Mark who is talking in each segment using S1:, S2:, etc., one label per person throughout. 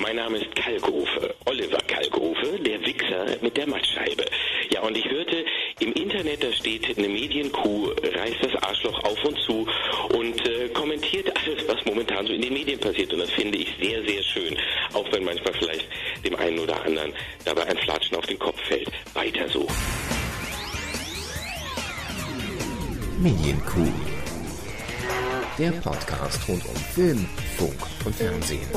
S1: Mein Name ist Kalkofe, Oliver Kalkofe, der Wichser mit der Mattscheibe. Ja, und ich hörte im Internet, da steht, eine Medienkuh reißt das Arschloch auf und zu und äh, kommentiert alles, was momentan so in den Medien passiert. Und das finde ich sehr, sehr schön. Auch wenn manchmal vielleicht dem einen oder anderen dabei ein Flatschen auf den Kopf fällt. Weiter so.
S2: Medienkuh. Der Podcast rund um Film, Funk und Fernsehen.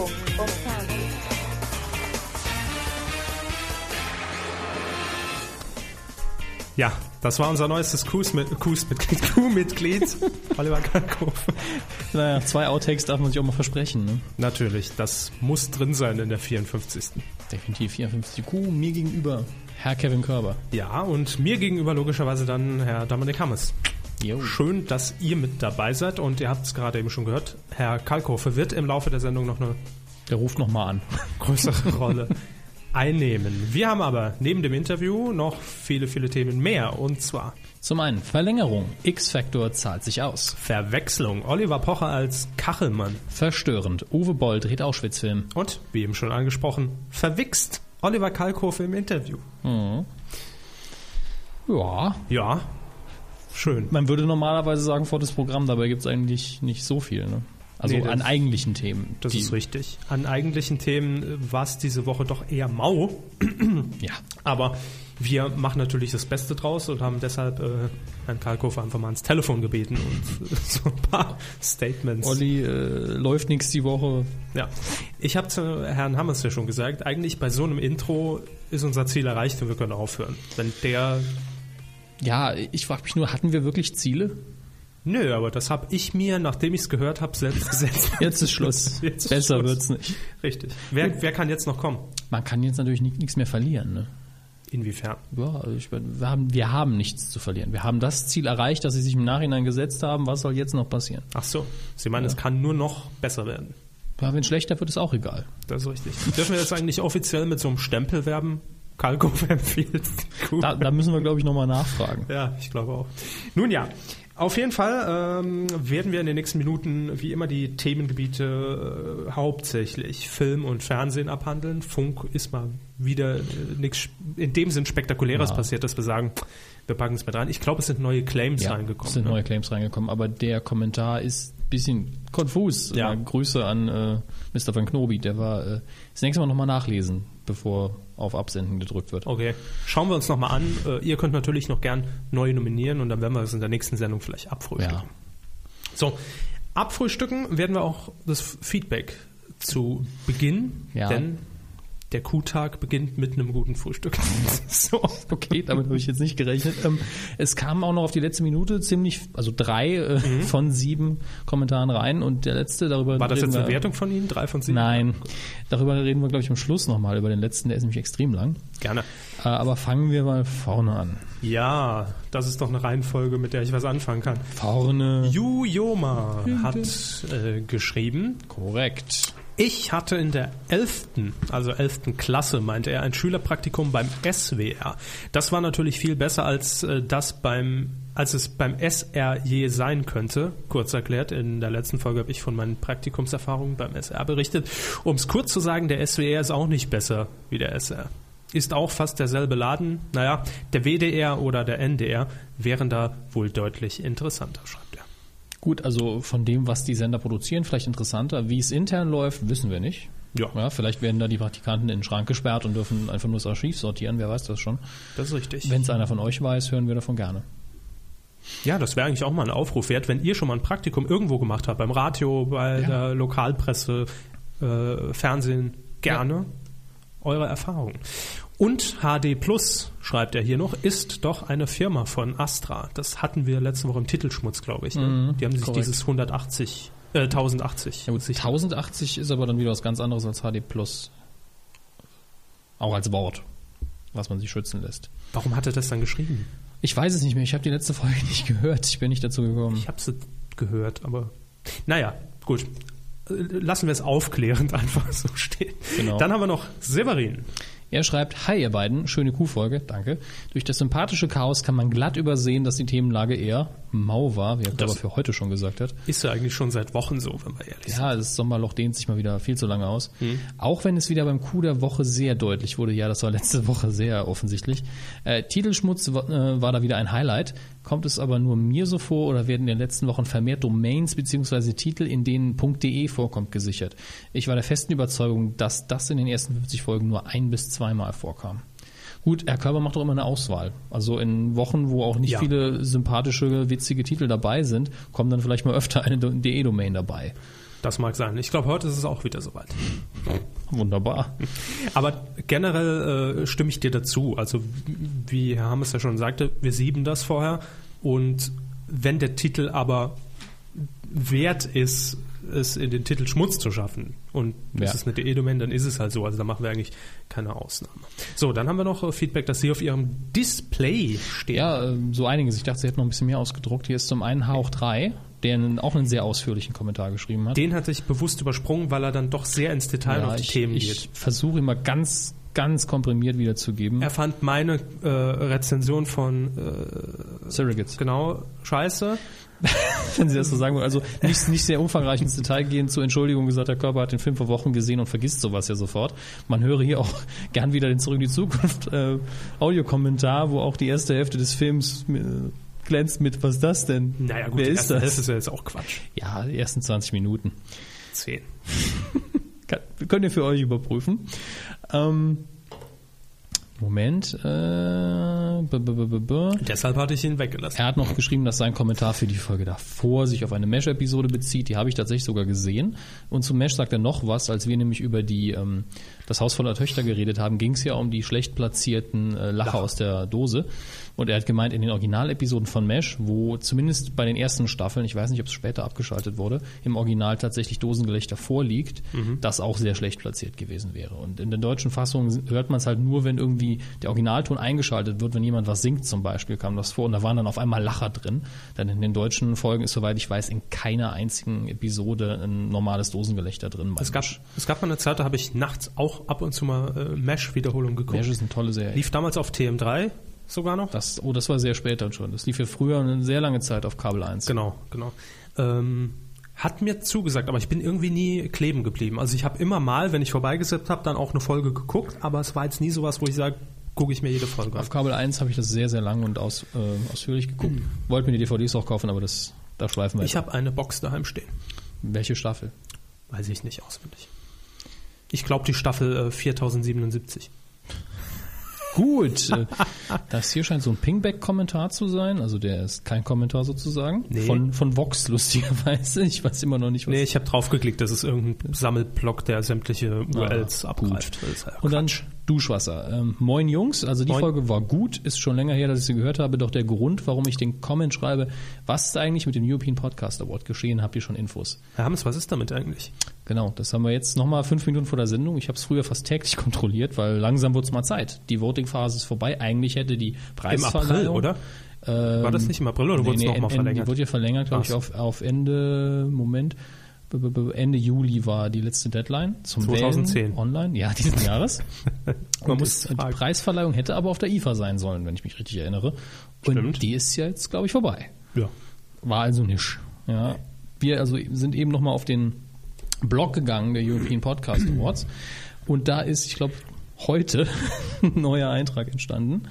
S3: Ja, das war unser neuestes Kuhs-Mitglied, Kuh-Mitglied, Oliver Kalkow.
S4: Naja, zwei Outtakes darf man sich auch mal versprechen. Ne?
S3: Natürlich, das muss drin sein in der 54.
S4: Definitiv 54 Q, Uh, mir gegenüber Herr Kevin Körber.
S3: Ja, und mir gegenüber logischerweise dann Herr Dominik Hammes.
S4: Jo.
S3: Schön, dass ihr mit dabei seid und ihr habt es gerade eben schon gehört. Herr Kalkofe wird im Laufe der Sendung noch eine
S4: Der ruft nochmal an.
S3: größere Rolle einnehmen. Wir haben aber neben dem Interview noch viele, viele Themen mehr und zwar
S4: Zum einen Verlängerung. X-Factor zahlt sich aus.
S3: Verwechslung. Oliver Pocher als Kachelmann
S4: Verstörend. Uwe Boll dreht Auschwitz-Film.
S3: und, wie eben schon angesprochen, verwichst. Oliver Kalkofe im Interview.
S4: Ja.
S3: Ja, schön.
S4: Man würde normalerweise sagen, vor das Programm, dabei gibt es eigentlich nicht so viel. Ne? Also
S3: Nee, das-
S4: an eigentlichen Themen.
S3: Das
S4: die-
S3: ist richtig. An eigentlichen Themen war es diese Woche doch eher mau,
S4: Ja.
S3: aber wir machen natürlich das Beste draus und haben deshalb äh, Herrn Kalkofer einfach mal ans Telefon gebeten und äh, so ein paar Statements.
S4: Olli äh, läuft nix die Woche.
S3: Ja. Ich habe zu Herrn Hammers ja schon gesagt, eigentlich bei so einem Intro ist unser Ziel erreicht und wir können aufhören. Wenn der.
S4: Ja, ich frage mich nur, hatten wir wirklich Ziele?
S3: Nö, aber das habe ich mir, nachdem ich es gehört habe, selbst gesetzt.
S4: Jetzt ist Schluss.
S3: Jetzt ist
S4: Besser
S3: Schluss.
S4: wird's nicht.
S3: Richtig. Wer, wer kann jetzt noch kommen?
S4: Man kann jetzt natürlich nichts mehr verlieren. Ne?
S3: Inwiefern?
S4: Ja, also ich mein, wir, haben, wir haben nichts zu verlieren. Wir haben das Ziel erreicht, das sie sich im Nachhinein gesetzt haben. Was soll jetzt noch passieren?
S3: Ach so. Sie meinen, es kann nur noch besser werden.
S4: Ja, wenn schlechter wird, ist auch egal.
S3: Das ist richtig. Dürfen wir jetzt eigentlich offiziell mit so einem Stempel werben? Kalkofer empfiehlt. Cool.
S4: Da, da müssen wir, glaube ich, nochmal nachfragen.
S3: Ja, ich glaube auch. Nun ja, auf jeden Fall ähm, werden wir in den nächsten Minuten wie immer die Themengebiete äh, hauptsächlich Film und Fernsehen abhandeln. Funk ist mal wieder äh, nichts in dem Sinn Spektakuläres
S4: Ja.
S3: passiert, dass wir sagen, wir packen es mit rein. Ich glaube, es sind neue Claims
S4: Ja,
S3: reingekommen.
S4: es sind
S3: ne?
S4: neue Claims reingekommen, aber der Kommentar ist ein bisschen konfus.
S3: Ja.
S4: Mal Grüße an äh, Mr. Van Knobi, der war äh, das nächste Mal nochmal nachlesen, bevor auf Absenden gedrückt wird.
S3: Okay, schauen wir uns nochmal an. Äh, ihr könnt natürlich noch gern neu nominieren und dann werden wir es in der nächsten Sendung vielleicht abfrühstücken.
S4: Ja.
S3: So, abfrühstücken werden wir auch das Feedback zu Beginn,
S4: Ja.
S3: denn der Kuhtag beginnt mit einem guten Frühstück. so.
S4: Okay, damit habe ich jetzt nicht gerechnet. Ähm, es kamen auch noch auf die letzte Minute ziemlich, also drei äh, von sieben Kommentaren rein und der letzte darüber.
S3: Mhm. War das
S4: reden
S3: jetzt eine
S4: wir-
S3: Wertung von Ihnen? Drei von sieben?
S4: Nein, darüber reden wir, glaube ich, am Schluss nochmal über den letzten, der ist nämlich extrem lang.
S3: Gerne.
S4: Äh, aber fangen wir mal vorne an.
S3: Ja, das ist doch eine Reihenfolge, mit der ich was anfangen kann.
S4: Vorne.
S3: Yu Yoma hat äh, geschrieben,
S4: Korrekt.
S3: Ich hatte in der 11., also 11. Klasse, meinte er, ein Schülerpraktikum beim SWR. Das war natürlich viel besser als äh, das beim als es beim SR je sein könnte, kurz erklärt, in der letzten Folge habe ich von meinen Praktikumserfahrungen beim SR berichtet. Um es kurz zu sagen, der SWR ist auch nicht besser wie der SR. Ist auch fast derselbe Laden. Naja, der WDR oder der NDR wären da wohl deutlich interessanter, schreibt er.
S4: Gut, also von dem, was die Sender produzieren, vielleicht interessanter. Wie es intern läuft, wissen wir nicht.
S3: Ja.
S4: ja. Vielleicht werden da die Praktikanten in den Schrank gesperrt und dürfen einfach nur das Archiv sortieren, wer weiß das schon.
S3: Das ist richtig.
S4: Wenn es einer von euch weiß, hören wir davon gerne.
S3: Ja, das wäre eigentlich auch mal ein Aufruf wert, wenn ihr schon mal ein Praktikum irgendwo gemacht habt, beim Radio, bei
S4: Ja.
S3: der Lokalpresse, äh, Fernsehen, gerne eure Erfahrungen. Und HD Plus, schreibt er hier noch, ist doch eine Firma von Astra. Das hatten wir letzte Woche im Titelschmutz, glaube ich. Ne? Die haben sich
S4: Mhm, korrekt.
S3: dieses 180, äh, 1080.
S4: Ja gut, 1080 ist aber dann wieder was ganz anderes als HD+. Auch als Wort, was man sich schützen lässt.
S3: Warum hat er das dann geschrieben?
S4: Ich weiß es nicht mehr, ich habe die letzte Folge nicht gehört, ich bin nicht dazu gekommen.
S3: Ich habe sie gehört, aber naja, gut. Äh, Lassen wir es aufklärend einfach so stehen.
S4: Genau.
S3: Dann haben wir noch Severin.
S4: Er schreibt, Hi ihr beiden, schöne Q-Folge, danke. Durch das sympathische Chaos kann man glatt übersehen, dass die Themenlage eher mau war, wie er aber für heute schon gesagt hat.
S3: Ist ja eigentlich schon seit Wochen so, wenn wir ehrlich sind.
S4: Ja, das Sommerloch dehnt sich mal wieder viel zu lange aus. Auch wenn es wieder beim Coup der Woche sehr deutlich wurde, ja, das war letzte Woche sehr offensichtlich. Äh, Titelschmutz wa- äh, war da wieder ein Highlight. Kommt es aber nur mir so vor oder werden in den letzten Wochen vermehrt Domains bzw. Titel, in denen .de vorkommt, gesichert? Ich war der festen Überzeugung, dass das in den ersten 50 Folgen nur ein- bis zweimal vorkam. Gut, Herr Körber macht doch immer eine Auswahl. Also in Wochen, wo auch nicht
S3: Ja.
S4: viele sympathische, witzige Titel dabei sind, kommen dann vielleicht mal öfter eine Do- DE-Domain dabei.
S3: Das mag sein. Ich glaube, heute ist es auch wieder soweit.
S4: Wunderbar.
S3: Aber generell äh, stimme ich dir dazu. Also wie Herr Hammes ja schon sagte, wir sieben das vorher. Und wenn der Titel aber wert ist, es in den Titel Schmutz zu schaffen und
S4: Ja.
S3: es ist eine DE-Domain, dann ist es halt so. Also da machen wir eigentlich keine Ausnahme. So, dann haben wir noch äh, Feedback, dass Sie auf Ihrem Display stehen.
S4: Ja, ähm, so einiges. Ich dachte, sie hätten noch ein bisschen mehr ausgedruckt. Hier ist zum einen Hauch 3, der einen, auch einen sehr ausführlichen Kommentar geschrieben hat.
S3: Den hatte ich bewusst übersprungen, weil er dann doch sehr ins Detail
S4: ja,
S3: auf die
S4: ich,
S3: Themen geht.
S4: ich versuche immer ganz, ganz komprimiert wiederzugeben.
S3: Er fand meine äh, Rezension von äh,
S4: Surrogates.
S3: genau scheiße.
S4: Wenn Sie das so sagen wollen. Also nicht, nicht sehr umfangreich ins Detail gehen. Zur Entschuldigung gesagt, Herr Körper hat den Film vor Wochen gesehen und vergisst sowas ja sofort. Man höre hier auch gern wieder den Zurück in die Zukunft äh, Audiokommentar, wo auch die erste Hälfte des Films äh, glänzt mit, was ist das denn?
S3: Naja gut,
S4: Wer
S3: die
S4: ist
S3: erste- das
S4: das?
S3: ist ja jetzt auch Quatsch.
S4: Ja, die ersten 20 Minuten.
S3: Zehn.
S4: Kann, könnt ihr für euch überprüfen. Ähm, Moment. Äh, b -b -b -b -b.
S3: Deshalb hatte ich ihn weggelassen.
S4: Er hat noch geschrieben, dass sein Kommentar für die Folge davor sich auf eine Mesh-Episode bezieht. Die habe ich tatsächlich sogar gesehen. Und zu Mesh sagt er noch was, als wir nämlich über die ähm, das Haus voller Töchter geredet haben, ging es ja um die schlecht platzierten äh, Lacher aus der Dose. Und er hat gemeint, in den Originalepisoden von Mesh, wo zumindest bei den ersten Staffeln, ich weiß nicht, ob es später abgeschaltet wurde, im Original tatsächlich Dosengelächter vorliegt,
S3: Mhm.
S4: das auch sehr schlecht platziert gewesen wäre. Und in der deutschen Fassung hört man es halt nur, wenn irgendwie der Originalton eingeschaltet wird, wenn jemand was singt zum Beispiel, kam das vor. Und da waren dann auf einmal Lacher drin. Denn in den deutschen Folgen ist, soweit ich weiß, in keiner einzigen Episode ein normales Dosengelächter drin.
S3: Es gab, es gab mal eine Zeit, da habe ich nachts auch ab und zu mal äh, Mesh-Wiederholung geguckt.
S4: Mesh ist eine tolle Serie.
S3: Lief damals auf TM3 sogar noch.
S4: Das, oh, das war sehr spät dann schon. Das lief ja früher eine sehr lange Zeit auf Kabel 1.
S3: Genau, genau. Ähm, hat mir zugesagt, aber ich bin irgendwie nie kleben geblieben. Also ich habe immer mal, wenn ich vorbeigesippt habe, dann auch eine Folge geguckt, aber es war jetzt nie sowas, wo ich sage, gucke ich mir jede Folge an.
S4: Auf Kabel 1 habe ich das sehr, sehr lang und aus, äh, ausführlich geguckt.
S3: Mhm.
S4: Wollte mir die DVDs auch kaufen, aber das, da schweifen wir
S3: Ich
S4: jetzt.
S3: habe eine Box daheim stehen.
S4: Welche Staffel?
S3: Weiß ich nicht auswendig. Ich glaube die Staffel äh, 4077.
S4: Gut, äh, das hier scheint so ein Pingback-Kommentar zu sein. Also der ist kein Kommentar sozusagen.
S3: Nee.
S4: Von, von Vox, lustigerweise. Ich weiß immer noch nicht, was
S3: Nee, ich habe draufgeklickt, das ist irgendein Sammelblock, der sämtliche URLs abgreift. Ah, Das ist halt- ja
S4: Ah, Und dann Duschwasser. Ähm, moin Jungs, also die
S3: Moin.
S4: Folge war gut, ist schon länger her, dass ich sie gehört habe. Doch der Grund, warum ich den Comment schreibe, was ist eigentlich mit dem European Podcast Award geschehen, habt ihr schon Infos.
S3: Herr Hammes, was ist damit eigentlich?
S4: Genau, das haben wir jetzt nochmal fünf Minuten vor der Sendung. Ich habe es früher fast täglich kontrolliert, weil langsam wurde es mal Zeit. Die Voting-Phase ist vorbei. Eigentlich hätte die Preisverleihung...
S3: oder?
S4: Ähm,
S3: War das nicht im April oder wurde es noch mal
S4: en- en-
S3: verlängert?
S4: Die wurde ja verlängert, glaube
S3: Ach
S4: ich, auf, auf Ende, Moment, b- b- b- Ende Juli war die letzte Deadline zum
S3: 2010.
S4: Wählen online, ja, diesen Jahres.
S3: Man
S4: Und
S3: muss
S4: es- die
S3: fragen.
S4: Preisverleihung hätte aber auf der IFA sein sollen, wenn ich mich richtig erinnere. Und
S3: Stimmt.
S4: die ist ja jetzt, glaube ich, vorbei.
S3: Ja.
S4: War also nicht. Ja. Wir also sind eben nochmal auf den Blog gegangen der European Podcast Awards. Und da ist, ich glaube, heute ein neuer Eintrag entstanden,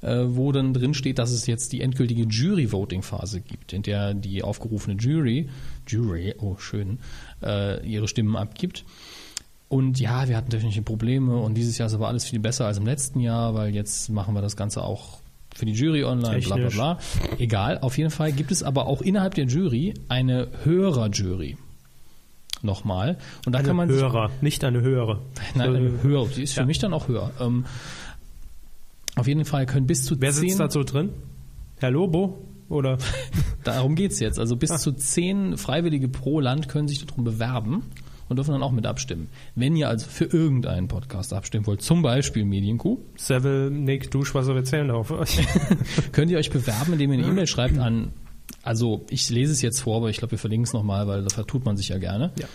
S4: äh, wo dann drin steht, dass es jetzt die endgültige Jury-Voting-Phase gibt, in der die aufgerufene Jury, Jury, oh schön, äh, ihre Stimmen abgibt. Und ja, wir hatten technische Probleme und dieses Jahr ist aber alles viel besser als im letzten Jahr, weil jetzt machen wir das Ganze auch für die Jury online,
S3: Technisch.
S4: bla bla bla. Egal, auf jeden Fall gibt es aber auch innerhalb der Jury eine Hörerjury. Nochmal. Und da kann man sich
S3: Hörer, nicht eine höhere.
S4: Nein, eine
S3: Äh,
S4: höher. Die ist für
S3: ja.
S4: mich dann auch höher. Ähm, auf jeden Fall können bis zu
S3: Wer sitzt
S4: zehn,
S3: da so drin? Herr Lobo? Oder?
S4: darum geht's jetzt, also bis zu zehn Freiwillige pro Land können sich darum bewerben und dürfen dann auch mit abstimmen. Wenn ihr also für irgendeinen Podcast abstimmen wollt, zum Beispiel Medienkuh,
S3: Seville, Nick, Duschwasser, wir zählen darauf.
S4: könnt ihr euch bewerben, indem ihr eine E-Mail schreibt an, also ich lese es jetzt vor, aber ich glaube, wir verlinken es nochmal, weil das vertut man sich ja gerne.
S3: Ja.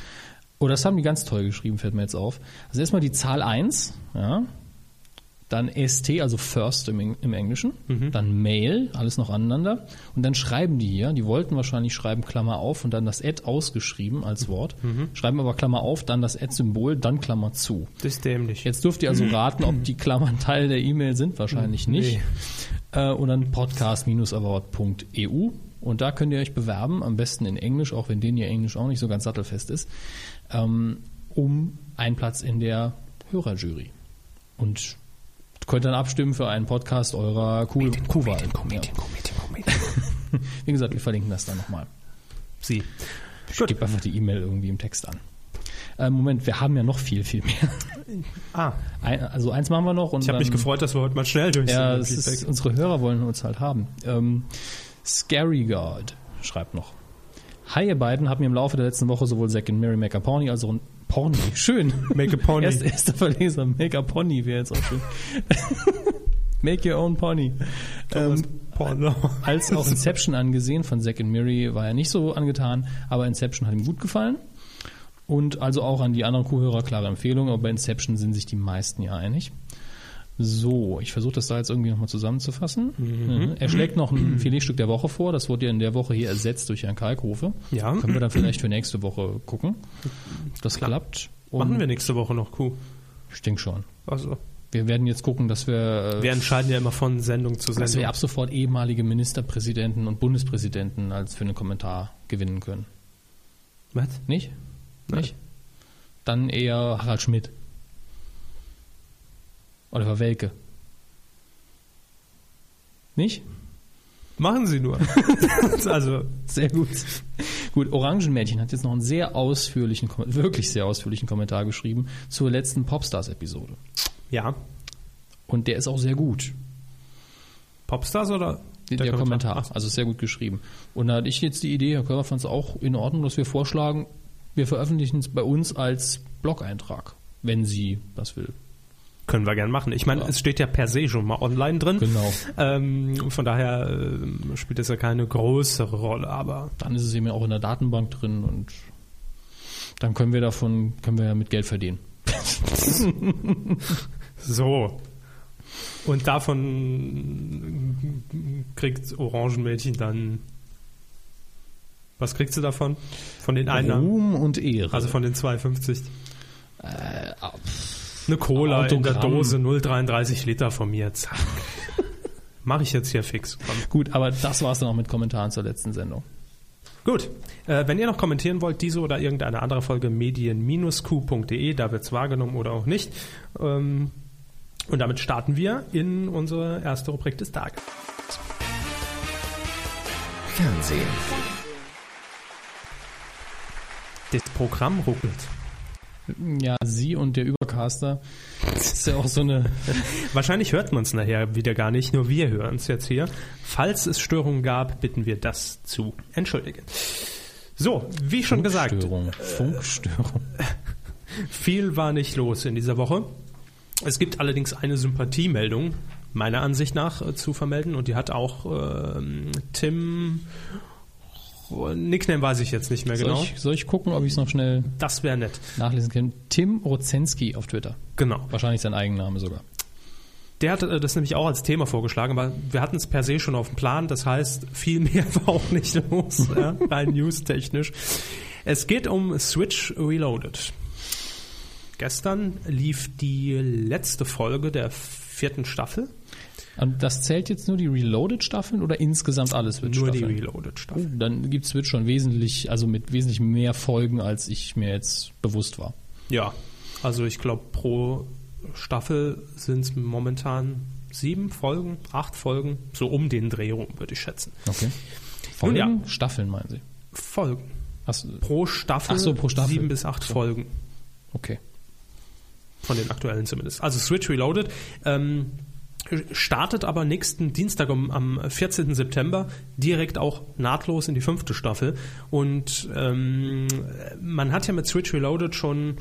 S4: Oh, das haben die ganz toll geschrieben, fällt mir jetzt auf. Also erstmal die Zahl 1, ja. dann ST, also First im, Eng- im Englischen, dann Mail, alles noch aneinander. Und dann schreiben die hier, die wollten wahrscheinlich schreiben Klammer auf und dann das Ad ausgeschrieben als Wort, schreiben aber Klammer auf, dann das Ad-Symbol, dann Klammer zu.
S3: Das ist dämlich.
S4: Jetzt dürft ihr also raten, ob die Klammern Teil der E-Mail sind, wahrscheinlich nicht. Äh, und dann podcast-award.eu und da könnt ihr euch bewerben, am besten in Englisch, auch wenn den hier Englisch auch nicht so ganz sattelfest ist, ähm, um einen Platz in der Hörerjury. Und könnt dann abstimmen für einen Podcast eurer Kuh- Kuhwahl. Ja. Wie gesagt, wir verlinken das dann nochmal.
S3: Sie.
S4: Gebt einfach die E-Mail irgendwie im Text an. Äh, Moment, wir haben ja noch viel, viel mehr.
S3: Ah,
S4: Ein, also eins machen wir noch und
S3: ich habe
S4: dann,
S3: mich gefreut, dass wir heute mal schnell durch sind.
S4: Ja,
S3: mit
S4: es ist,
S3: Feedback.
S4: unsere Hörer wollen uns halt haben. Ähm, Scary God schreibt noch. Hi, ihr beiden habt mir im Laufe der letzten Woche sowohl Zack und Mary Make a Pony, also ein Pony, schön.
S3: Make a Pony.
S4: Erst, erster Verleser, Make a Pony wäre jetzt auch schön. Make your own Pony. Ähm,
S3: Porno.
S4: als auch Inception angesehen. Von Zack and Miri war er nicht so angetan, aber Inception hat ihm gut gefallen. Und also auch an die anderen Kuhhörer klare Empfehlung, aber bei Inception sind sich die meisten ja einig. So, ich versuche das da jetzt irgendwie nochmal zusammenzufassen. Mhm. Er schlägt noch ein Filetstück der Woche vor, das wurde ja in der Woche hier ersetzt durch Herrn Kalkofe.
S3: Ja.
S4: Können wir dann vielleicht für nächste Woche gucken. ob Das klappt.
S3: Machen wir nächste Woche noch Kuh.
S4: Ich denke schon.
S3: Also,
S4: Wir werden jetzt gucken, dass wir äh,
S3: wir entscheiden ja immer von Sendung zu
S4: dass wir
S3: Sendung.
S4: Also ab sofort ehemalige Ministerpräsidenten und Bundespräsidenten als für einen Kommentar gewinnen können.
S3: Was?
S4: Nicht?
S3: Nein.
S4: Nicht? Dann eher Harald Schmidt. Oliver Welke. Nicht?
S3: Machen Sie nur. also,
S4: Sehr gut. Gut, Orangenmädchen hat jetzt noch einen sehr ausführlichen, Kom- wirklich sehr ausführlichen Kommentar geschrieben zur letzten Popstars-Episode.
S3: ja.
S4: Und der ist auch sehr gut.
S3: Popstars oder?
S4: Der, der Kommentar. Also sehr gut geschrieben. Und da hatte ich jetzt die Idee, Herr Körber fand es auch in Ordnung, dass wir vorschlagen, wir veröffentlichen es bei uns als Blog-Eintrag, wenn sie das will.
S3: Können wir gern machen. Ich meine,
S4: Ja.
S3: es steht ja per se schon mal online drin.
S4: Genau.
S3: Ähm, von daher ähm, spielt das ja keine größere Rolle, aber
S4: Dann ist es eben auch in der Datenbank drin und dann können wir davon, können wir ja mit Geld verdienen.
S3: so. Und davon äh, kriegt Orangenmädchen dann. Was kriegt sie davon? Von den Einnahmen?
S4: Ruhm und Ehre.
S3: Also von den 2,50.
S4: Äh, ah,
S3: Eine Cola in der
S4: Autogramm.
S3: Dose 0,33 Liter von mir. Zack. Mach ich jetzt hier fix. Komm.
S4: gut, aber das war es dann auch mit Kommentaren zur letzten Sendung.
S3: Gut, äh, wenn ihr noch kommentieren wollt, diese oder irgendeine andere Folge, medien-q.de, da wird's wahrgenommen oder auch nicht. Ähm, und damit starten wir in unsere erste Rubrik des Tages.
S2: Fernsehen.
S3: Das Programm ruckelt.
S4: Ja, sie und der Übercaster ist ja auch so eine
S3: Wahrscheinlich hört man es nachher wieder gar nicht, nur wir hören es jetzt hier. Falls es Störungen gab, bitten wir das zu entschuldigen. So, wie schon gesagt,
S4: Funkstörung. Funkstörung.
S3: Viel war nicht los in dieser Woche. Es gibt allerdings eine Sympathiemeldung, meiner Ansicht nach, äh, zu vermelden. Und die hat auch ähm, Tim. Nickname weiß ich jetzt nicht mehr genau.
S4: Soll, ich, soll ich gucken, ob ich es noch schnell
S3: Das wäre nett.
S4: nachlesen kann? Tim Rozenski auf Twitter.
S3: Genau.
S4: Wahrscheinlich sein Eigenname sogar.
S3: Der hat äh, das nämlich auch als Thema vorgeschlagen, aber wir hatten es per se schon auf dem Plan. Das heißt, viel mehr war auch nicht los, ja, rein news-technisch. Es geht um Switch Reloaded. Gestern lief die letzte Folge der vierten Staffel.
S4: Und das zählt jetzt nur die Reloaded-Staffeln oder insgesamt alle
S3: Nur die
S4: Switch-Staffeln? Oh,
S3: Reloaded-Staffel.
S4: Dann gibt Switch schon wesentlich, also mit wesentlich mehr Folgen, als ich mir jetzt bewusst war.
S3: Ja, also ich glaube, pro Staffel sind es momentan sieben Folgen, acht Folgen, so um den Dreh rum, würde ich schätzen.
S4: Okay. Folgen?
S3: Nun
S4: Staffeln, meinen Sie?
S3: Folgen.
S4: Hast,
S3: Pro Staffel,
S4: Ach so, pro Staffel.
S3: sieben bis acht Folgen.
S4: okay.
S3: Von den aktuellen zumindest. Also Switch Reloaded ähm, startet aber nächsten Dienstag um, am 14. September direkt auch nahtlos in die fünfte Staffel. Und ähm, man hat ja mit Switch Reloaded schon,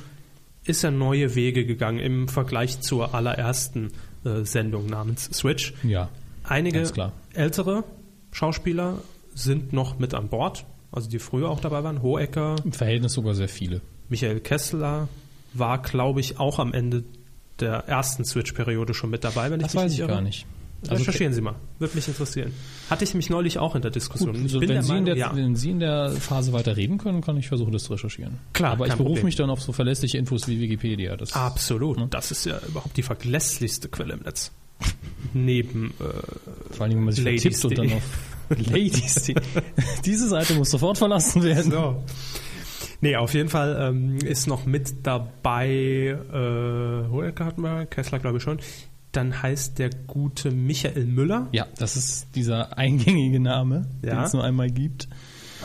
S3: ist ja neue Wege gegangen im Vergleich zur allerersten äh, Sendung namens Switch.
S4: Ja.
S3: Einige
S4: Ganz klar.
S3: ältere Schauspieler sind noch mit an Bord, also die früher auch dabei waren. Hohecker,
S4: Im Verhältnis sogar sehr viele.
S3: Michael Kessler war, glaube ich, auch am Ende der ersten Switch-Periode schon mit dabei, wenn
S4: Das
S3: ich mich
S4: weiß
S3: nicht
S4: ich
S3: irre.
S4: gar nicht. Also,
S3: Recherchieren Sie mal, würde mich interessieren. Hatte ich mich neulich auch in der Diskussion.
S4: Gut,
S3: Ich
S4: also
S3: bin
S4: wenn,
S3: der
S4: Sie in
S3: Meinung,
S4: der,
S3: ja.
S4: wenn Sie in der Phase weiter reden können, kann ich versuchen, das zu recherchieren.
S3: Klar,
S4: Aber ich
S3: kein
S4: berufe
S3: Problem.
S4: mich dann auf so verlässliche Infos wie Wikipedia. Das
S3: Absolut, das ist ja überhaupt die verlässlichste Quelle im Netz. Neben äh,
S4: Vor allem, wenn man sich
S3: Ladies
S4: vertippt und dann
S3: D.
S4: auf Ladies. die- Diese Seite muss sofort verlassen werden.
S3: So. Nee, auf jeden Fall ähm, ist noch mit dabei, äh, Hoeker hatten wir, Kessler glaube ich schon. Dann heißt der gute Michael Müller.
S4: Ja, das ist dieser eingängige Name, den
S3: Ja.
S4: es nur einmal gibt.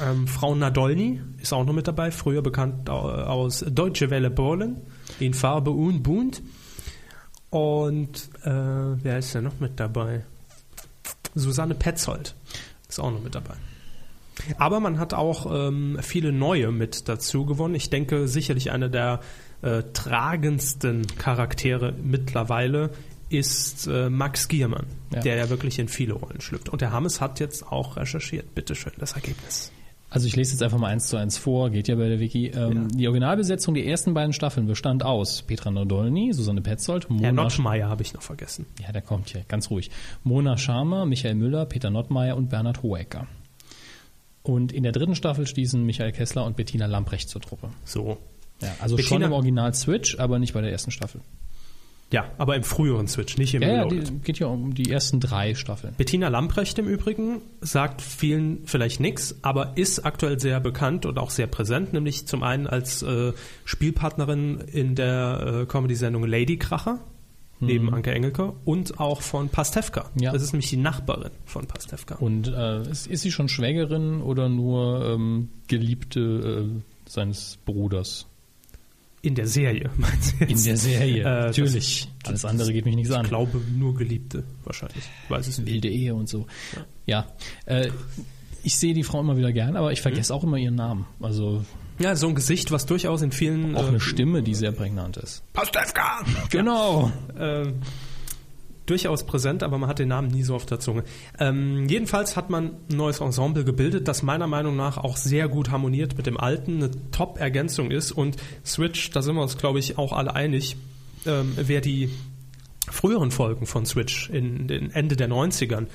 S3: Ähm, Frau Nadolny ist auch noch mit dabei, früher bekannt au- aus Deutsche Welle Polen, in Farbe und Bunt. Und äh, wer ist denn noch mit dabei? Susanne Petzold ist auch noch mit dabei. Aber man hat auch ähm, viele neue mit dazu gewonnen. Ich denke, sicherlich einer der äh, tragendsten Charaktere mittlerweile ist äh, Max Giermann,
S4: Ja.
S3: der ja wirklich in viele Rollen schlüpft. Und der Hammes hat jetzt auch recherchiert. Bitteschön, das Ergebnis.
S4: Also ich lese jetzt einfach mal eins zu eins vor, geht ja bei der Wiki. Ähm, Die Originalbesetzung der ersten beiden Staffeln bestand aus Petra Nodolny, Susanne Petzold, Mona
S3: Herr Notschmeier habe ich noch vergessen.
S4: Ja, der kommt hier, ganz ruhig. Mona Schamer, Michael Müller, Peter Nottmeier und Bernhard Hohecker. Und in der dritten Staffel stießen Michael Kessler und Bettina Lamprecht zur Truppe.
S3: So.
S4: Ja, also schon
S3: Bettina-
S4: im Original Switch, aber nicht bei der ersten Staffel.
S3: Ja, aber im früheren Switch, nicht im
S4: Ja, ja,
S3: Reloaded.
S4: die, geht ja um die ersten drei Staffeln.
S3: Bettina Lamprecht im Übrigen sagt vielen vielleicht nichts, aber ist aktuell sehr bekannt und auch sehr präsent, nämlich zum einen als äh, Spielpartnerin in der äh, Comedy-Sendung Lady Kracher neben Anke Engelke und auch von Pastewka.
S4: Mhm. Ja.
S3: Das ist nämlich die Nachbarin von Pastewka.
S4: Und äh, ist, ist sie schon Schwägerin oder nur ähm, Geliebte äh, seines Bruders?
S3: In der Serie, meint sie jetzt. Äh,
S4: Serie, natürlich. Alles andere geht mich nichts
S3: Ich
S4: an.
S3: glaube, nur Geliebte wahrscheinlich. Weiß es nicht.
S4: wilde Ehe und so. Ja, äh, ich sehe die Frau immer wieder gern, aber ich vergesse auch immer ihren Namen. Also
S3: Ja, so ein Gesicht, was durchaus in vielen...
S4: auch
S3: äh,
S4: eine Stimme, die sehr prägnant ist.
S3: Pastewka!
S4: Genau.
S3: ähm, durchaus präsent, aber man hat den Namen nie so auf der Zunge. Ähm, jedenfalls hat man ein neues Ensemble gebildet, das meiner Meinung nach auch sehr gut harmoniert mit dem alten, eine Top-Ergänzung ist und Switch, da sind wir uns, glaube ich, auch alle einig, ähm, wer die früheren Folgen von Switch in den Ende der 90ern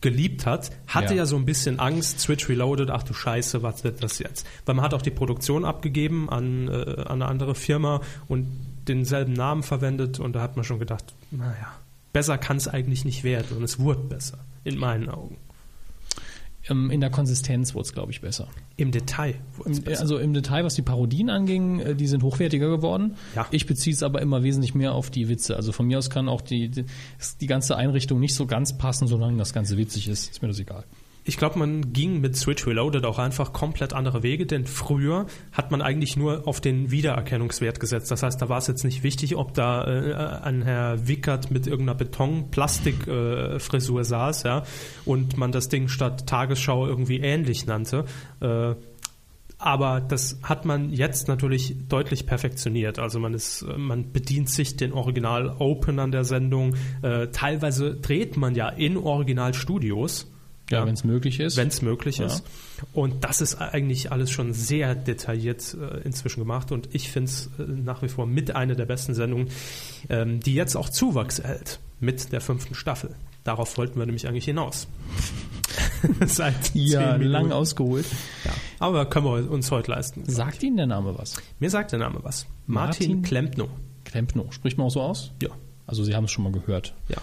S3: geliebt hat, hatte
S4: Ja.
S3: ja so ein bisschen Angst, Switch Reloaded, ach du Scheiße, was wird das jetzt? Weil man hat auch die Produktion abgegeben an, äh, an eine andere Firma und denselben Namen verwendet und da hat man schon gedacht, naja, besser kann es eigentlich nicht werden und es wurde besser, in meinen Augen.
S4: Ähm, in der Konsistenz wurde es, glaube ich, besser.
S3: Im Detail wurde es
S4: Im,
S3: besser.
S4: also im Detail, was die Parodien anging, äh, die sind hochwertiger geworden.
S3: Ja.
S4: Ich beziehe es aber immer wesentlich mehr auf die Witze. Also von mir aus kann auch die, die, die ganze Einrichtung nicht so ganz passen, solange das Ganze witzig ist. Ist mir das egal.
S3: Ich glaube, man ging mit Switch Reloaded auch einfach komplett andere Wege, denn früher hat man eigentlich nur auf den Wiedererkennungswert gesetzt. Das heißt, da war es jetzt nicht wichtig, ob da äh, ein Herr Wickert mit irgendeiner Beton-Plastik-Frisur äh, saß, ja, und man das Ding statt Tagesschau irgendwie ähnlich nannte. Äh, aber das hat man jetzt natürlich deutlich perfektioniert. Also man ist, äh, man bedient sich den Original-Openern der Sendung. Äh, teilweise dreht man ja in Originalstudios.
S4: Ja, wenn es möglich ist.
S3: Wenn es möglich
S4: Ja.
S3: ist. Und das ist eigentlich alles schon sehr detailliert äh, inzwischen gemacht und ich finde es äh, nach wie vor mit einer der besten Sendungen, ähm, die jetzt auch Zuwachs erhält mit der fünften Staffel. Darauf wollten wir nämlich eigentlich hinaus. Seit zehn
S4: ja,
S3: Minuten.
S4: lang ausgeholt.
S3: Ja. Aber können wir uns heute leisten.
S4: Sagt Ihnen der Name was?
S3: Mir sagt der Name was. Martin,
S4: Martin?
S3: Klempno.
S4: Klempno. Spricht man auch so aus?
S3: Ja.
S4: Also Sie haben es schon mal gehört.
S3: Ja.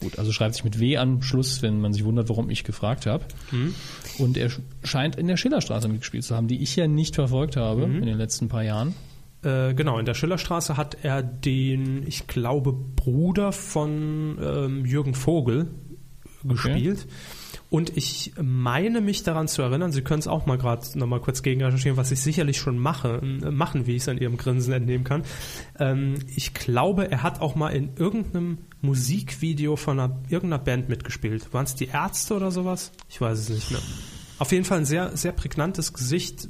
S4: Gut, also schreibt sich mit W am Schluss, wenn man sich wundert, warum ich gefragt habe.
S3: Mhm.
S4: Und er sch- scheint in der Schillerstraße mitgespielt zu haben, die ich ja nicht verfolgt habe
S3: Mhm.
S4: in den letzten paar Jahren.
S3: Äh, genau, in der Schillerstraße hat er den, ich glaube, Bruder von ähm, Jürgen Vogel gespielt. Und ich meine mich daran zu erinnern, Sie können es auch mal gerade nochmal kurz gegen recherchieren, was ich sicherlich schon mache, äh, machen, wie ich es an Ihrem Grinsen entnehmen kann. Ähm, ich glaube, er hat auch mal in irgendeinem Musikvideo von einer, irgendeiner Band mitgespielt. Waren es die Ärzte oder sowas? Ich weiß es nicht mehr. Auf jeden Fall ein sehr, sehr prägnantes Gesicht,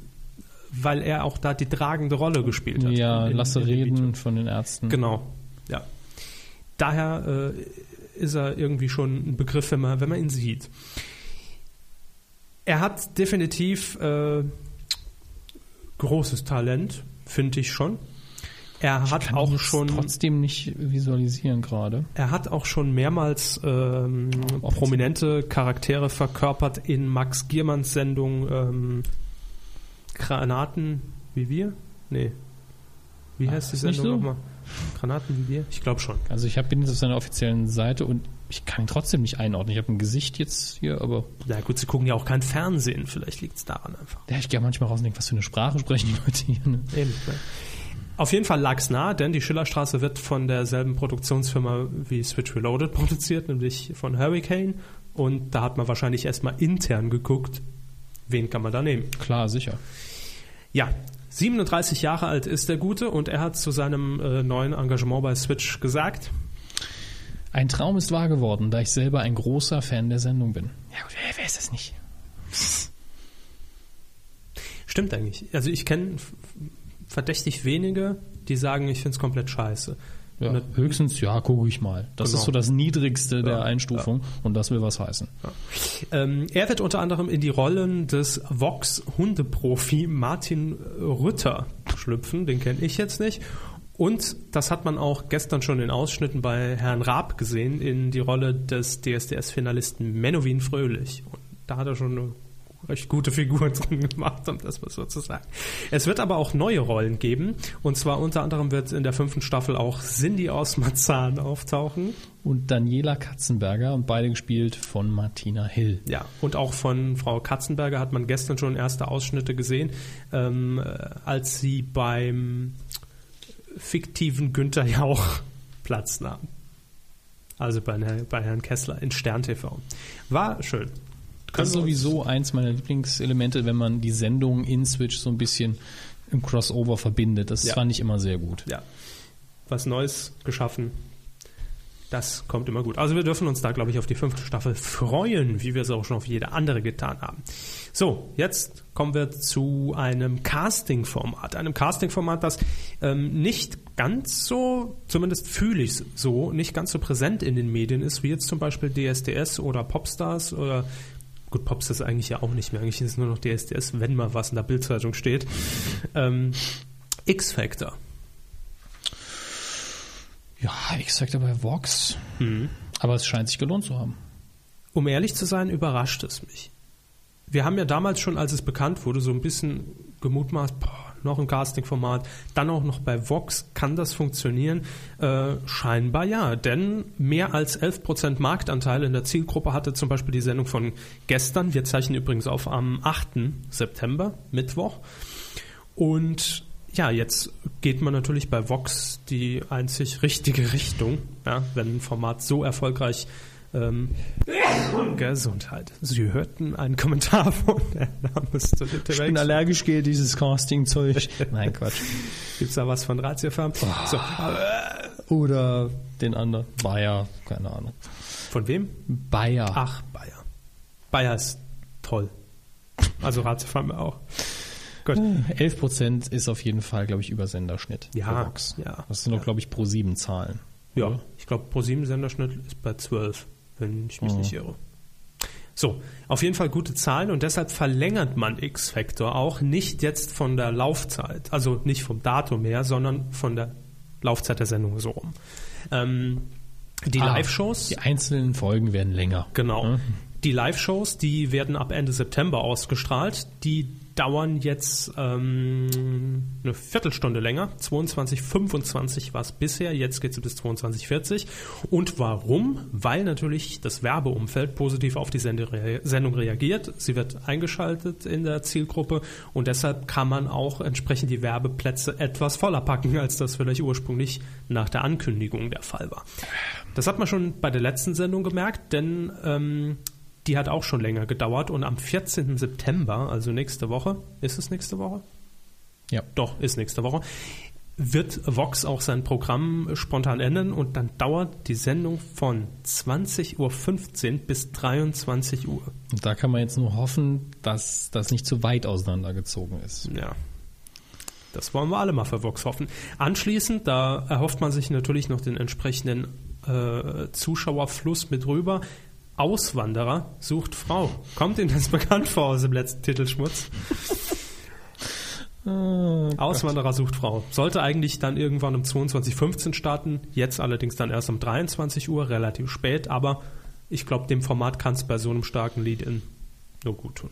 S3: weil er auch da die tragende Rolle gespielt hat.
S4: Ja,
S3: In- in-
S4: Lasse
S3: in dem Video.
S4: reden von den Ärzten.
S3: Genau, ja. Daher äh, ist er irgendwie schon ein Begriff, wenn man, wenn man ihn sieht. Er hat definitiv äh, großes Talent, finde ich schon. Er hat
S4: Kann ich
S3: auch
S4: jetzt
S3: schon
S4: trotzdem nicht visualisieren gerade.
S3: Er hat auch schon mehrmals ähm, prominente Charaktere verkörpert in Max Giermanns Sendung ähm, Granaten wie wir? Nee. Wie
S4: Ah,
S3: heißt die
S4: ist nicht
S3: Sendung
S4: so?
S3: nochmal? Granaten wie wir? Ich glaube schon.
S4: Also ich habe ihn jetzt auf seiner offiziellen Seite und ich kann ihn trotzdem nicht einordnen. Ich habe ein Gesicht jetzt hier, aber
S3: Na gut, sie gucken ja auch kein Fernsehen. Vielleicht liegt es daran einfach.
S4: ja, ich gehe manchmal raus und denke, was für eine Sprache sprechen die Leute hier. Ne?
S3: Eben, ne? Auf jeden Fall lag's nah, denn die Schillerstraße wird von derselben Produktionsfirma wie Switch Reloaded produziert, nämlich von Hurricane. Und da hat man wahrscheinlich erstmal intern geguckt, wen kann man da nehmen.
S4: Klar, sicher.
S3: Ja, 37 Jahre alt ist der Gute und er hat zu seinem äh, neuen Engagement bei Switch gesagt.
S4: Ein Traum ist wahr geworden, da ich selber ein großer Fan der Sendung bin. Ja gut, wer, wer ist das nicht?
S3: Stimmt eigentlich. Also ich kenne f- verdächtig wenige, die sagen, ich find's komplett scheiße.
S4: Ja,
S3: Na-
S4: höchstens, ja, gucke ich mal. Das
S3: Genau.
S4: ist so das Niedrigste
S3: Ja,
S4: der Einstufung und das will was heißen.
S3: Ähm, er wird unter anderem in die Rollen des Vox-Hundeprofi Martin Rütter schlüpfen, den kenne ich jetzt nicht. Und das hat man auch gestern schon in Ausschnitten bei Herrn Raab gesehen, in die Rolle des DSDS-Finalisten Menowin Fröhlich. Und da hat er schon eine recht gute Figur drin gemacht, um das mal so zu sagen. Es wird aber auch neue Rollen geben. Und zwar unter anderem wird in der fünften Staffel auch Cindy aus Marzahn auftauchen.
S4: Und Daniela Katzenberger und beide gespielt von Martina Hill.
S3: Ja, und auch von Frau Katzenberger hat man gestern schon erste Ausschnitte gesehen, ähm, äh, als sie beim fiktiven Günther Jauch Platz nahm. Also bei, Herr- bei Herrn Kessler in Stern TV. War schön. Also,
S4: Das ist sowieso eins meiner Lieblingselemente, wenn man die Sendung in Switch so ein bisschen im Crossover verbindet. Das
S3: Ja.
S4: fand ich immer sehr gut.
S3: Ja. Was Neues geschaffen. Das kommt immer gut. Also wir dürfen uns da, glaube ich, auf die fünfte Staffel freuen, wie wir es auch schon auf jede andere getan haben. So, jetzt kommen wir zu einem Casting-Format. Einem Casting-Format, das ähm, nicht ganz so, zumindest fühle ich es so, nicht ganz so präsent in den Medien ist, wie jetzt zum Beispiel DSDS oder Popstars oder gut, Popstars eigentlich ja auch nicht mehr. Eigentlich ist es nur noch DSDS, wenn mal was in der Bildzeitung steht. Ähm, X-Factor.
S4: Ja, X-Factor bei Vox. Mhm. Aber es scheint sich gelohnt zu haben.
S3: Um ehrlich zu sein, überrascht es mich. Wir haben ja damals schon, als es bekannt wurde, so ein bisschen gemutmaßt, boah, noch ein Casting-Format, dann auch noch bei Vox, kann das funktionieren? Äh, scheinbar ja, denn mehr als 11% Marktanteil in der Zielgruppe hatte zum Beispiel die Sendung von gestern. Wir zeichnen übrigens auf am 8. September, Mittwoch. Und ja, jetzt geht man natürlich bei Vox die einzig richtige Richtung, ja, wenn ein Format so erfolgreich ähm, Gesundheit. Sie hörten einen Kommentar von der
S4: Ich bin
S3: Name
S4: allergisch gegen dieses Casting-Zeug. Nein, Quatsch.
S3: Gibt's da was von Ratiofarm? So,
S4: Oder den anderen. Bayer, keine Ahnung.
S3: von wem?
S4: Bayer.
S3: Ach, Bayer. Bayer ist toll. Also Ratiofarm auch. Gut.
S4: 11% ist auf jeden Fall, glaube ich, Übersenderschnitt.
S3: Ja,
S4: bei Vox.
S3: ja.
S4: Das sind doch, glaube ich, pro 7 Zahlen.
S3: Ja, ich glaube, pro 7 Senderschnitt ist bei 12, wenn ich mich nicht irre. So, auf jeden Fall gute Zahlen und deshalb verlängert man X-Factor auch nicht jetzt von der Laufzeit, also nicht vom Datum her, sondern von der Laufzeit der Sendung so rum. Ähm, die
S4: Ah,
S3: Live-Shows,
S4: Die einzelnen Folgen werden länger.
S3: genau.
S4: Ja.
S3: Die Live-Shows, die werden ab Ende September ausgestrahlt. Die dauern jetzt ähm, eine Viertelstunde länger. 22,25 war es bisher, jetzt geht es bis 22,40. Und warum? Weil natürlich das Werbeumfeld positiv auf die Sende rea- Sendung reagiert. Sie wird eingeschaltet in der Zielgruppe und deshalb kann man auch entsprechend die Werbeplätze etwas voller packen, als das vielleicht ursprünglich nach der Ankündigung der Fall war. Das hat man schon bei der letzten Sendung gemerkt, denn ähm, die hat auch schon länger gedauert und am 14. September, also nächste Woche, ist es nächste Woche?
S4: Ja.
S3: Doch, ist nächste Woche, wird Vox auch sein Programm spontan ändern und dann dauert die Sendung von 20.15 Uhr bis 23 Uhr.
S4: Und da kann man jetzt nur hoffen, dass das nicht zu weit auseinandergezogen ist.
S3: Ja. Das wollen wir alle mal für Vox hoffen. Anschließend, da erhofft man sich natürlich noch den entsprechenden äh, Zuschauerfluss mit rüber. Auswanderer sucht Frau. Kommt Ihnen das bekannt vor aus dem letzten Titelschmutz? Ah. Auswanderer sucht Frau. Sollte eigentlich dann irgendwann um 22.15 Uhr starten, jetzt allerdings dann erst um 23 Uhr, relativ spät, aber ich glaube, dem Format kann es bei so einem starken Lead-In nur gut tun.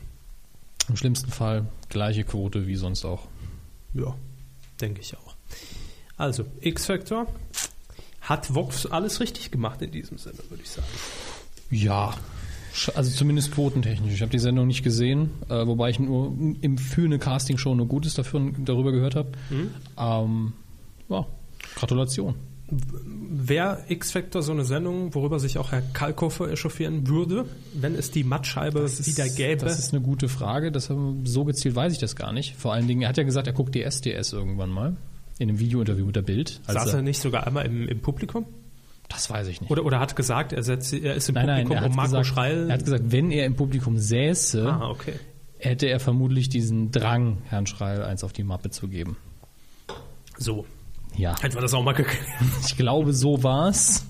S4: Im schlimmsten Fall gleiche Quote wie sonst auch.
S3: Ja, denke ich auch. Also, X-Factor hat Vox alles richtig gemacht in diesem Sinne, würde ich sagen.
S4: Ja, sch- also zumindest quotentechnisch. Ich habe die Sendung nicht gesehen, äh, wobei ich nur im, für eine Castingshow nur Gutes dafür, darüber gehört habe.
S3: Mhm.
S4: Ähm, ja, Gratulation.
S3: Wäre X-Factor so eine Sendung, worüber sich auch Herr Kalkofer echauffieren würde, wenn es die Mattscheibe wieder gäbe?
S4: Das ist eine gute Frage. Das, haben- so gezielt weiß ich das gar nicht. Vor allen Dingen, er hat ja gesagt, er guckt die SDS irgendwann mal. In einem Videointerview mit der Bild. Also,
S3: Saß er nicht sogar einmal im, im Publikum?
S4: das weiß ich nicht.
S3: Oder, oder hat gesagt, er, setzt, er ist im
S4: nein, nein,
S3: Publikum,
S4: er hat,
S3: um Marco
S4: gesagt,
S3: Schreil.
S4: er hat gesagt, wenn er im Publikum säße,
S3: ah, okay.
S4: hätte er vermutlich diesen Drang, Herrn Schreil eins auf die Mappe zu geben.
S3: So,
S4: Ja,
S3: hätten wir das auch mal geklärt.
S4: ich glaube, so war's.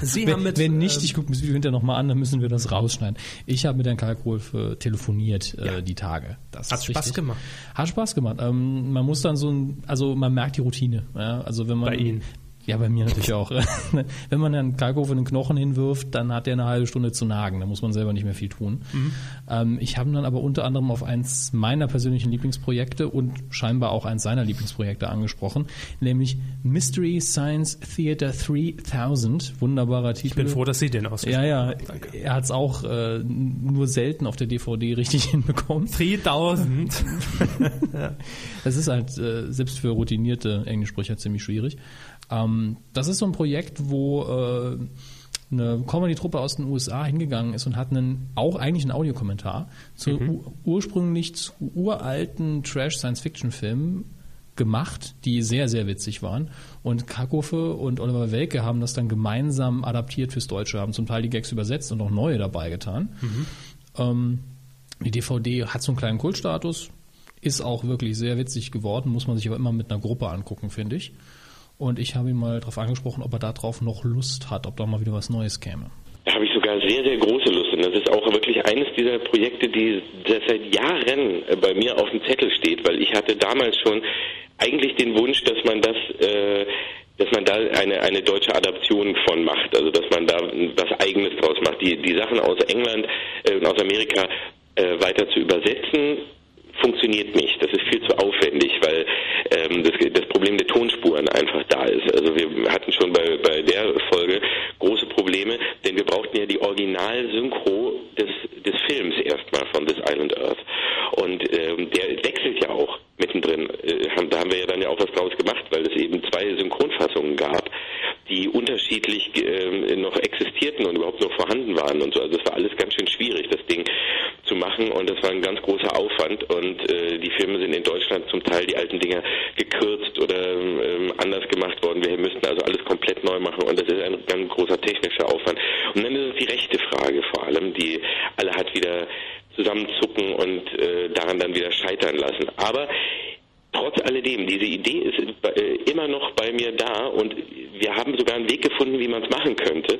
S3: Sie ähm,
S4: Wenn, wenn nicht, ich gucke mir das Video hinterher nochmal an, dann müssen wir das rausschneiden. Ich habe mit Herrn Kalkohl äh, telefoniert äh,
S3: Ja.
S4: die Tage. Das
S3: Hat
S4: ist
S3: Spaß gemacht.
S4: Hat Spaß gemacht. Ähm, man muss dann so ein, also man merkt die Routine. Ja? Also wenn man
S3: Bei Ihnen.
S4: Ja, bei mir natürlich auch. wenn man Herrn Kalkow einen Knochen hinwirft, dann hat er eine halbe Stunde zu nagen. Da muss man selber nicht mehr viel tun.
S3: Mhm.
S4: Ähm, ich habe ihn dann aber unter anderem auf eins meiner persönlichen Lieblingsprojekte und scheinbar auch eins seiner Lieblingsprojekte angesprochen, nämlich Mystery Science Theater 3000. Wunderbarer Titel.
S3: ich bin froh, dass Sie den ausgesprochen
S4: Ja, ja.
S3: haben. Danke.
S4: Er hat es auch äh, nur selten auf der DVD richtig hinbekommen.
S3: 3000.
S4: Das ist halt äh, selbst für routinierte Englischsprecher ziemlich schwierig. Ähm, das ist so ein Projekt, wo äh, eine Comedy-Truppe aus den USA hingegangen ist und hat einen, auch eigentlich einen Audiokommentar zu u- ursprünglich zu uralten Trash-Science-Fiction-Filmen gemacht, die sehr, sehr witzig waren. Und Kakuffe und Oliver Welke haben das dann gemeinsam adaptiert fürs Deutsche, haben zum Teil die Gags übersetzt und auch neue dabei getan. Ähm, die DVD hat so einen kleinen Kultstatus, ist auch wirklich sehr witzig geworden, muss man sich aber immer mit einer Gruppe angucken, finde ich. Und ich habe ihn mal darauf angesprochen, ob er darauf noch Lust hat, ob da mal wieder was Neues käme.
S1: Da habe ich sogar sehr, sehr große Lust. Und das ist auch wirklich eines dieser Projekte, die das seit Jahren äh, bei mir auf dem Zettel steht, weil ich hatte damals schon eigentlich den Wunsch, dass man das, äh, dass man da eine, eine deutsche Adaption von macht, also dass man da was Eigenes draus macht, die, die Sachen aus England äh, und aus Amerika äh, weiter zu übersetzen funktioniert nicht. Das ist viel zu aufwendig, weil ähm, das, das Problem der Tonspuren einfach da ist. Also wir hatten schon bei, bei der Folge große Probleme, denn wir brauchten ja die Originalsynchro des, des Films erstmal von This Island Earth. Und ähm, der wechselt ja auch mittendrin. Äh, haben, da haben wir ja dann ja auch was draus gemacht, weil es eben zwei Synchronfassungen gab, die unterschiedlich ähm, noch existierten und überhaupt noch vorhanden waren und so. Also das war alles ganz schön schwierig, das Ding zu machen und das war ein ganz großer Aufwand und äh, die Filme sind in Deutschland zum Teil die alten Dinger gekürzt oder ähm, anders gemacht worden. Wir müssten also alles komplett neu machen und das ist ein ganz großer technischer Aufwand. Und dann ist es die rechte Frage vor allem, die alle hat wieder zusammenzucken und äh, daran dann wieder scheitern lassen. Aber Trotz alledem, diese Idee ist bei- äh, immer noch bei mir da und wir haben sogar einen Weg gefunden, wie man es machen könnte.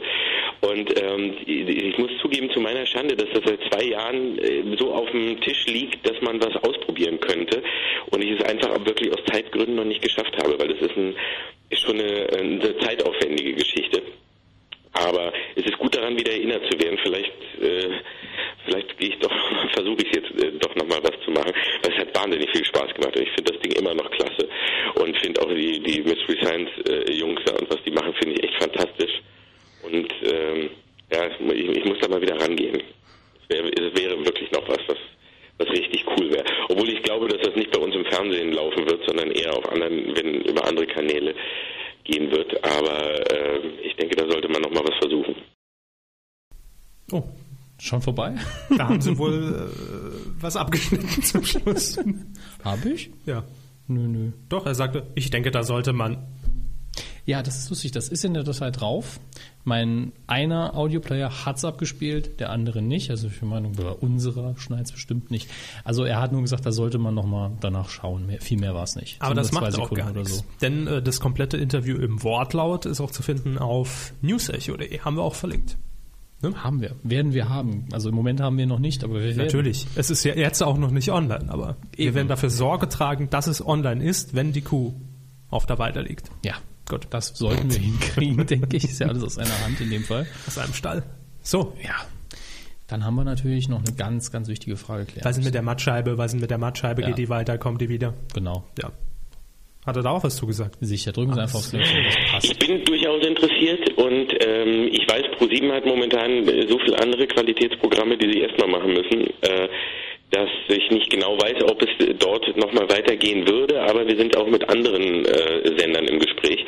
S1: Und ähm, ich muss zugeben, zu meiner Schande, dass das seit zwei Jahren äh, so auf dem Tisch liegt, dass man was ausprobieren könnte. Und ich es einfach wirklich aus Zeitgründen noch nicht geschafft habe, weil das ist, ein, ist schon eine, eine zeitaufwendige Geschichte. Aber es ist gut daran, wieder erinnert zu werden. Vielleicht, äh, vielleicht gehe ich doch, versuche ich jetzt äh, doch nochmal was zu machen. Weil es hat wahnsinnig viel Spaß gemacht und ich finde das Ding immer noch klasse. Und finde auch die, die Mystery Science äh, Jungs da und was die machen, finde ich echt fantastisch. Und ähm, ja, ich, ich muss da mal wieder rangehen. Es wäre, es wäre wirklich noch was, was, was richtig cool wäre. Obwohl ich glaube, dass das nicht bei uns im Fernsehen laufen wird, sondern eher auf anderen, wenn über andere Kanäle gehen wird. Aber äh, ich denke, da sollte man noch mal was versuchen.
S3: Oh,
S4: Schon vorbei?
S3: da haben Sie wohl äh, was abgeschnitten zum Schluss.
S4: Hab ich?
S3: ja,
S4: Nö, nö.
S3: doch, er sagte, ich denke, da sollte man.
S4: Ja, das ist lustig. Das ist in der Datei drauf. Mein einer Audioplayer hat's abgespielt, der andere nicht. Also ich meine, oder unserer schneidet's bestimmt nicht. Also er hat nur gesagt, da sollte man nochmal danach schauen. Mehr, viel mehr war's nicht.
S3: Aber
S4: Sind
S3: das
S4: nur zwei
S3: macht auch
S4: Sekunden
S3: gar
S4: oder
S3: nichts.
S4: so.
S3: Denn äh, das komplette Interview im Wortlaut ist auch zu finden auf newsecho.de. Haben wir auch verlinkt. Ne?
S4: Haben wir. Werden wir haben. Also im Moment haben wir noch nicht, aber wir werden.
S3: Natürlich. Es ist ja jetzt auch noch nicht online, aber wir
S4: Eben.
S3: werden dafür Sorge tragen, dass es online ist, wenn die Kuh auf der Weide liegt.
S4: Ja, Gott, das sollten wir hinkriegen, denke ich. Ist ja alles aus einer Hand in dem Fall.
S3: Aus einem Stall. So.
S4: Ja. Dann haben wir natürlich noch eine ganz, ganz wichtige Frage klären.
S3: Was ist mit der Mattscheibe? Was ist mit der Mattscheibe?
S4: Ja.
S3: Geht die weiter? Kommt die wieder?
S4: Genau.
S3: Ja. Hat er da auch was zu gesagt?
S4: Sicher. Drücken Sie einfach aufs Knöpfchen, das passt.
S1: Ich bin durchaus interessiert und ähm, ich weiß, ProSieben hat momentan äh, so viele andere Qualitätsprogramme, die sie erstmal machen müssen, äh, dass ich nicht genau weiß, ob es äh, dort nochmal weitergehen würde, aber wir sind auch mit anderen äh, Sendern im Gespräch.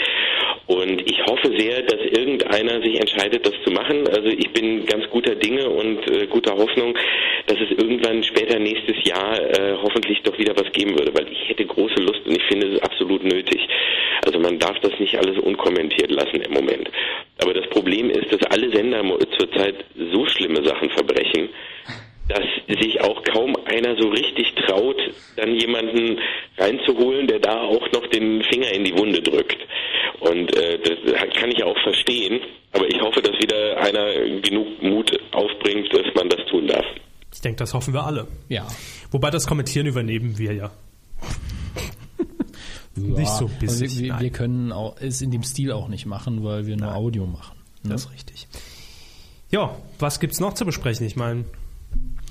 S1: Und ich hoffe sehr, dass irgendeiner sich entscheidet, das zu machen. Also ich bin ganz guter Dinge und äh, guter Hoffnung, dass es irgendwann später nächstes Jahr äh, hoffentlich doch wieder was geben würde, weil ich hätte große Lust und ich finde es absolut nötig. Also man darf das nicht alles unkommentiert lassen im Moment. Aber das Problem ist, dass alle Sender mo- zurzeit so schlimme Sachen verbrechen, dass sich auch kaum einer so richtig traut, dann jemanden reinzuholen, der da auch noch den Finger in die Wunde drückt. Und äh, das kann ich auch verstehen, aber ich hoffe, dass wieder einer genug Mut aufbringt, dass man das tun darf.
S3: Ich denke, das hoffen wir alle.
S4: Ja.
S3: Wobei das Kommentieren übernehmen wir ja. Nicht so bissig,
S4: Also wir,
S3: nein.
S4: wir können auch, es in dem Stil auch nicht machen, weil wir nur Audio machen. ne?
S3: Das ist richtig. Ja, was gibt's noch zu besprechen? Ich meine,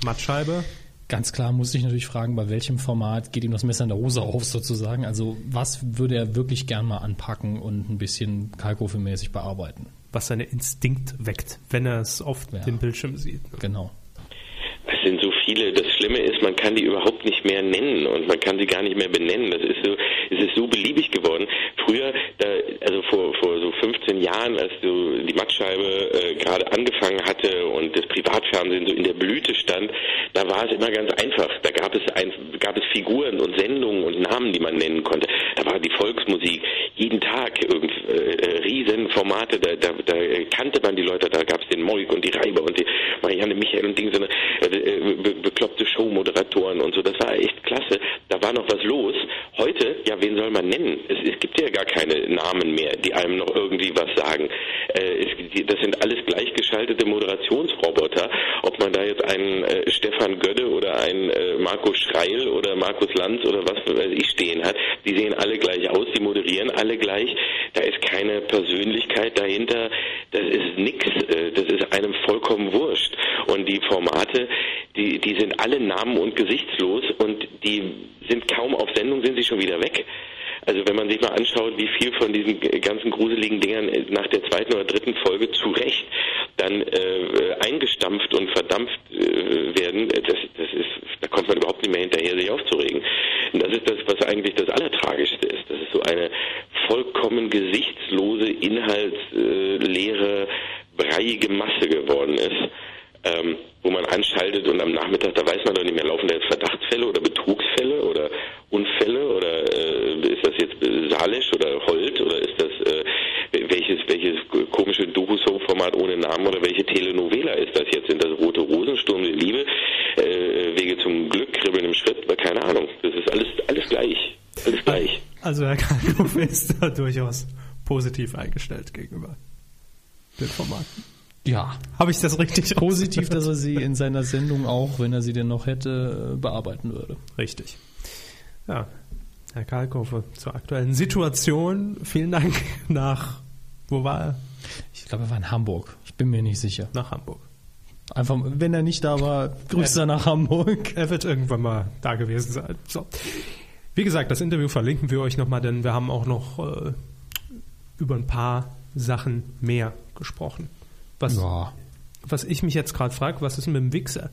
S3: Mattscheibe.
S4: Ganz klar muss ich natürlich fragen, bei welchem Format geht ihm das Messer in der Hose auf sozusagen? Also was würde er wirklich gern mal anpacken und ein bisschen kalkofe-mäßig bearbeiten?
S3: was seine Instinkt weckt, wenn er es auf
S4: Ja.
S3: dem Bildschirm sieht.
S4: Genau.
S1: Es sind so viele. Das Schlimme ist, man kann die überhaupt nicht mehr nennen und man kann sie gar nicht mehr benennen. Das ist so, es ist so beliebig geworden. Früher, da, also vor, vor so 15 Jahren, als so die Mattscheibe äh, gerade angefangen hatte und das Privatfernsehen so in der Blüte stand, da war es immer ganz einfach. Da gab es, ein, gab es Figuren und Sendungen und Namen, die man nennen konnte. Da war die Volksmusik jeden Tag irgend, äh, Riesenformate. Da, da, da kannte man die Leute. Da gab es den Moik und die Reiber und die Marianne Michael und Ding, so eine äh, äh, be bekloppte Showmoderatoren und so. Das war echt klasse. Da war noch was los. Heute, ja, wen soll man nennen? Es, es gibt ja gar keine Namen mehr, die einem noch irgendwie was sagen. Äh, es, die, das sind alles gleichgeschaltete Moderationsroboter. Ob man da jetzt einen äh, Stefan Gödde oder einen äh, Markus Schreil oder Markus Lanz oder was weiß ich stehen hat, die sehen alle gleich aus, die moderieren alle gleich. Da ist keine Persönlichkeit dahinter. Das ist nix. Äh, das ist einem vollkommen wurscht. Und die Formate, die, die sind alle namen- und gesichtslos und die sind kaum auf Sendung, sind sie schon wieder weg. Also wenn man sich mal anschaut, wie viel von diesen g- ganzen gruseligen Dingern äh, nach der zweiten oder dritten Folge zu Recht dann äh, eingestampft und verdampft äh, werden, äh, das, das ist, da kommt man überhaupt nicht mehr hinterher, sich aufzuregen. Und das ist das, was eigentlich das Allertragischste ist. Das ist so eine vollkommen gesichtslose, inhaltsleere, breiige Masse geworden ist ähm, wo man anschaltet und am Nachmittag, da weiß man doch nicht mehr, laufen da jetzt Verdachtsfälle oder Betrugsfälle oder Unfälle oder äh, ist das jetzt äh, Salisch oder Holt oder ist das äh, welches welches komische Doku-Soap-Format ohne Namen oder welche Telenovela ist das jetzt? Sind das Rote Rosen, Sturm der Liebe, äh, Wege zum Glück, Kribbeln im Schritt? Keine Ahnung. Das ist alles alles gleich. Alles gleich.
S3: Also Herr Kalkow ist da durchaus positiv eingestellt gegenüber dem Format.
S4: Ja.
S3: Habe ich das richtig
S4: Positiv, dass er sie in seiner Sendung auch, wenn er sie denn noch hätte, äh, bearbeiten würde.
S3: Richtig. Ja, Herr Kalkofe, zur aktuellen Situation. Vielen Dank nach, wo war er?
S4: Ich glaube, er war in Hamburg. Ich bin mir nicht sicher.
S3: Nach Hamburg.
S4: Einfach, wenn er nicht da war, grüßt er nach Hamburg.
S3: Er wird irgendwann mal da gewesen sein. So. Wie gesagt, das Interview verlinken wir euch nochmal, denn wir haben auch noch äh, über ein paar Sachen mehr gesprochen. Was,
S4: Ja.
S3: was ich mich jetzt gerade frage, was ist denn mit dem Wichser?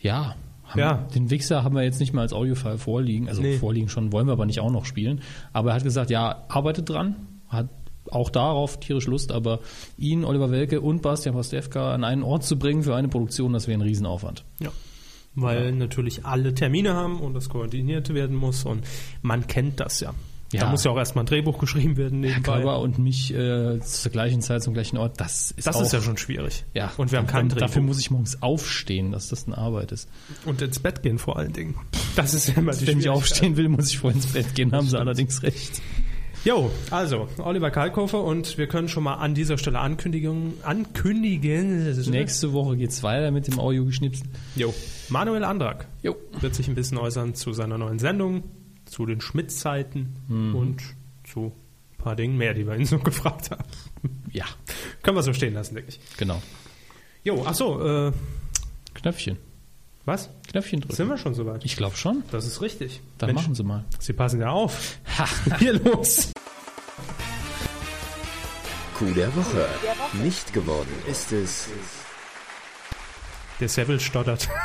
S4: Ja. Haben
S3: Ja.
S4: Den Wichser haben wir jetzt nicht mal als Audiofile vorliegen. Also
S3: Nee.
S4: vorliegen schon, wollen wir aber nicht auch noch spielen. Aber er hat gesagt, ja, arbeitet dran. Hat auch darauf tierisch Lust, aber ihn, Oliver Welke und Bastian Pastewka an einen Ort zu bringen für eine Produktion, das wäre ein Riesenaufwand.
S3: Ja. Weil natürlich alle Termine haben und das koordiniert werden muss und man kennt das ja. Da
S4: Ja.
S3: muss ja auch erstmal ein Drehbuch geschrieben werden nebenbei.
S4: Körber und mich äh, zur gleichen Zeit, zum gleichen Ort, das ist
S3: das
S4: auch,
S3: ist ja schon schwierig.
S4: Ja,
S3: Und wir haben keinen Drehbuch.
S4: Dafür muss ich morgens aufstehen, dass das eine Arbeit ist.
S3: und ins Bett gehen vor allen Dingen. Das ist ja immer
S4: Wenn
S3: die
S4: ich mich
S3: Schwierigkeit.
S4: aufstehen will, muss ich vorher ins Bett gehen, haben sie allerdings recht.
S3: Jo, also Oliver Kalkofe und wir können schon mal an dieser Stelle Ankündigung, ankündigen. Das ist-
S4: Nächste Woche geht's weiter mit dem Audio-Geschnipsen.
S3: Jo, Manuel Andrak
S4: Jo.
S3: wird sich ein bisschen äußern zu seiner neuen Sendung, zu den Schmidt-Zeiten
S4: Mhm.
S3: und zu ein paar Dingen mehr, die wir ihn so gefragt haben.
S4: Ja,
S3: Können wir so stehen lassen, denke ich.
S4: genau.
S3: Jo, ach so, äh,
S4: Knöpfchen.
S3: was?
S4: Knöpfchen drücken.
S3: Sind wir schon soweit?
S4: Ich glaube schon.
S3: Das ist richtig.
S4: Dann
S3: Mensch,
S4: machen sie mal.
S3: Sie passen ja auf. Hier los.
S2: Kuh der Woche. Nicht geworden ist es
S3: Der Seville stottert.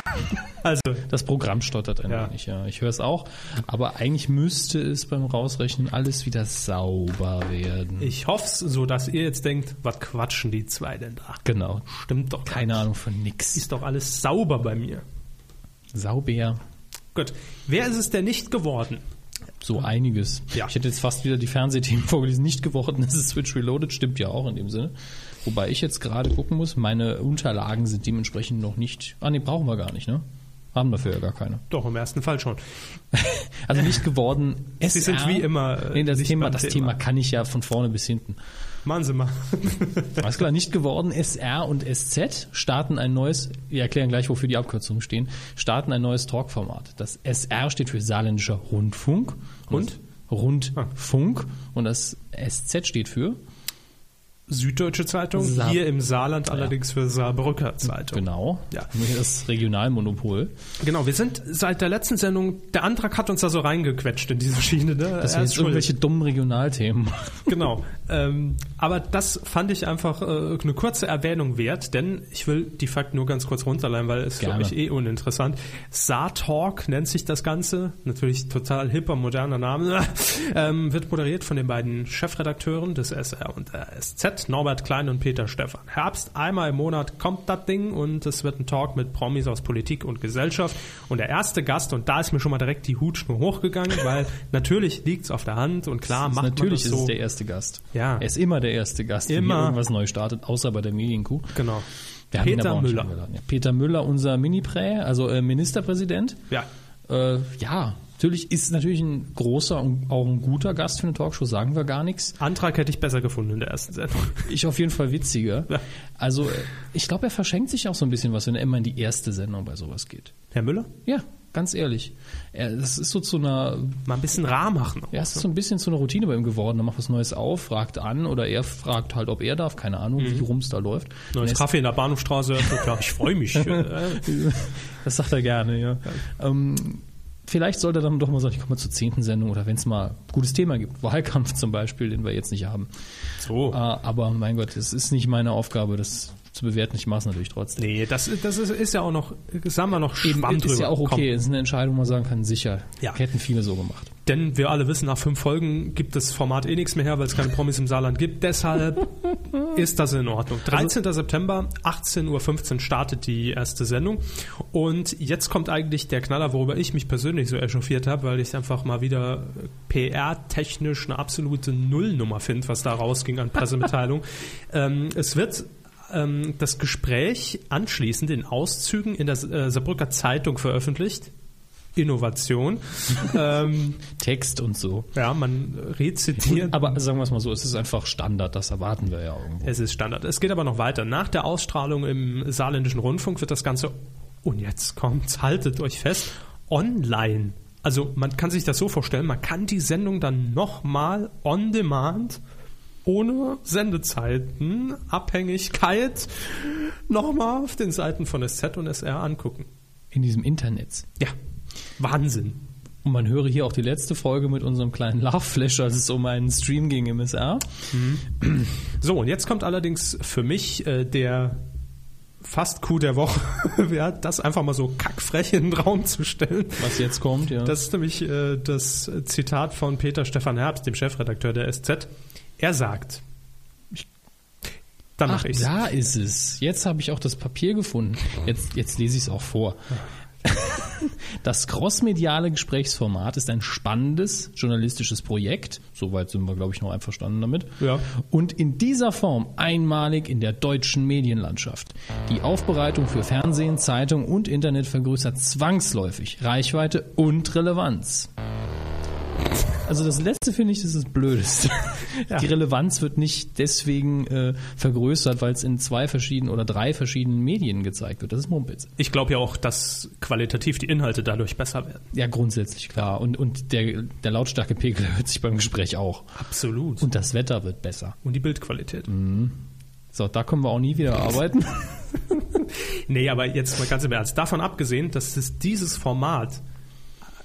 S3: Also,
S4: Das Programm stottert ein
S3: Ja.
S4: wenig, ja. Ich höre es auch. Aber eigentlich müsste es beim Rausrechnen alles wieder sauber werden.
S3: ich hoff's so, dass ihr jetzt denkt, was quatschen die zwei denn da?
S4: Genau.
S3: Stimmt doch.
S4: Keine Ahnung von nix.
S3: Ist doch alles sauber bei mir.
S4: Sauber.
S3: Gut. Wer ist es denn nicht geworden?
S4: So einiges.
S3: Mhm. Ja.
S4: Ich hätte jetzt fast wieder die Fernsehthemen vorgelesen. Nicht geworden ist es Switch Reloaded. Stimmt ja auch in dem Sinne. Wobei ich jetzt gerade gucken muss, meine Unterlagen sind dementsprechend noch nicht. Ah, nee, brauchen wir gar nicht, ne? Haben dafür ja gar keine.
S3: Doch, im ersten Fall schon.
S4: Also nicht geworden.
S3: Sie sind wie immer, äh,
S4: Nee, das,
S3: nicht
S4: Thema,
S3: beim
S4: das
S3: Thema.
S4: Thema kann ich ja von vorne bis hinten.
S3: Machen Sie mal.
S4: Alles klar, nicht geworden. SR und SZ starten ein neues, wir erklären gleich, wofür die Abkürzungen stehen, starten ein neues Talkformat. Das SR steht für Saarländischer Rundfunk.
S3: Rund?
S4: Und Rundfunk. Und das SZ steht für,
S3: Süddeutsche Zeitung,
S4: Saar-
S3: hier im Saarland allerdings für Saarbrücker Zeitung.
S4: genau,
S3: Ja.
S4: das Regionalmonopol.
S3: Genau, wir sind seit der letzten Sendung, der Antrag hat uns da so reingequetscht in diese Schiene. Ne?
S4: Dass
S3: Er
S4: wir
S3: ist
S4: jetzt
S3: schuld.
S4: Äh, also irgendwelche dummen Regionalthemen machen.
S3: Genau. Ähm, aber das fand ich einfach äh, eine kurze Erwähnung wert, denn ich will die Fakten nur ganz kurz runterleihen, weil es für
S4: Gerne.
S3: euch eh uninteressant. Saar Talk nennt sich das Ganze. Natürlich total hipper, moderner Name. ähm, wird moderiert von den beiden Chefredakteuren des SR und der SZ, Norbert Klein und Peter Stefan. Herbst, einmal im Monat kommt das Ding und es wird ein Talk mit Promis aus Politik und Gesellschaft. Und der erste Gast, und da ist mir schon mal direkt die Hutschnur hochgegangen, weil natürlich liegt's auf der Hand und klar macht
S4: Natürlich
S3: man das so.
S4: ist es der erste Gast.
S3: Ja.
S4: Er ist immer der erste Gast, wenn
S3: Immer.
S4: hier irgendwas neu startet, außer bei der Medienkuh.
S3: Genau.
S4: Wir haben ihn aber
S3: Peter
S4: auch nicht
S3: Müller.
S4: eingeladen. Ja, Peter Müller, unser Mini-Prä, also äh, Ministerpräsident.
S3: Ja.
S4: Äh, ja, natürlich ist natürlich ein großer und auch ein guter Gast für eine Talkshow, sagen wir gar nichts.
S3: Antrag hätte ich besser gefunden in der ersten Sendung.
S4: Ich auf jeden Fall witziger.
S3: Ja.
S4: Also äh, ich glaube, er verschenkt sich auch so ein bisschen was, wenn er immer in die erste Sendung bei sowas geht.
S3: Herr Müller?
S4: Ja, ganz ehrlich. Er- Das ist so zu einer,
S3: Mal ein bisschen rar machen.
S4: ja, es ist so ein bisschen zu einer Routine bei ihm geworden. Er macht was Neues auf, fragt an oder er fragt halt, ob er darf, keine Ahnung, wie rum's da läuft. Und er
S3: Mhm. Neues
S4: ist-
S3: Kaffee in der Bahnhofstraße. Ja, ich freue mich. Äh,
S4: Das sagt er gerne, ja. Ähm, vielleicht sollte er dann doch mal sagen, ich komme mal zur zehnten Sendung oder wenn es mal ein gutes Thema gibt, Wahlkampf zum Beispiel, den wir jetzt nicht haben.
S3: So.
S4: Äh, aber mein Gott, es ist nicht meine Aufgabe, das zu bewerten. Ich mache es natürlich trotzdem.
S3: nee, das, das ist, ist ja auch noch, sagen wir noch,
S4: Eben,
S3: Schwamm
S4: ist
S3: drüber.
S4: ja auch
S3: Komm.
S4: okay. Es ist eine Entscheidung, wo man sagen kann, sicher.
S3: Ja.
S4: Hätten viele so gemacht.
S3: Denn wir alle wissen, nach fünf Folgen gibt das Format eh nichts mehr her, weil es keine Promis im Saarland gibt. Deshalb ist das in Ordnung. 13. September, 18.15 Uhr startet die erste Sendung. Und jetzt kommt eigentlich der Knaller, worüber ich mich persönlich so echauffiert habe, weil ich einfach mal wieder PR-technisch eine absolute Nullnummer finde, was da rausging an Pressemitteilung. ähm, es wird ähm, das Gespräch anschließend in Auszügen in der äh, Saarbrücker Zeitung veröffentlicht. Innovation. ähm,
S4: Text und so.
S3: ja, man rezitiert.
S4: Aber sagen wir es mal so, es ist einfach Standard, das erwarten wir ja irgendwo.
S3: Es ist Standard. Es geht aber noch weiter. Nach der Ausstrahlung im saarländischen Rundfunk wird das Ganze, und jetzt kommt's, haltet euch fest, online. Also man kann sich das so vorstellen, man kann die Sendung dann nochmal on demand, ohne Sendezeiten, Abhängigkeit, nochmal auf den Seiten von SZ und SR angucken.
S4: In diesem Internet.
S3: Ja, Wahnsinn.
S4: Und man höre hier auch die letzte Folge mit unserem kleinen Lachflash, als es um einen Stream ging im SR.
S3: So, und jetzt kommt allerdings für mich äh, der fast Coup der Woche, ja, das einfach mal so kackfrech in den Raum zu stellen.
S4: Was jetzt kommt, ja.
S3: Das ist nämlich äh, das Zitat von Peter Stefan Herbst, dem Chefredakteur der SZ. Er sagt, dann
S4: Ach,
S3: mache ich
S4: da ist es. Jetzt habe ich auch das Papier gefunden. Jetzt, jetzt lese ich es auch vor. Das crossmediale Gesprächsformat ist ein spannendes journalistisches Projekt. Soweit sind wir, glaube ich, noch einverstanden damit.
S3: Ja.
S4: Und in dieser Form einmalig in der deutschen Medienlandschaft. Die Aufbereitung für Fernsehen, Zeitung und Internet vergrößert zwangsläufig Reichweite und Relevanz. Also das letzte finde ich, das ist das Blödeste. Die Relevanz wird nicht deswegen äh, vergrößert, weil es in zwei verschiedenen oder drei verschiedenen Medien gezeigt wird. Das ist Mumpitz.
S3: Ich glaube ja auch, dass qualitativ die Inhalte dadurch besser werden.
S4: Ja, grundsätzlich klar. Und, und der, der lautstarke Pegel erhöht sich beim Gespräch auch.
S3: Absolut. Und,
S4: Und das Wetter wird besser.
S3: und die
S4: Mhm.
S3: Bildqualität.
S4: So, da können wir auch nie wieder arbeiten.
S3: Nee, aber jetzt mal ganz im Ernst. Davon abgesehen, dass es dieses Format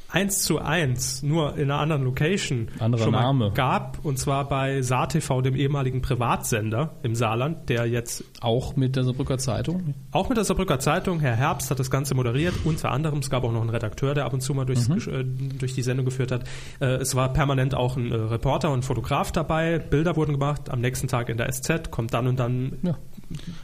S3: eins zu eins nur in einer anderen Location
S4: Anderer Name.
S3: gab, und zwar bei SaarTV, dem ehemaligen Privatsender im Saarland, der jetzt
S4: auch mit der Saarbrücker Zeitung.
S3: Auch mit der Saarbrücker Zeitung, Herr Herbst hat das Ganze moderiert, unter anderem, es gab auch noch einen Redakteur, der ab und zu mal
S4: Mhm.
S3: durchs, Gesch- äh, durch die Sendung geführt hat. Äh, es war permanent auch ein äh, Reporter und Fotograf dabei, Bilder wurden gemacht, am nächsten Tag in der SZ, kommt dann und dann,
S4: Ja.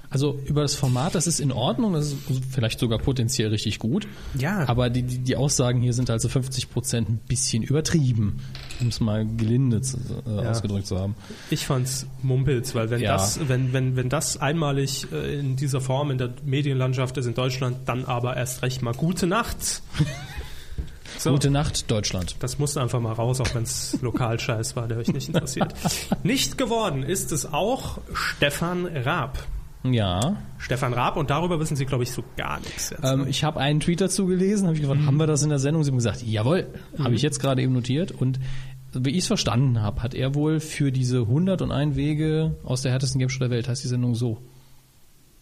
S4: Also über das Format, das ist in Ordnung, das ist vielleicht sogar potenziell richtig gut.
S3: Ja.
S4: Aber die, die, die Aussagen hier sind also 50 Prozent ein bisschen übertrieben, um es mal gelinde zu, äh, ausgedrückt zu haben.
S3: ich fand's Mumpels, weil wenn
S4: Ja.
S3: das, wenn, wenn, wenn das einmalig äh, in dieser Form in der Medienlandschaft ist in Deutschland, dann aber erst recht mal gute Nacht. So.
S4: Gute Nacht, Deutschland.
S3: Das musste einfach mal raus, auch wenn es Lokalscheiß war, der euch nicht interessiert. Nicht geworden ist es auch Stefan Raab.
S4: Ja.
S3: Stefan Raab und darüber wissen Sie, glaube ich, so gar nichts. Jetzt. ne?
S4: Ähm, ich habe einen Tweet dazu gelesen, habe ich gefragt, haben wir das in der Sendung? Sie haben gesagt, jawohl, habe ich jetzt gerade eben notiert. Und wie ich es verstanden habe, hat er wohl für diese 101 Wege aus der härtesten Gameshow der Welt, heißt die Sendung so.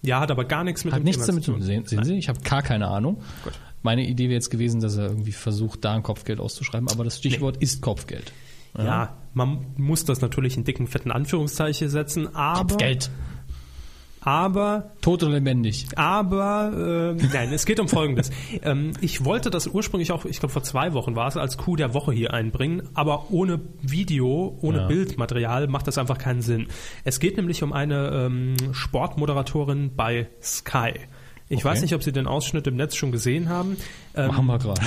S3: ja, hat aber gar nichts mit
S4: Hat
S3: dem
S4: nichts
S3: Thema
S4: damit zu tun. Sehen, sehen Sie, ich habe gar keine Ahnung.
S3: Gut.
S4: Meine Idee wäre jetzt gewesen, dass er irgendwie versucht, da ein Kopfgeld auszuschreiben, aber das Stichwort ist Kopfgeld.
S3: Ja. man muss das natürlich in dicken, fetten Anführungszeichen setzen, aber,
S4: Kopfgeld.
S3: aber,
S4: Tot oder lebendig.
S3: aber, ähm, nein, es geht um Folgendes. ähm, ich wollte das ursprünglich auch, ich glaube vor zwei Wochen war es, als Coup der Woche hier einbringen, aber ohne Video, ohne
S4: Ja.
S3: Bildmaterial macht das einfach keinen Sinn. Es geht nämlich um eine ähm, Sportmoderatorin bei Sky. Ich
S4: Okay.
S3: weiß nicht, ob Sie den Ausschnitt im Netz schon gesehen haben. Ähm,
S4: Machen wir gerade.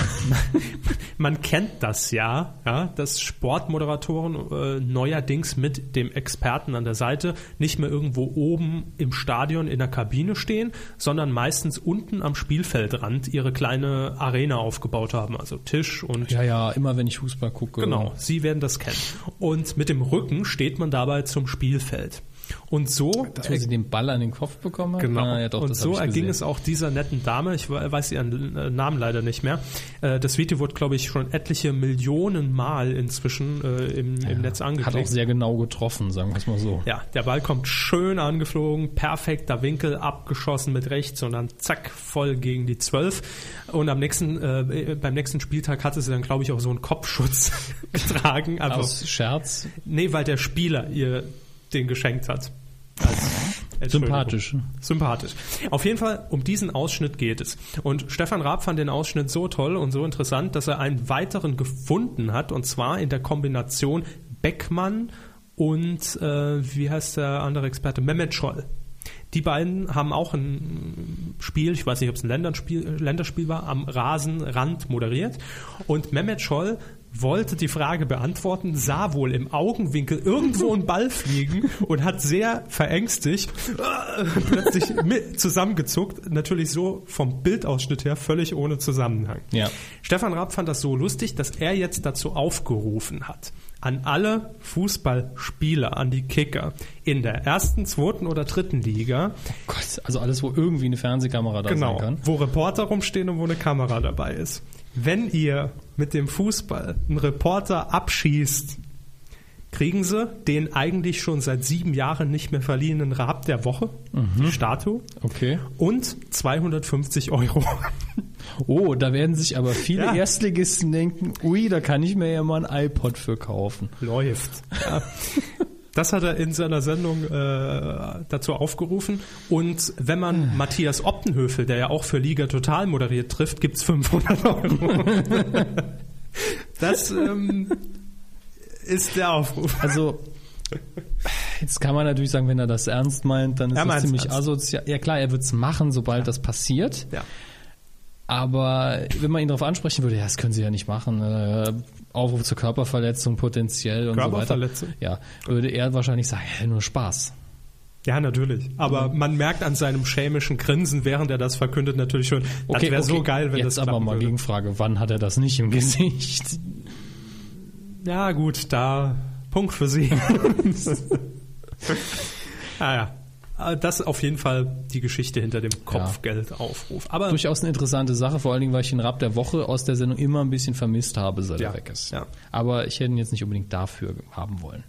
S3: Man kennt das ja, ja dass Sportmoderatoren äh, neuerdings mit dem Experten an der Seite nicht mehr irgendwo oben im Stadion in der Kabine stehen, sondern meistens unten am Spielfeldrand ihre kleine Arena aufgebaut haben, also Tisch und
S4: Ja, ja, immer wenn ich Fußball gucke.
S3: Genau, Sie werden das kennen. Und mit dem Rücken steht man dabei zum Spielfeld. Und so
S4: Dass man sie den Ball an den Kopf bekommen hat?
S3: Genau.
S4: Ah, ja, doch,
S3: und
S4: das
S3: so
S4: hab ich
S3: erging
S4: gesehen.
S3: es auch dieser netten Dame. Ich we- weiß ihren äh, Namen leider nicht mehr. Äh, Das Video wurde, glaube ich, schon etliche Millionen Mal inzwischen äh, im, im Netz
S4: Hat auch
S3: angeklickt.
S4: sehr genau getroffen, sagen wir es mal so.
S3: Ja, der Ball kommt schön angeflogen, perfekter Winkel, abgeschossen mit rechts und dann zack, voll gegen die 12. Und am nächsten, äh, beim nächsten Spieltag hatte sie dann, glaube ich, auch so einen Kopfschutz getragen. Also Einfach
S4: Aus Scherz.
S3: Nee, weil der Spieler ihr den geschenkt hat. Als Entschuldigung.
S4: Sympathisch.
S3: Sympathisch. Auf jeden Fall, um diesen Ausschnitt geht es. Und Stefan Raab fand den Ausschnitt so toll und so interessant, dass er einen weiteren gefunden hat, und zwar in der Kombination Beckmann und, äh, wie heißt der andere Experte, Mehmet Scholl. Die beiden haben auch ein Spiel, ich weiß nicht, ob es ein Länderspiel, Länderspiel war, am Rasenrand moderiert. Und Mehmet Scholl wollte die Frage beantworten, sah wohl im Augenwinkel irgendwo einen Ball fliegen und hat sehr verängstigt äh, plötzlich mit zusammengezuckt. Natürlich so vom Bildausschnitt her völlig ohne Zusammenhang.
S4: Ja.
S3: Stefan Raab fand das so lustig, dass er jetzt dazu aufgerufen hat, an alle Fußballspieler, an die Kicker in der ersten, zweiten oder dritten Liga,
S4: Gott, also alles, wo irgendwie eine Fernsehkamera da
S3: genau,
S4: sein kann.
S3: wo Reporter rumstehen und wo eine Kamera dabei ist. Wenn ihr mit dem Fußball einen Reporter abschießt, kriegen sie den eigentlich schon seit sieben Jahren nicht mehr verliehenen Raab der Woche, die Statue,
S4: Okay.
S3: und 250 Euro.
S4: Oh, da werden sich aber viele
S3: Ja.
S4: Erstligisten denken, ui, da kann ich mir ja mal ein iPod für kaufen.
S3: Läuft. Ja. Das hat er in seiner Sendung äh, dazu aufgerufen. Und wenn man Matthias Optenhöfel, der ja auch für Liga Total moderiert, trifft, gibt's 500 Euro. Das ähm, ist der Aufruf.
S4: Also, jetzt kann man natürlich sagen, wenn er das ernst meint, dann ist
S3: Er
S4: das
S3: meint's
S4: ziemlich
S3: ernst.
S4: asozial. Ja klar, er wird's machen, sobald das passiert.
S3: Ja.
S4: Aber wenn man ihn darauf ansprechen würde, ja, das können sie ja nicht machen. Äh, Aufruf zur Körperverletzung potenziell und so weiter.
S3: Körperverletzung?
S4: Ja, würde er wahrscheinlich sagen, ja, nur Spaß.
S3: ja, natürlich. Aber man merkt an seinem schelmischen Grinsen, während er das verkündet, natürlich schon, das wäre so geil, wenn
S4: Jetzt
S3: das
S4: aber
S3: klappen
S4: mal
S3: würde.
S4: Gegenfrage, wann hat er das nicht im Gesicht?
S3: Ja, gut, da Punkt für Sie. naja. Ah, Das auf jeden Fall die Geschichte hinter dem Kopfgeldaufruf. Aber
S4: Durchaus eine interessante Sache, vor allen Dingen, weil ich den Rap der Woche aus der Sendung immer ein bisschen vermisst habe, seit
S3: Ja,
S4: er weg ist.
S3: ja.
S4: Aber ich hätte ihn jetzt nicht unbedingt dafür haben wollen.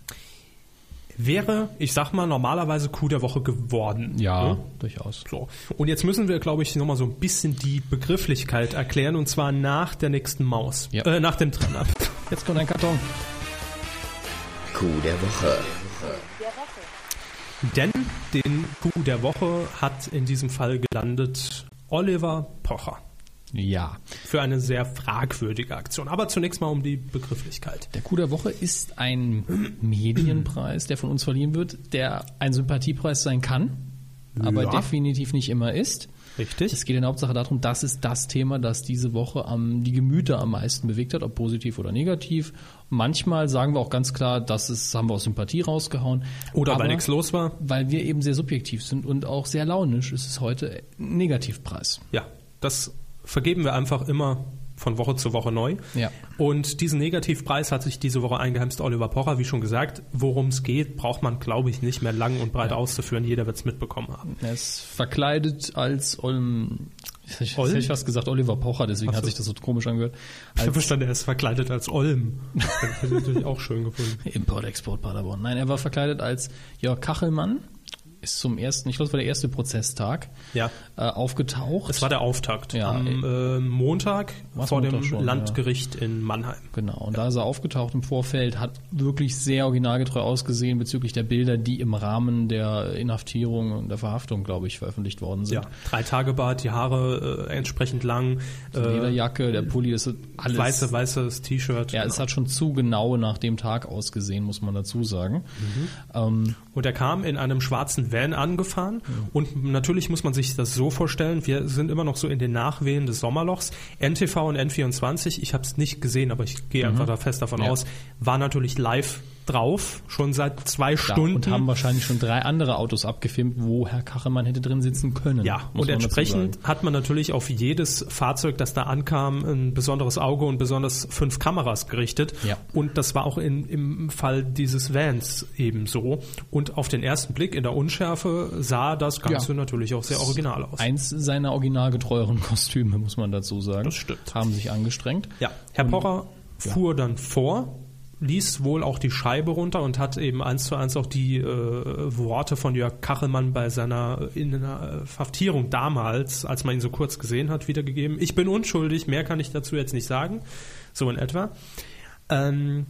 S3: wäre, ich sag mal, normalerweise Coup der Woche geworden.
S4: Ja,
S3: Ne?
S4: durchaus.
S3: So. Und jetzt müssen wir, glaube ich, nochmal so ein bisschen die Begrifflichkeit erklären und zwar nach der nächsten Maus.
S4: Ja.
S3: Äh, nach dem Trenner.
S4: Jetzt kommt ein Karton.
S2: Kuh der Woche.
S3: Denn den Coup der Woche hat in diesem Fall gelandet Oliver Pocher.
S4: Ja.
S3: Für eine sehr fragwürdige Aktion. Aber zunächst mal um die Begrifflichkeit.
S4: Der Coup der Woche ist ein Medienpreis, der von uns verliehen wird, der ein Sympathiepreis sein kann, aber
S3: Ja.
S4: definitiv nicht immer ist.
S3: Richtig.
S4: Es geht in der Hauptsache darum, das ist das Thema, das diese Woche am, die Gemüter am meisten bewegt hat, ob positiv oder negativ. Manchmal sagen wir auch ganz klar, das ist, haben wir aus Sympathie rausgehauen.
S3: Oder
S4: Aber
S3: weil nichts los war.
S4: Weil wir eben sehr subjektiv sind und auch sehr launisch, ist es heute ein Negativpreis.
S3: Ja, das vergeben wir einfach immer von Woche zu Woche neu.
S4: Ja.
S3: Und diesen Negativpreis hat sich diese Woche eingeheimst Oliver Pocher, wie schon gesagt. Worum es geht, braucht man, glaube ich, nicht mehr lang und breit auszuführen. Jeder wird es mitbekommen haben.
S4: Er ist verkleidet als Olm. Ich,
S3: Olm?
S4: hätte ich fast gesagt, Oliver Pocher, deswegen hat sich das so komisch angehört.
S3: Ich habe
S4: Als
S3: verstanden, er ist verkleidet als Olm. Das hätte ich natürlich auch schön gefunden.
S4: Import-Export Paderborn. Nein, er war verkleidet als Jörg Kachelmann. Ist zum ersten, ich glaube, es war der erste Prozesstag,
S3: Ja.
S4: äh, aufgetaucht.
S3: Es war der Auftakt
S4: Ja,
S3: am äh, Montag
S4: War's
S3: vor dem
S4: Montag schon,
S3: Landgericht in Mannheim.
S4: Genau, und da ist er aufgetaucht im Vorfeld, hat wirklich sehr originalgetreu ausgesehen bezüglich der Bilder, die im Rahmen der Inhaftierung und der Verhaftung, glaube ich, veröffentlicht worden sind.
S3: Ja, drei Tage Bart, die Haare äh, entsprechend lang,
S4: Die
S3: äh,
S4: Lederjacke, der Pulli, das ist alles.
S3: weiße, weißes T-Shirt.
S4: ja, es hat schon zu genau nach dem Tag ausgesehen, muss man dazu sagen.
S3: Mhm.
S4: Ähm,
S3: Und er kam in einem schwarzen Van angefahren.
S4: Mhm.
S3: Und natürlich muss man sich das so vorstellen, wir sind immer noch so in den Nachwehen des Sommerlochs. NTV und N24, ich habe es nicht gesehen, aber ich gehe einfach da fest davon
S4: Mhm. Ja.
S3: aus, war natürlich live drauf, schon seit zwei
S4: da,
S3: Stunden.
S4: und haben wahrscheinlich schon drei andere Autos abgefilmt, wo Herr Kachelmann hätte drin sitzen können.
S3: ja,
S4: muss
S3: und
S4: man dazu
S3: entsprechend
S4: sagen.
S3: hat man natürlich auf jedes Fahrzeug, das da ankam, ein besonderes Auge und besonders fünf Kameras gerichtet.
S4: Ja.
S3: Und das war auch in, im Fall dieses Vans ebenso. Und auf den ersten Blick in der Unschärfe sah das Ganze
S4: Ja.
S3: natürlich auch sehr original aus.
S4: Eins seiner originalgetreueren Kostüme, muss man dazu sagen.
S3: Das stimmt.
S4: Haben sich angestrengt.
S3: Ja, Herr
S4: Und-
S3: Pocher fuhr dann vor, ließ wohl auch die Scheibe runter und hat eben eins zu eins auch die äh, Worte von Jörg Kachelmann bei seiner äh, Inhaftierung damals, als man ihn so kurz gesehen hat, wiedergegeben. Ich bin unschuldig, mehr kann ich dazu jetzt nicht sagen. So in etwa. Ähm,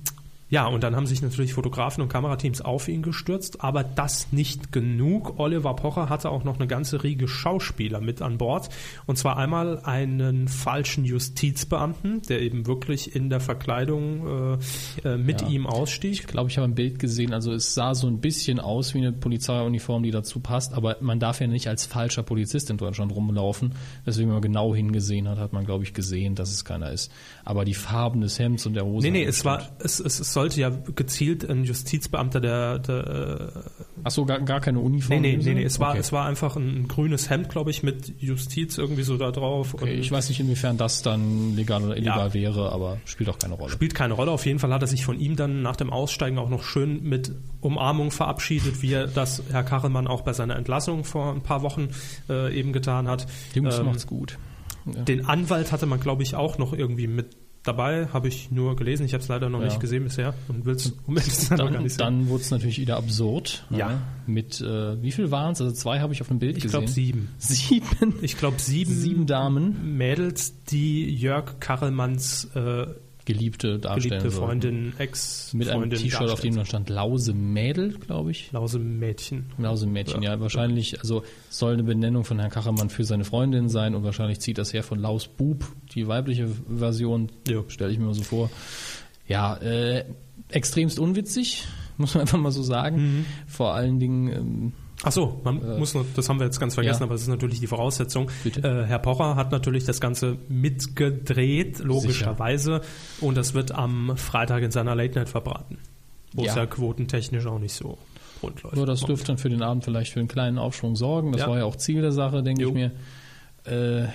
S3: ja, und dann haben sich natürlich Fotografen und Kamerateams auf ihn gestürzt, aber das nicht genug. Oliver Pocher hatte auch noch eine ganze Riege Schauspieler mit an Bord. Und zwar einmal einen falschen Justizbeamten, der eben wirklich in der Verkleidung äh, äh, mit
S4: Ja.
S3: ihm ausstieg.
S4: glaube, ich habe ein Bild gesehen, also es sah so ein bisschen aus wie eine Polizeiuniform, die dazu passt, aber man darf ja nicht als falscher Polizist in Deutschland rumlaufen. Deswegen, wenn man genau hingesehen hat, hat man, glaube ich, gesehen, dass es keiner ist. Aber die Farben des Hemds und der Hose.
S3: Nee, nee,
S4: haben
S3: es
S4: gestimmt.
S3: war, es, es, es sollte ja gezielt ein Justizbeamter der, der äh,
S4: Ach so, gar, gar keine
S3: Nee,
S4: Uniform.
S3: nee,
S4: im
S3: nee,
S4: Sinne?
S3: nee, es war,
S4: Okay.
S3: es war einfach ein grünes Hemd, glaube ich, mit Justiz irgendwie so da drauf.
S4: Okay, ich weiß nicht, inwiefern das dann legal oder illegal
S3: Ja.
S4: wäre, aber spielt auch keine Rolle.
S3: Spielt keine Rolle. Auf jeden Fall hat er sich von ihm dann nach dem Aussteigen auch noch schön mit Umarmung verabschiedet, wie er das Herr Kachelmann auch bei seiner Entlassung vor ein paar Wochen äh, eben getan hat.
S4: Jungs
S3: Ähm,
S4: macht's gut. Ja.
S3: Den Anwalt hatte man, glaube ich, auch noch irgendwie mit dabei. Habe ich nur gelesen. Ich habe es leider noch
S4: Ja.
S3: nicht gesehen bisher und will es unbedingt noch gar
S4: Dann,
S3: nicht sehen.
S4: dann wurde es natürlich wieder absurd. ne?
S3: Ja.
S4: Mit, äh, wie viel waren es? Also zwei habe ich auf dem Bild
S3: Ich
S4: gesehen.
S3: glaube sieben.
S4: Sieben.
S3: Ich glaube sieben,
S4: Sieben Damen.
S3: Mädels, die Jörg Kachelmanns äh,
S4: Geliebte darstellen
S3: geliebte
S4: sollten.
S3: Freundin, Ex-Freundin
S4: Mit einem T-Shirt, auf dem
S3: darstellen.
S4: dann stand Lause Mädel, glaube ich.
S3: Lause Mädchen.
S4: Lause Mädchen, ja. Wahrscheinlich, also soll eine Benennung von Herrn Kachermann für seine Freundin sein und wahrscheinlich zieht das her von Laus Bub, die weibliche Version,
S3: Jo.
S4: stelle ich mir mal so vor. Ja, äh, extremst unwitzig, muss man einfach mal so sagen. Vor allen Dingen, ähm,
S3: Ach so, man muss noch, das haben wir jetzt ganz vergessen,
S4: ja.
S3: aber es ist natürlich die Voraussetzung.
S4: Bitte?
S3: Äh, Herr Pocher hat natürlich das Ganze mitgedreht, logischerweise. Und das wird am Freitag in seiner Late Night verbraten. Wo es
S4: Ja.
S3: ja quotentechnisch auch nicht so rund läuft.
S4: nur das dürfte dann für den Abend vielleicht für einen kleinen Aufschwung sorgen. Das
S3: Ja.
S4: war ja auch Ziel der Sache, denke
S3: Jo.
S4: ich mir. Äh,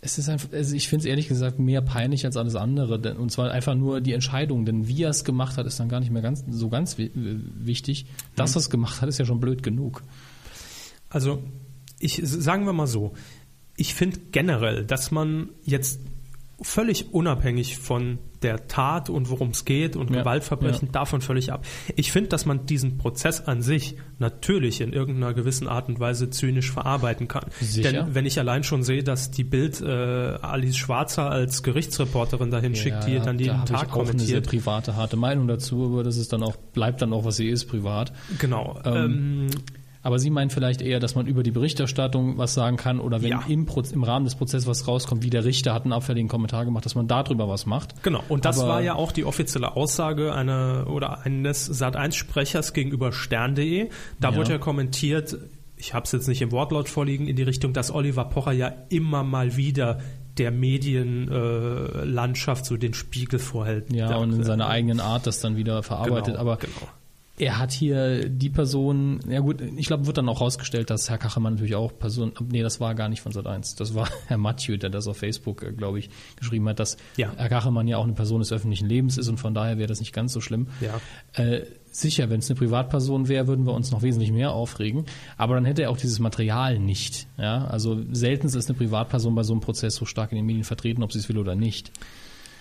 S4: Es ist einfach, also ich finde es ehrlich gesagt mehr peinlich als alles andere. Denn, und zwar einfach nur die Entscheidung, denn wie er es gemacht hat, ist dann gar nicht mehr ganz, so ganz wi- wichtig. Dass
S3: Mhm.
S4: er es gemacht hat, ist ja schon blöd genug.
S3: Also, ich sagen wir mal so, ich finde generell, dass man jetzt völlig unabhängig von der Tat und worum es geht und
S4: Ja,
S3: Gewaltverbrechen davon völlig ab. Ich finde, dass man diesen Prozess an sich natürlich in irgendeiner gewissen Art und Weise zynisch verarbeiten kann.
S4: Sicher.
S3: Denn wenn ich allein schon sehe, dass die Bild äh, Alice Schwarzer als Gerichtsreporterin dahin schickt, die dann jeden
S4: da habe ich
S3: Tag
S4: auch eine sehr
S3: kommentiert.
S4: private, harte Meinung dazu, aber das ist dann auch, bleibt dann auch, was sie ist, privat.
S3: Genau.
S4: Ähm,
S3: Ähm,
S4: Aber Sie meinen vielleicht eher, dass man über die Berichterstattung was sagen kann oder wenn
S3: Ja.
S4: im, Proz im Rahmen des Prozesses was rauskommt, wie der Richter hat einen abfälligen Kommentar gemacht, dass man darüber was macht.
S3: Genau, und das
S4: Aber-
S3: war ja auch die offizielle Aussage einer oder eines Sat1-Sprechers gegenüber Stern.de. Da
S4: Ja.
S3: wurde ja kommentiert, ich habe es jetzt nicht im Wortlaut vorliegen, in die Richtung, dass Oliver Pocher ja immer mal wieder der Medienlandschaft äh, Landschaft so den Spiegel vorhält.
S4: Ja, und in seiner eigenen Art das dann wieder verarbeitet.
S3: Genau,
S4: aber
S3: genau.
S4: er hat hier die Person, ja gut, ich glaube, wird dann auch rausgestellt, dass Herr Kachemann natürlich auch Person, nee, das war gar nicht von Sat1, das war Herr Mathieu, der das auf Facebook, äh, glaube ich, geschrieben hat, dass
S3: Ja.
S4: Herr Kachemann ja auch eine Person des öffentlichen Lebens ist und von daher wäre das nicht ganz so schlimm.
S3: Ja.
S4: Äh, sicher, wenn es eine Privatperson wäre, würden wir uns noch wesentlich mehr aufregen, aber dann hätte er auch dieses Material nicht. Ja? Also selten ist eine Privatperson bei so einem Prozess so stark in den Medien vertreten, ob sie es will oder nicht.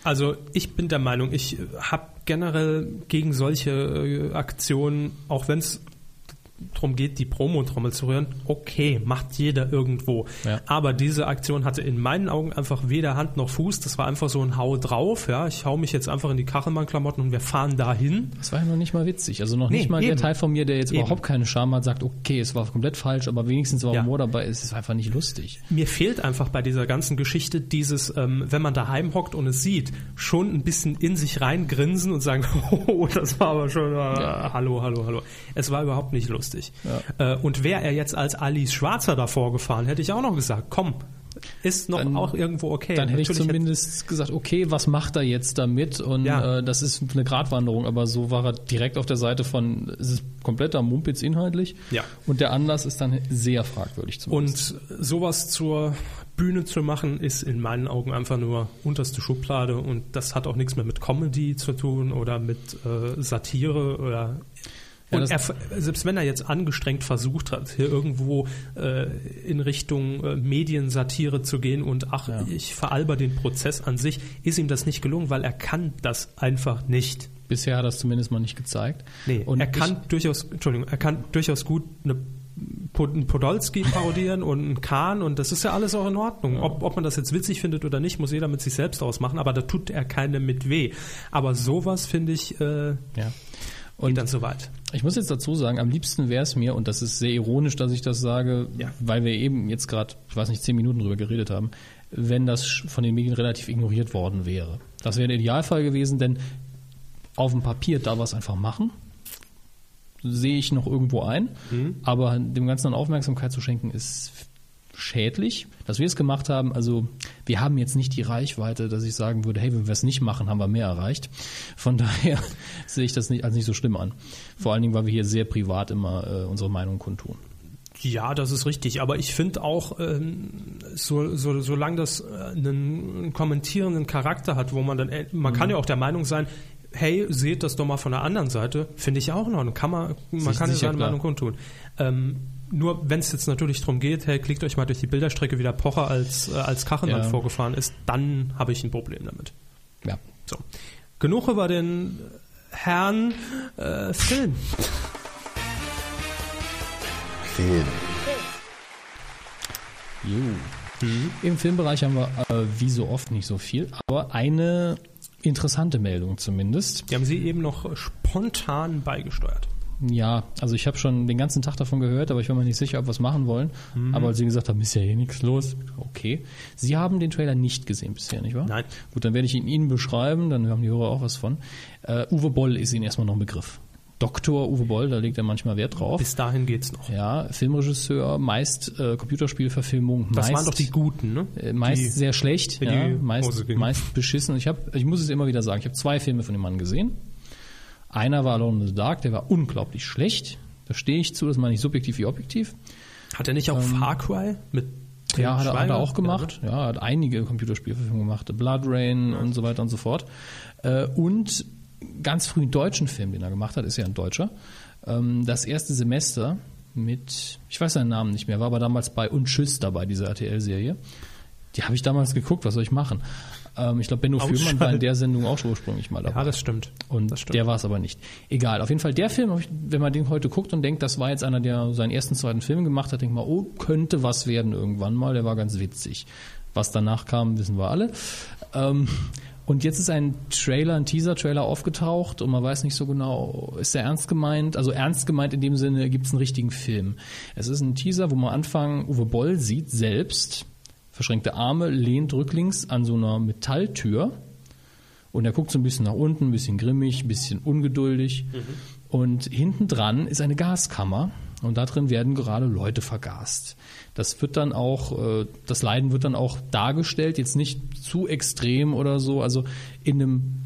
S3: Also ich bin der Meinung, ich habe generell gegen solche äh, Aktionen, auch wenn es darum geht, die Promo-Trommel zu rühren, okay, macht jeder irgendwo.
S4: Ja.
S3: Aber diese Aktion hatte in meinen Augen einfach weder Hand noch Fuß. Das war einfach so ein Hau drauf. Ja, Ich hau mich jetzt einfach in die Kachelmann-Klamotten und wir fahren dahin.
S4: Das war ja noch nicht mal witzig. Also noch nicht
S3: Nee,
S4: mal der
S3: eben.
S4: Teil von mir, der jetzt
S3: Eben.
S4: überhaupt keine Scham hat, sagt, okay, es war komplett falsch, aber wenigstens war
S3: Ja.
S4: Humor dabei. Es ist einfach nicht lustig.
S3: Mir fehlt einfach bei dieser ganzen Geschichte dieses, ähm, wenn man daheim hockt und es sieht, schon ein bisschen in sich reingrinsen und sagen, oh, das war aber schon, äh, hallo, hallo, hallo. Es war überhaupt nicht lustig. Äh, und wäre er jetzt als Alice Schwarzer davor gefahren, hätte ich auch noch gesagt, komm, ist noch
S4: Dann-
S3: auch irgendwo okay.
S4: Dann hätte ich
S3: Natürlich
S4: zumindest gesagt, okay, was macht er jetzt damit? Und
S3: Ja.
S4: äh, das ist eine Gratwanderung, aber so war er direkt auf der Seite von, es ist kompletter Mumpitz inhaltlich.
S3: Ja.
S4: Und der Anlass ist dann sehr fragwürdig zumindest.
S3: Und sowas zur Bühne zu machen, ist in meinen Augen einfach nur unterste Schublade und das hat auch nichts mehr mit Comedy zu tun oder mit äh, Satire oder.
S4: Ja,
S3: Und
S4: das-
S3: er, f- selbst wenn er jetzt angestrengt versucht hat, hier irgendwo äh, in Richtung äh, Mediensatire zu gehen und ach,
S4: Ja.
S3: ich veralber den Prozess an sich, ist ihm das nicht gelungen, weil er kann das einfach nicht.
S4: Bisher hat er es zumindest mal nicht gezeigt.
S3: Nee,
S4: und
S3: er kann durchaus, Entschuldigung, er kann durchaus gut eine Pod- einen Podolski parodieren und einen Kahn und das ist ja alles auch in Ordnung. Ob, ob man das jetzt witzig findet oder nicht, muss jeder mit sich selbst ausmachen, aber da tut er keine mit weh. Aber sowas finde ich äh,
S4: Ich, ja.
S3: geht
S4: Und
S3: dann soweit.
S4: Ich muss jetzt dazu sagen, am liebsten wäre es mir, und das ist sehr ironisch, dass ich das sage,
S3: Ja.
S4: weil wir eben jetzt gerade, ich weiß nicht, zehn Minuten drüber geredet haben, wenn das sch- von den Medien relativ ignoriert worden wäre. Das wäre der Idealfall gewesen, denn auf dem Papier darf er es einfach machen. Sehe ich noch irgendwo ein. Aber dem Ganzen an Aufmerksamkeit zu schenken, ist f- schädlich. Dass wir es gemacht haben, also wir haben jetzt nicht die Reichweite, dass ich sagen würde, hey, wenn wir es nicht machen, haben wir mehr erreicht. Von daher sehe ich das nicht, als nicht so schlimm an. Vor allen Dingen, weil wir hier sehr privat immer äh, unsere Meinung kundtun.
S3: Ja, das ist richtig. Aber ich finde auch, ähm, so, so, solange das äh, einen kommentierenden Charakter hat, wo man dann, äh, man
S4: Mhm.
S3: kann ja auch der Meinung sein, hey, seht das doch mal von der anderen Seite, finde ich auch noch. Und Kann man, man
S4: Sich-
S3: kann ja
S4: sicher,
S3: seine
S4: klar.
S3: Meinung kundtun. Ähm, nur wenn es jetzt natürlich darum geht, hey, klickt euch mal durch die Bilderstrecke, wie der Pocher als, äh, als Kachelmann
S4: Ja.
S3: vorgefahren ist, dann habe ich ein Problem damit.
S4: Ja.
S3: So. Genug über den Herrn äh, Film.
S2: Film.
S4: Jo. Mhm. Im Filmbereich haben wir äh, wie so oft nicht so viel, aber eine interessante Meldung zumindest.
S3: Die haben sie eben noch spontan beigesteuert.
S4: Ja, also ich habe schon den ganzen Tag davon gehört, aber ich war mir nicht sicher, ob wir es machen wollen.
S3: Mhm.
S4: Aber als sie gesagt haben, ist ja eh nichts los. Okay. Sie haben den Trailer nicht gesehen bisher, nicht wahr?
S3: Nein.
S4: Gut, dann werde ich ihn Ihnen beschreiben, dann haben die Hörer auch was von. Äh, Uwe Boll ist Ihnen erstmal noch ein Begriff. Doktor Uwe Boll, da legt er manchmal Wert drauf.
S3: Bis dahin geht's noch.
S4: ja, Filmregisseur, meist äh, Computerspielverfilmung,
S3: Das
S4: meist,
S3: waren doch die Guten, ne?
S4: äh, meist sehr schlecht,
S3: die
S4: ja,
S3: in die Hose
S4: meist,
S3: gingen.
S4: meist beschissen. Ich, hab, ich muss es immer wieder sagen, ich habe zwei Filme von dem Mann gesehen. Einer war Alone in the Dark, der war unglaublich schlecht. Da stehe ich zu, das meine ich subjektiv wie objektiv.
S3: Hat er nicht auch Far Cry mit Till
S4: ähm, Ja, hat er, hat
S3: Schweiger,
S4: er auch gemacht.
S3: ja, ne?
S4: Ja, hat einige Computerspielverfilmungen gemacht. Blood Rain und so weiter und so fort. Äh, und ganz früh einen deutschen Film, den er gemacht hat, ist ja ein deutscher. Ähm, das erste Semester mit, ich weiß seinen Namen nicht mehr, war aber damals bei Und Tschüss dabei, diese RTL-Serie. Die habe ich damals geguckt, was soll ich machen? Ähm, ich glaube, Benno Fürmann war in der Sendung auch schon ursprünglich mal dabei.
S3: ne? ja, das stimmt.
S4: Und
S3: das stimmt.
S4: der war es aber nicht. Egal. Auf jeden Fall, der Film, hab ich- wenn man den heute guckt und denkt, das war jetzt einer, der seinen ersten, zweiten Film gemacht hat, denkt man, oh, könnte was werden irgendwann mal. Der war ganz witzig. Was danach kam, wissen wir alle. Ähm, und jetzt ist ein Trailer, ein Teaser-Trailer aufgetaucht und man weiß nicht so genau, ist der ernst gemeint? Also ernst gemeint in dem Sinne, gibt es einen richtigen Film. Es ist ein Teaser, wo man anfangen, Uwe Boll sieht selbst, verschränkte Arme, lehnt rücklings an so einer Metalltür. Und er guckt so ein bisschen nach unten, ein bisschen grimmig, ein bisschen ungeduldig. Und hinten dran ist eine Gaskammer und da drin werden gerade Leute vergast. Das wird dann auch, äh, das Leiden wird dann auch dargestellt, jetzt nicht zu extrem oder so, also in einem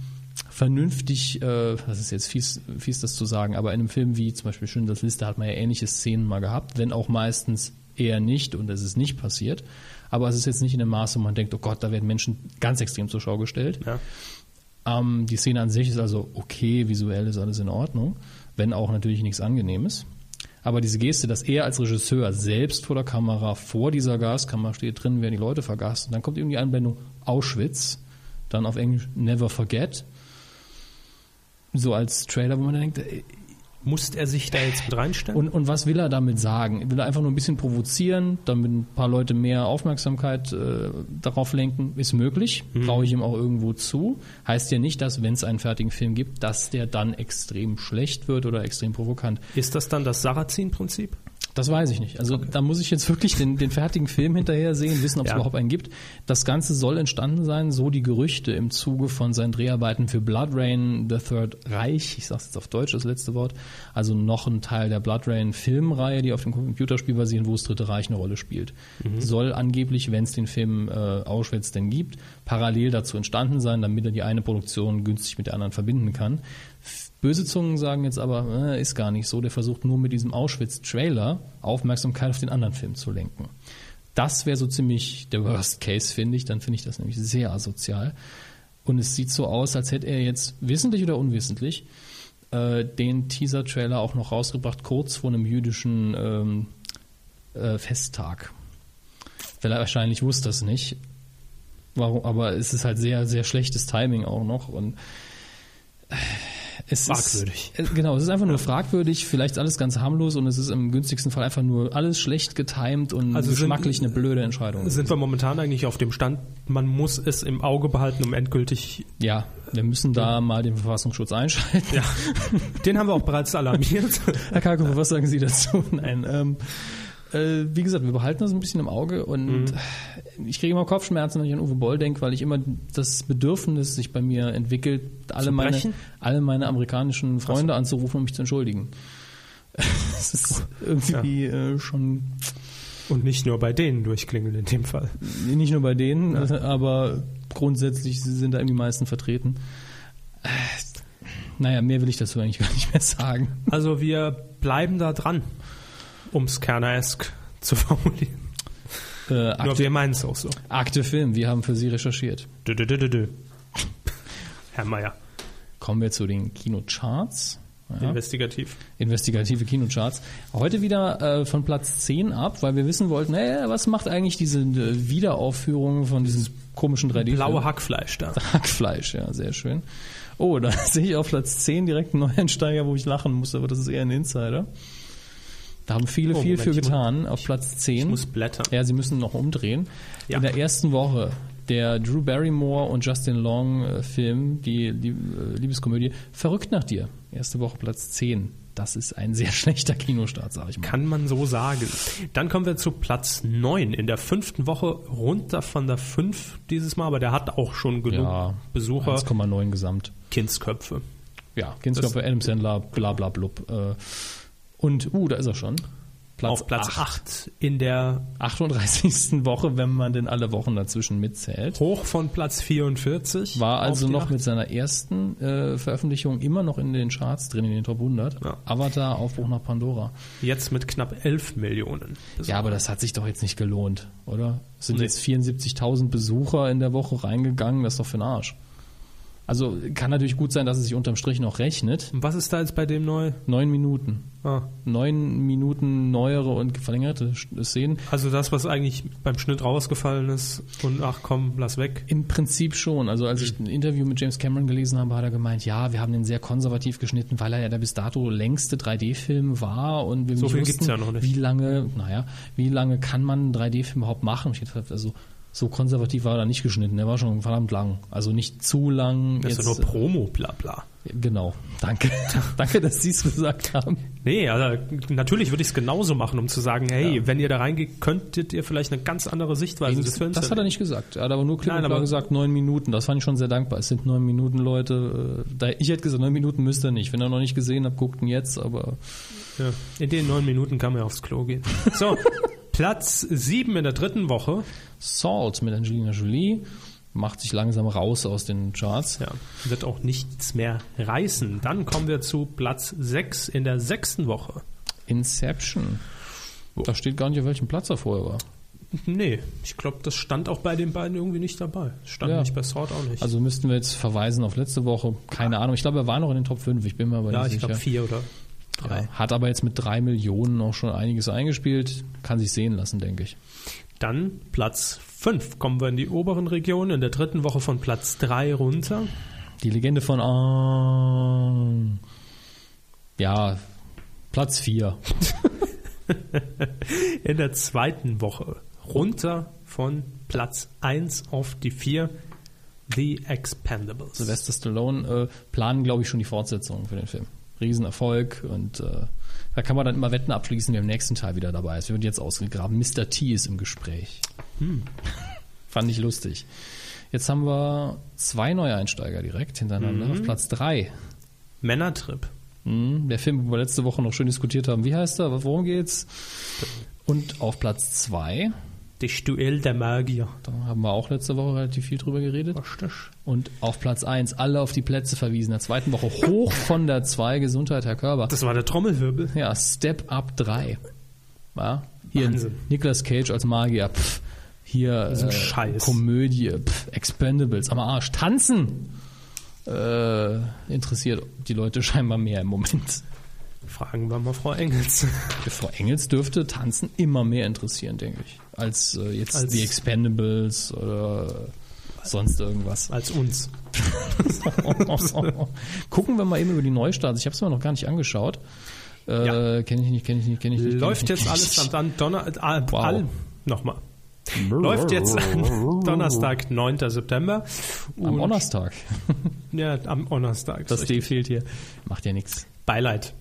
S4: vernünftig, äh, das ist jetzt fies, fies das zu sagen, aber in einem Film wie zum Beispiel Schindlers Liste hat man ja ähnliche Szenen mal gehabt, wenn auch meistens eher nicht und es ist nicht passiert. Aber es ist jetzt nicht in dem Maße, wo man denkt, oh Gott, da werden Menschen ganz extrem zur Schau gestellt.
S3: Ja.
S4: Ähm, die Szene an sich ist also okay, visuell ist alles in Ordnung, wenn auch natürlich nichts Angenehmes. Aber diese Geste, dass er als Regisseur selbst vor der Kamera, vor dieser Gaskammer steht, drin werden die Leute vergast. Und dann kommt eben die Einblendung Auschwitz, dann auf Englisch Never Forget. So als Trailer, wo man dann denkt, äh,
S3: Muss er sich da jetzt mit reinstellen?
S4: und, und was will er damit sagen? Will er einfach nur ein bisschen provozieren, damit ein paar Leute mehr Aufmerksamkeit äh, darauf lenken? Ist möglich, traue ich ihm auch irgendwo zu. Heißt ja nicht, dass wenn es einen fertigen Film gibt, dass der dann extrem schlecht wird oder extrem provokant.
S3: ist das dann das Sarrazin-Prinzip?
S4: Das weiß ich nicht. Also da muss ich jetzt wirklich den, den fertigen Film hinterher sehen, wissen, ob es
S3: Ja.
S4: überhaupt einen gibt. Das Ganze soll entstanden sein, so die Gerüchte im Zuge von seinen Dreharbeiten für Blood Rain, The Third Reich, ich sag's jetzt auf Deutsch, das letzte Wort, also noch ein Teil der Blood Rain Filmreihe, die auf dem Computerspiel basieren, wo das Dritte Reich eine Rolle spielt. Soll angeblich, wenn es den Film äh, Auschwitz denn gibt, parallel dazu entstanden sein, damit er die eine Produktion günstig mit der anderen verbinden kann. Böse Zungen sagen jetzt aber, äh, ist gar nicht so. Der versucht nur mit diesem Auschwitz-Trailer Aufmerksamkeit auf den anderen Film zu lenken. Das wäre so ziemlich der Worst Case, finde ich. Dann finde ich das nämlich sehr asozial. Und es sieht so aus, als hätte er jetzt wissentlich oder unwissentlich äh, den Teaser-Trailer auch noch rausgebracht, kurz vor einem jüdischen ähm, äh, Festtag. Weil er wahrscheinlich wusste das nicht. Warum, aber es ist halt sehr, sehr schlechtes Timing auch noch. Und äh, es
S3: Fragwürdig.
S4: Ist, äh, genau, es ist einfach nur fragwürdig, vielleicht ist alles ganz harmlos und es ist im günstigsten Fall einfach nur alles schlecht getimt und
S3: Also sind-
S4: geschmacklich eine blöde Entscheidung.
S3: Sind wir momentan eigentlich auf dem Stand, man muss es im Auge behalten, um endgültig.
S4: ja, wir müssen da mal den Verfassungsschutz einschalten.
S3: Ja. Den haben wir auch bereits alarmiert.
S4: Herr Kalkofer, was sagen Sie dazu? Nein, ähm, äh, wie gesagt, wir behalten das ein bisschen im Auge und
S3: Mhm.
S4: ich kriege immer Kopfschmerzen, wenn ich an Uwe Boll denke, weil ich immer das Bedürfnis sich bei mir entwickelt, alle,
S3: Zu
S4: meine,
S3: brechen?
S4: alle meine amerikanischen Freunde anzurufen und mich zu entschuldigen. Das ist irgendwie äh, schon
S3: Und nicht nur bei denen durchklingeln in dem Fall.
S4: nicht nur bei denen, äh, aber grundsätzlich sind da eben die meisten vertreten. Äh, Naja, mehr will ich dazu eigentlich gar nicht mehr sagen.
S3: Also wir bleiben da dran, ums Kerner-esk zu formulieren.
S4: Äh,
S3: Nur
S4: Akte,
S3: wir meinen es auch so.
S4: Akte Film, wir haben für Sie recherchiert.
S3: Dö, dö, dö, dö, dö. Herr Meier,
S4: Kommen wir zu den Kinocharts. Ja.
S3: investigativ.
S4: Investigative Kinocharts. Heute wieder äh, von Platz 10 ab, weil wir wissen wollten, äh, was macht eigentlich diese äh, Wiederaufführung von diesem komischen 3D?
S3: Blaue Hackfleisch da.
S4: Hackfleisch, ja, sehr schön. Oh, da sehe ich auf Platz 10 direkt einen Neuansteiger, wo ich lachen muss, aber das ist eher ein Insider. Da haben viele
S3: Oh,
S4: viel
S3: Moment,
S4: für
S3: ich muss-
S4: getan. Auf Platz 10. Ich
S3: muss blättern.
S4: Ja, sie müssen noch umdrehen.
S3: Ja.
S4: In der ersten Woche der Drew Barrymore und Justin Long äh, Film, die, die äh, Liebeskomödie, Verrückt nach dir. Erste Woche Platz 10. Das ist ein sehr schlechter Kinostart, sag ich mal.
S3: Kann man so sagen. Dann kommen wir zu Platz 9. In der fünften Woche runter von der 5 dieses Mal, aber der hat auch schon genug Besucher.
S4: 1,9 gesamt.
S3: Kindsköpfe.
S4: Ja, Kinskörper, Adam Sandler, bla bla blub. Äh, und, uh, da ist er schon.
S3: auf Platz
S4: acht.
S3: 8 in der
S4: 38. Woche, wenn man denn alle Wochen dazwischen mitzählt.
S3: Hoch von Platz 44.
S4: War
S3: auf
S4: also
S3: die
S4: noch
S3: Acht.
S4: mit seiner ersten äh, Veröffentlichung immer noch in den Charts drin, in den Top 100.
S3: Ja.
S4: Avatar, Aufbruch nach Pandora.
S3: jetzt mit knapp 11 Millionen.
S4: Ja, aber das hat sich doch jetzt nicht gelohnt, oder? Es sind
S3: Nee.
S4: jetzt 74.000 Besucher in der Woche reingegangen, das ist doch für den Arsch. Also kann natürlich gut sein, dass es sich unterm Strich noch rechnet.
S3: Und was ist da jetzt bei dem neu?
S4: Neun Minuten.
S3: Ah,
S4: Neun Minuten neuere und verlängerte Szenen.
S3: also das, was eigentlich beim Schnitt rausgefallen ist und ach komm, lass weg.
S4: Im Prinzip schon. Also als ich ein Interview mit James Cameron gelesen habe, hat er gemeint, ja, wir haben den sehr konservativ geschnitten, weil er ja der bis dato längste 3D-Film war und wir
S3: So
S4: nicht
S3: viel
S4: wussten,
S3: gibt's ja noch nicht.
S4: wie lange, naja, wie lange kann man einen 3D-Film überhaupt machen? Und ich dachte, also so konservativ war er nicht geschnitten, der war schon verdammt lang. Also nicht zu lang.
S3: Das ist doch nur Promo, bla bla.
S4: genau, danke. danke, dass Sie es gesagt haben.
S3: Nee, also natürlich würde ich es genauso machen, um zu sagen, hey, wenn ihr da reingeht, könntet ihr vielleicht eine ganz andere Sichtweise des Films
S4: Also das hat er
S3: erleben.
S4: nicht gesagt. Er hat aber nur klipp
S3: Nein,
S4: und klar
S3: aber-
S4: gesagt, neun Minuten. Das fand ich schon sehr dankbar. Es sind neun Minuten, Leute. Äh, Da, ich hätte gesagt, neun Minuten müsst ihr nicht. Wenn ihr noch nicht gesehen habt, guckt ihn jetzt. Aber
S3: Ja. In den neun Minuten kann man ja aufs Klo gehen. So, Platz sieben in der dritten Woche.
S4: Salt mit Angelina Jolie macht sich langsam raus aus den Charts.
S3: Ja, wird auch nichts mehr reißen. Dann kommen wir zu Platz sechs in der sechsten Woche.
S4: Inception. Da steht gar nicht, auf welchem Platz er vorher war.
S3: Nee, ich glaube, das stand auch bei den beiden irgendwie nicht dabei. Stand
S4: Ja.
S3: nicht bei Sword auch nicht.
S4: Also müssten wir jetzt verweisen auf letzte Woche. Keine Ahnung. Ich glaube, er war noch in den Top 5. Ich bin mir aber
S3: ja,
S4: nicht
S3: ich glaube
S4: sicher.
S3: vier oder drei.
S4: ja. Hat aber jetzt mit drei Millionen auch schon einiges eingespielt. Kann sich sehen lassen, denke ich.
S3: Dann Platz fünf. Kommen wir in die oberen Regionen. In der dritten Woche von Platz drei runter.
S4: Die Legende von Aang. Ja, Platz 4.
S3: In der zweiten Woche runter von Platz 1 auf die 4 The Expendables.
S4: Sylvester Stallone äh, planen, glaube ich, schon die Fortsetzung für den Film. Riesenerfolg und äh, da kann man dann immer Wetten abschließen, wer im nächsten Teil wieder dabei ist. Wir wird jetzt ausgegraben. Mr. T ist im Gespräch. Fand ich lustig. Jetzt haben wir zwei Neueinsteiger direkt hintereinander auf Platz 3.
S3: Männertrip.
S4: Mhm, der Film, wo wir letzte Woche noch schön diskutiert haben. Wie heißt er? Worum geht's? Und auf Platz 2
S3: Das Duell der Magier.
S4: Da haben wir auch letzte Woche relativ viel drüber geredet.
S3: Richtig.
S4: Und auf Platz 1, alle auf die Plätze verwiesen. In der zweiten Woche hoch von der 2, Gesundheit, Herr Körber.
S3: Das war der Trommelwirbel.
S4: Ja, Step Up 3. Ja? Hier
S3: Wahnsinn.
S4: Nicolas Cage als Magier. Pff. Hier äh,
S3: ein Scheiß.
S4: Komödie. Pff. Expendables am Arsch. Tanzen! Äh, interessiert die Leute scheinbar mehr im Moment.
S3: Fragen wir mal Frau Engels.
S4: Frau Engels dürfte Tanzen immer mehr interessieren, denke ich. Als äh, jetzt
S3: Als-
S4: die Expendables oder sonst irgendwas.
S3: Als uns.
S4: Gucken wir mal eben über die Neustarts. Ich habe es mir noch gar nicht angeschaut. Äh,
S3: Ja.
S4: Kenne ich nicht, kenne ich nicht, kenne ich nicht. kenn ich
S3: Läuft
S4: nicht,
S3: jetzt
S4: kenn ich
S3: alles am
S4: nicht.
S3: dann Donner... Äh,
S4: Wow.
S3: all, nochmal. Läuft jetzt am Donnerstag, 9. September.
S4: am
S3: Und-
S4: Donnerstag.
S3: Ja, am Donnerstag.
S4: Das D fehlt hier. Macht ja nichts.
S3: Beileid.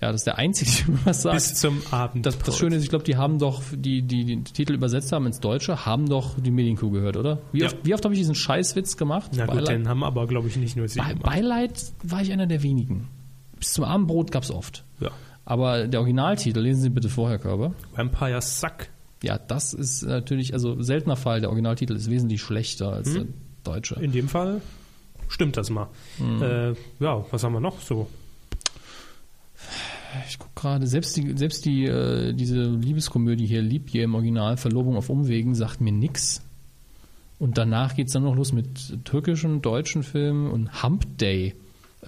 S4: Ja, das ist der einzige, der mir was sagt.
S3: Bis zum Abend.
S4: das, das Schöne ist, ich glaube, die haben doch, die, die den Titel übersetzt haben ins Deutsche, haben doch die Medienkuh gehört, oder? Wie
S3: Ja.
S4: oft, wie oft habe ich diesen Scheißwitz gemacht?
S3: Na gut,
S4: Beileid,
S3: den haben aber, glaube ich, nicht nur sie
S4: Be
S3: gemacht.
S4: Beileid war ich einer der wenigen. Bis zum Abendbrot gab es oft.
S3: Ja.
S4: Aber der Originaltitel, lesen Sie bitte vorher, Körper.
S3: Vampire Suck.
S4: Ja, das ist natürlich, also seltener Fall, der Originaltitel ist wesentlich schlechter als der deutsche.
S3: In dem Fall stimmt das mal.
S4: Mhm.
S3: Äh, ja, was haben wir noch so?
S4: Ich gucke gerade, selbst, die, selbst die, äh, diese Liebeskomödie hier, Liebje im Original, Verlobung auf Umwegen, sagt mir nix. Und danach geht's dann noch los mit türkischen, deutschen Filmen und Hump Day. Äh,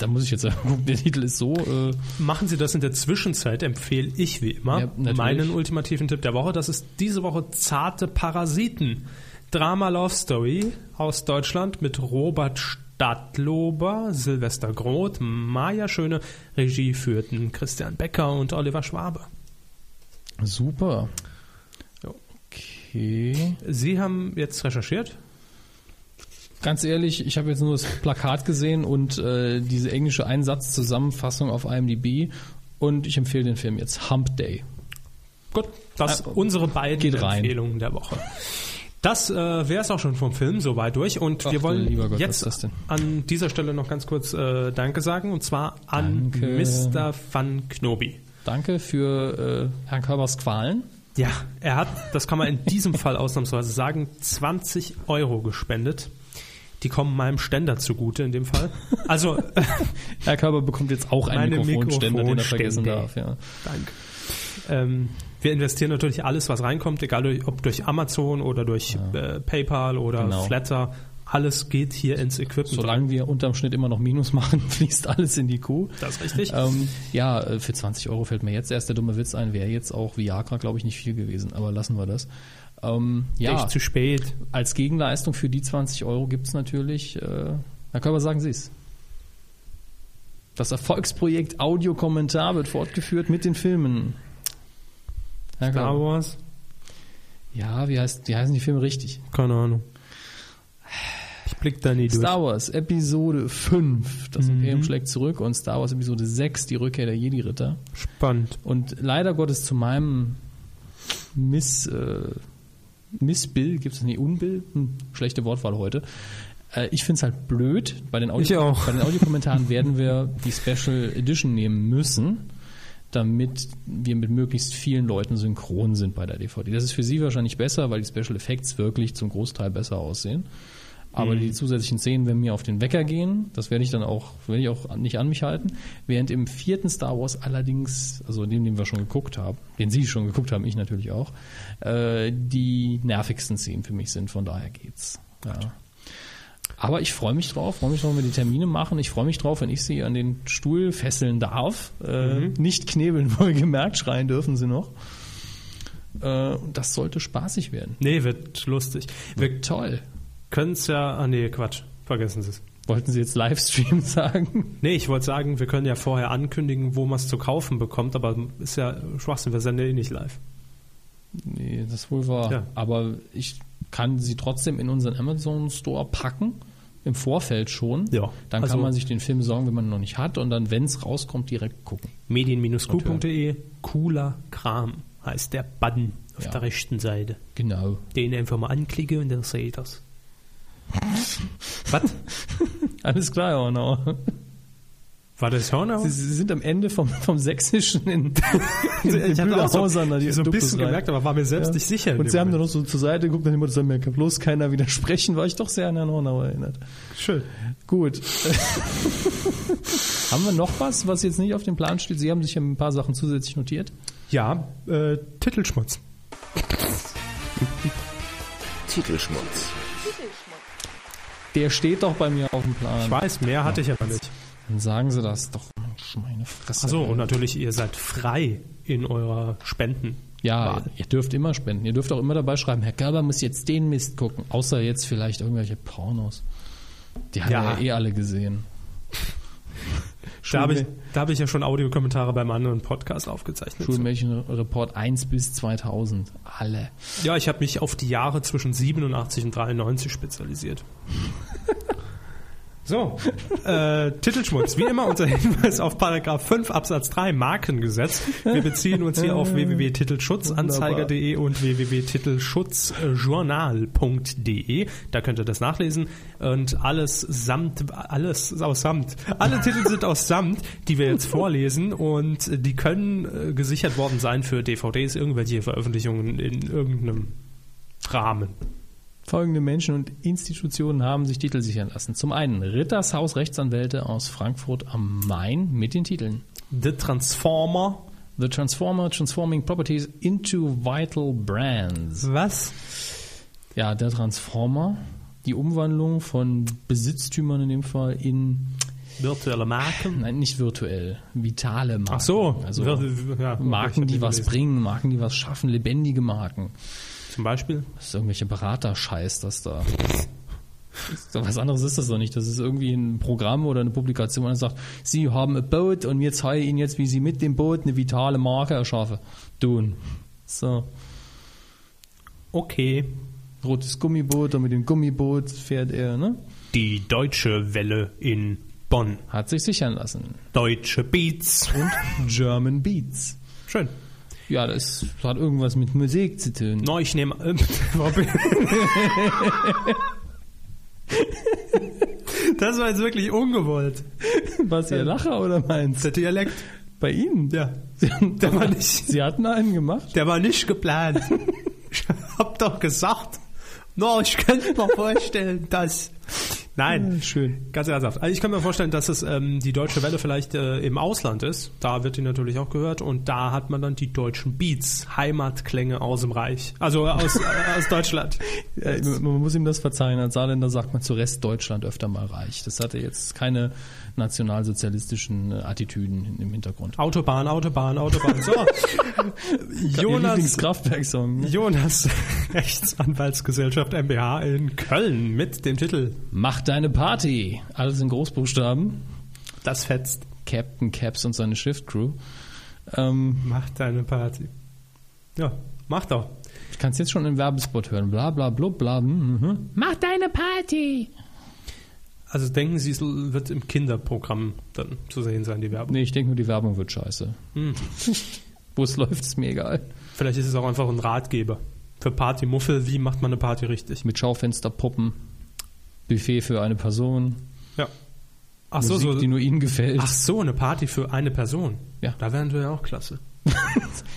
S4: da muss ich jetzt sagen, gucken, der Titel ist so. Äh,
S3: Machen Sie das in der Zwischenzeit, empfehle ich wie immer
S4: Ja, natürlich.
S3: meinen ultimativen Tipp der Woche. Das ist diese Woche Zarte Parasiten. Drama Love Story aus Deutschland mit Robert Stadtlober, Silvester Groth, Maja Schöne, Regie führten Christian Becker und Oliver Schwabe.
S4: super. Okay.
S3: Sie haben jetzt recherchiert.
S4: Ganz ehrlich, ich habe jetzt nur das Plakat gesehen und äh, diese englische Einsatzzusammenfassung auf IMDb und ich empfehle den Film jetzt Hump Day.
S3: Gut, das
S4: Ah,
S3: unsere beiden
S4: geht rein.
S3: Empfehlungen der Woche. Das äh, wäre es auch schon vom Film soweit durch und
S4: Ach
S3: wir
S4: du
S3: wollen
S4: lieber Gott,
S3: jetzt
S4: was ist das denn?
S3: an dieser Stelle noch ganz kurz äh, Danke sagen und zwar an
S4: Danke.
S3: Mr. Van Knobi.
S4: Danke für äh, Herrn Körbers Qualen.
S3: Ja, er hat, das kann man in diesem Fall ausnahmsweise sagen, 20 Euro gespendet. Die kommen meinem Ständer zugute in dem Fall. Also, äh,
S4: Herr Körber bekommt jetzt auch einen
S3: Meine
S4: Mikrofonständer, den er vergessen
S3: Mikrofonständer.
S4: darf. Ja.
S3: danke. Ähm, wir investieren natürlich alles, was reinkommt, egal durch, ob durch Amazon oder durch äh, PayPal oder
S4: Genau.
S3: Flatter. Alles geht hier ins Equipment.
S4: Solange wir unterm Schnitt immer noch Minus machen, fließt alles in die Kuh.
S3: Das ist richtig.
S4: Ähm, ja, äh, für 20 Euro fällt mir jetzt erst der dumme Witz ein. Wäre jetzt auch Viagra, glaube ich, nicht viel gewesen, aber lassen wir das. Ähm, ja,
S3: Echt zu spät.
S4: als Gegenleistung für die 20 Euro gibt's natürlich, äh, Herr Körber, sagen Sie es. Das Erfolgsprojekt Audiokommentar wird fortgeführt mit den Filmen. Herr
S3: Star
S4: Körber.
S3: Wars?
S4: Ja, wie, heißt, wie heißen die Filme richtig?
S3: Keine Ahnung. Ich blick da nie durch. Mhm.
S4: Star Wars Episode 5, das Imperium schlägt zurück, und Star Wars Episode 6, die Rückkehr der Jedi-Ritter.
S3: Spannend.
S4: Und leider Gottes zu meinem Miss, äh, Missbill, gibt es nicht Unbill? Hm, schlechte Wortwahl heute. Äh, ich finde es halt blöd. Bei den,
S3: Ich
S4: Audio
S3: auch.
S4: bei den Audiokommentaren werden wir die Special Edition nehmen müssen, damit wir mit möglichst vielen Leuten synchron sind bei der DVD. Das ist für Sie wahrscheinlich besser, weil die Special Effects wirklich zum Großteil besser aussehen. Aber die zusätzlichen Szenen werden mir auf den Wecker gehen. Das werde ich dann auch, werde ich auch an- nicht an mich halten. Während im vierten Star Wars allerdings, also in dem, den wir schon geguckt haben, den Sie schon geguckt haben, ich natürlich auch, äh, die nervigsten Szenen für mich sind. Von daher geht's. Ja. Aber ich freue mich drauf, freue mich drauf, wenn wir die Termine machen. Ich freue mich drauf, wenn ich sie an den Stuhl fesseln darf. Äh, Nicht knebeln, wohlgemerkt, schreien dürfen sie noch. Äh, und das sollte spaßig werden.
S3: Nee, wird lustig. Wir
S4: Toll.
S3: können es ja. Ah, nee, Quatsch. Vergessen Sie es.
S4: Wollten Sie jetzt Livestream sagen?
S3: Nee, ich wollte sagen, wir können ja vorher ankündigen, wo man es zu kaufen bekommt, aber ist ja Schwachsinn, wir senden eh nicht live.
S4: Nee, das ist wohl wahr.
S3: Ja.
S4: Aber ich kann sie trotzdem in unseren Amazon Store packen. Im Vorfeld schon.
S3: Ja.
S4: Dann
S3: Also-
S4: kann man sich den Film sorgen, wenn man ihn noch nicht hat. Und dann, wenn es rauskommt, direkt gucken.
S3: Medien-q.de, cooler Kram heißt der Button auf
S4: Ja.
S3: der rechten Seite.
S4: Genau.
S3: Den einfach mal anklicke und dann sehe ich das.
S4: Was? Alles klar, Herr
S3: genau.
S4: Hornauer.
S3: War das Hornau?
S4: Sie, Sie sind am Ende vom, vom Sächsischen in, in, in
S3: Ich hatte auch so, so
S4: Blüderhausen an der
S3: ein
S4: Duktus
S3: bisschen
S4: rein.
S3: gemerkt, aber war mir selbst
S4: Ja.
S3: nicht sicher. in
S4: Und
S3: dem
S4: Sie haben dann
S3: Moment.
S4: noch so zur Seite geguckt, dann immer das mir kann bloß keiner widersprechen, war ich doch sehr an Herrn Hornauer erinnert.
S3: Schön.
S4: Gut. haben wir noch was, was jetzt nicht auf dem Plan steht? Sie haben sich ja ein paar Sachen zusätzlich notiert.
S3: Ja, äh, Titelschmutz.
S2: Titelschmutz.
S4: Der steht doch bei mir auf dem Plan.
S3: Ich weiß, mehr hatte ich aber nicht.
S4: Dann sagen Sie das doch. Mensch, Meine Fresse.
S3: Achso, und natürlich, ihr seid frei in eurer Spenden.
S4: Ja,
S3: Wahl.
S4: ihr dürft immer spenden. Ihr dürft auch immer dabei schreiben, Herr Gerber muss jetzt den Mist gucken. Außer jetzt vielleicht irgendwelche Pornos. Die haben wir
S3: Ja.
S4: ja eh alle gesehen.
S3: Da habe ich, da hab ich ja schon Audiokommentare beim anderen Podcast aufgezeichnet.
S4: Schulmärchenreport 1 bis 2000. Alle.
S3: Ja, ich habe mich auf die Jahre zwischen 87 und 93 spezialisiert. So, äh, Titelschmutz. Wie immer unser Hinweis auf Paragraph 5 Absatz 3 Markengesetz. Wir beziehen uns hier auf www.titelschutzanzeiger.de und www.titelschutzjournal.de. Da könnt ihr das nachlesen. Und alles samt, alles aus Samt. Alle Titel sind aus Samt, die wir jetzt vorlesen und die können äh, gesichert worden sein für DVDs, irgendwelche Veröffentlichungen in irgendeinem Rahmen.
S4: Folgende Menschen und Institutionen haben sich Titel sichern lassen. Zum einen Rittershaus Rechtsanwälte aus Frankfurt am Main mit den Titeln
S3: The Transformer.
S4: The Transformer Transforming Properties into Vital Brands.
S3: Was?
S4: Ja, der Transformer, die Umwandlung von Besitztümern in dem Fall in
S3: Virtuelle Marken.
S4: Nein, nicht virtuell. Vitale Marken.
S3: Ach so.
S4: Also
S3: Wir- ja, okay, ich
S4: Marken,
S3: hab
S4: die
S3: die
S4: was
S3: gelesen.
S4: bringen, Marken, die was schaffen, lebendige Marken.
S3: Zum Beispiel.
S4: Das ist irgendwelche Beraterscheiß, das da. Ist doch- Was anderes ist das doch nicht. Das ist irgendwie ein Programm oder eine Publikation, das sagt, Sie haben ein Boot und wir zeigen Ihnen jetzt, wie Sie mit dem Boot eine vitale Marke erschaffen. Tun. So.
S3: Okay.
S4: Rotes Gummiboot und mit dem Gummiboot fährt er, ne?
S3: Die Deutsche Welle in Bonn.
S4: Hat sich sichern lassen.
S3: Deutsche Beats.
S4: Und German Beats.
S3: Schön.
S4: Ja, das hat irgendwas mit Musik zu tun.
S3: No, ich nehme. das war jetzt wirklich ungewollt.
S4: Was, Ihr Lacher oder meins?
S3: Der Dialekt.
S4: Bei Ihnen?
S3: Ja.
S4: Der
S3: war nicht-
S4: Sie hatten einen gemacht?
S3: Der war nicht geplant. Ich hab doch gesagt, no, ich könnte mir vorstellen, dass. Nein,
S4: Schön.
S3: ganz ernsthaft. Also ich kann mir vorstellen, dass es ähm, die deutsche Welle vielleicht äh, im Ausland ist. Da wird die natürlich auch gehört und da hat man dann die deutschen Beats, Heimatklänge aus dem Reich, also aus, äh, aus Deutschland.
S4: Ja, Äh, man muss ihm das verzeihen. Als Saarländer sagt man zu Rest Deutschland öfter mal reich. Das hatte jetzt keine nationalsozialistischen äh, Attitüden im Hintergrund.
S3: Autobahn, Autobahn, Autobahn. So, Jonas,
S4: Lieblingskraftwerk-Song. ne?
S3: Jonas, Rechtsanwaltsgesellschaft MBH in Köln mit dem Titel
S4: Mach deine Party. Alles in Großbuchstaben.
S3: Das fetzt.
S4: Captain Caps und seine Shift-Crew. Ähm,
S3: Mach deine Party. Ja, mach doch.
S4: du kannst jetzt schon den Werbespot hören. Bla bla blub bla. Mhm. Mach deine Party.
S3: Also denken Sie, es wird im Kinderprogramm dann zu sehen sein, die Werbung.
S4: Nee, ich denke nur, die Werbung wird scheiße.
S3: Hm.
S4: Wo es läuft, ist mir egal.
S3: Vielleicht ist es auch einfach ein Ratgeber für Partymuffel, wie macht man eine Party richtig.
S4: Mit Schaufensterpuppen, Buffet für eine Person,
S3: Ja. Ach so,
S4: Musik,
S3: so,
S4: die nur ihnen gefällt.
S3: ach so, eine Party für eine Person.
S4: Ja.
S3: Da wären wir ja auch klasse.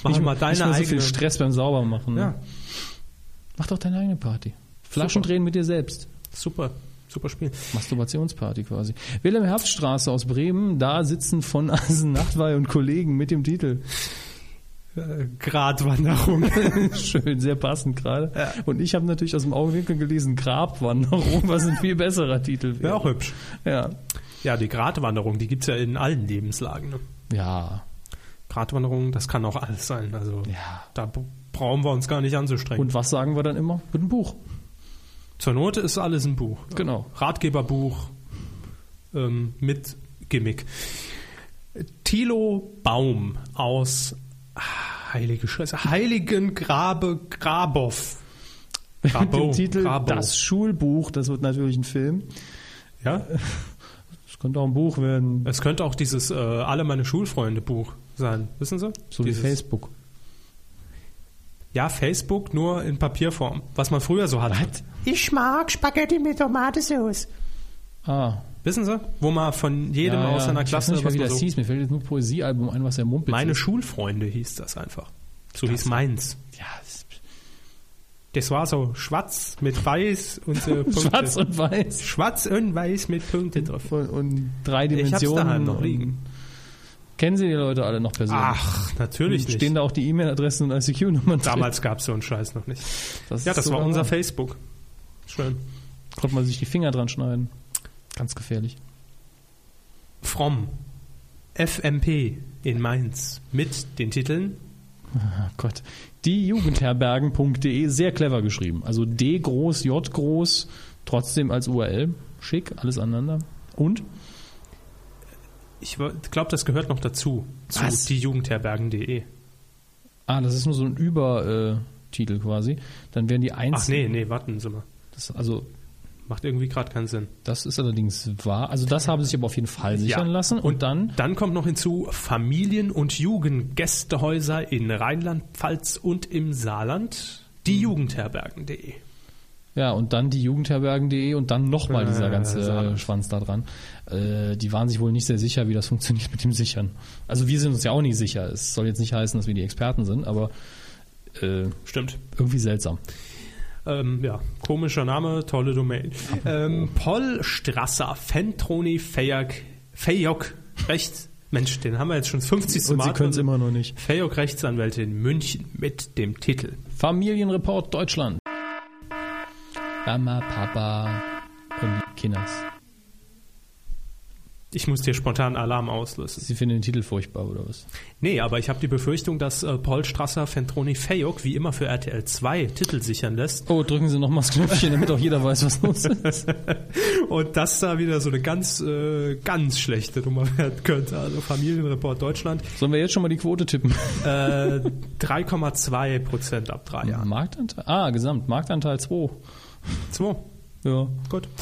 S3: Machen wir mal deine
S4: nicht mal so
S3: eigene.
S4: viel Stress beim Saubermachen. ne?
S3: Ja,
S4: Mach doch deine eigene Party. Flaschen
S3: Super.
S4: drehen mit dir selbst.
S3: super. Super Spiel.
S4: Masturbationsparty quasi. Wilhelm Herbststraße aus Bremen, da sitzen von Asen Nachtwey und Kollegen mit dem Titel.
S3: Äh, Gratwanderung.
S4: Schön, sehr passend gerade. Und ich habe natürlich aus dem Augenwinkel gelesen, Grabwanderung, was ein viel besserer Titel
S3: Wäre
S4: wäre.
S3: auch hübsch.
S4: Ja.
S3: Ja, die Gratwanderung, die gibt's ja in allen Lebenslagen. Ne?
S4: ja.
S3: Gratwanderung, das kann auch alles sein. Also
S4: Ja.
S3: da b- brauchen wir uns gar nicht anzustrengen.
S4: Und was sagen wir dann immer? Mit einem Buch.
S3: Zur Not ist alles ein Buch.
S4: Genau.
S3: Ratgeberbuch ähm, mit Gimmick. Thilo Baum aus Heilige Scheiße, Heiligengrabe Grabow.
S4: Mit dem Titel
S3: Grabow.
S4: Das Schulbuch, das wird natürlich ein Film.
S3: Ja?
S4: Das könnte auch ein Buch werden,
S3: Es könnte auch dieses äh, Alle meine Schulfreunde Buch sein, wissen Sie?
S4: so
S3: Dieses-
S4: wie Facebook.
S3: Ja, Facebook nur in Papierform, was man früher so hatte.
S5: Ich mag Spaghetti mit Tomatensauce.
S4: Ah,
S3: Wissen Sie? Wo man von jedem aus seiner Klasse
S4: ich weiß nicht, mehr, wie
S3: man
S4: das hieß. Mir fällt jetzt nur Poesiealbum ein, was er mumpelt.
S3: Meine
S4: ist.
S3: Schulfreunde hieß das einfach. So hieß meins.
S4: ja, das ist
S3: Das war so schwarz mit weiß und so Punkte.
S4: schwarz und weiß.
S3: schwarz und weiß mit Punkte drauf.
S4: Und, und drei
S3: Ich hab's
S4: Dimensionen.
S3: daheim noch
S4: und-
S3: liegen.
S4: Kennen Sie die Leute alle noch persönlich? Hm,
S3: Ach, natürlich
S4: Stehen
S3: nicht.
S4: da auch die E-Mail-Adressen und ICQ-Nummern drin?
S3: Damals gab es so einen Scheiß noch nicht.
S4: Das
S3: Ja, das
S4: ist
S3: war
S4: sogar
S3: unser
S4: wahr.
S3: Facebook. Schön.
S4: Konnte man sich die Finger dran schneiden. Ganz gefährlich.
S3: From FMP in Mainz mit den Titeln
S4: Oh Gott. Diejugendherbergen.de, sehr clever geschrieben. Also D groß, J groß, trotzdem als URL. Schick, alles aneinander. Und?
S3: ich glaube, das gehört noch dazu. Zu
S4: Was?
S3: diejugendherbergen.de.
S4: Ah, das ist nur so ein Übertitel quasi. Dann wären die eins.
S3: Ach nee, nee, warten Sie mal.
S4: Das, also,
S3: Macht irgendwie gerade keinen Sinn.
S4: das ist allerdings wahr. Also, das haben sie sich aber auf jeden Fall sichern lassen. Und, dann
S3: Dann kommt noch hinzu Familien- und Jugendgästehäuser in Rheinland-Pfalz und im Saarland.
S4: Hm.
S3: Die Jugendherbergen.de.
S4: Ja, und dann die Jugendherbergen.de und dann nochmal dieser
S3: Äh,
S4: ganze
S3: Saarland.
S4: Schwanz da dran. Äh, die waren sich wohl nicht sehr sicher, wie das funktioniert mit dem Sichern. Also wir sind uns ja auch nicht sicher. Es soll jetzt nicht heißen, dass wir die Experten sind, aber äh,
S3: Stimmt.
S4: irgendwie seltsam.
S3: Ähm, ja, komischer Name, tolle Domain. Ähm, Paul Strasser, Fentroni Fejok, Fejok, Recht. Mensch, den haben wir jetzt schon 50
S4: Und sie können es immer noch nicht.
S3: Fejok Rechtsanwälte in München mit dem Titel.
S4: Familienreport Deutschland. Mama, Papa und die Kinders.
S3: Ich muss dir spontan Alarm auslösen.
S4: Sie finden den Titel furchtbar, oder was?
S3: Nee, aber ich habe die Befürchtung, dass äh, Paul Strasser Fentroni Fejok wie immer für RTL 2 Titel sichern lässt.
S4: Oh, drücken Sie nochmal das Knöpfchen, damit auch jeder weiß, was los ist.
S3: Und das da wieder so eine ganz, äh, ganz schlechte Nummer werden könnte. Also Familienreport Deutschland.
S4: Sollen wir jetzt schon mal die Quote tippen?
S3: Äh, 3,2 Prozent ab drei Jahren.
S4: Marktanteil? Ah, Gesamt. Marktanteil 2. Mhm.
S3: Zwei.
S4: Ja.
S3: Gut.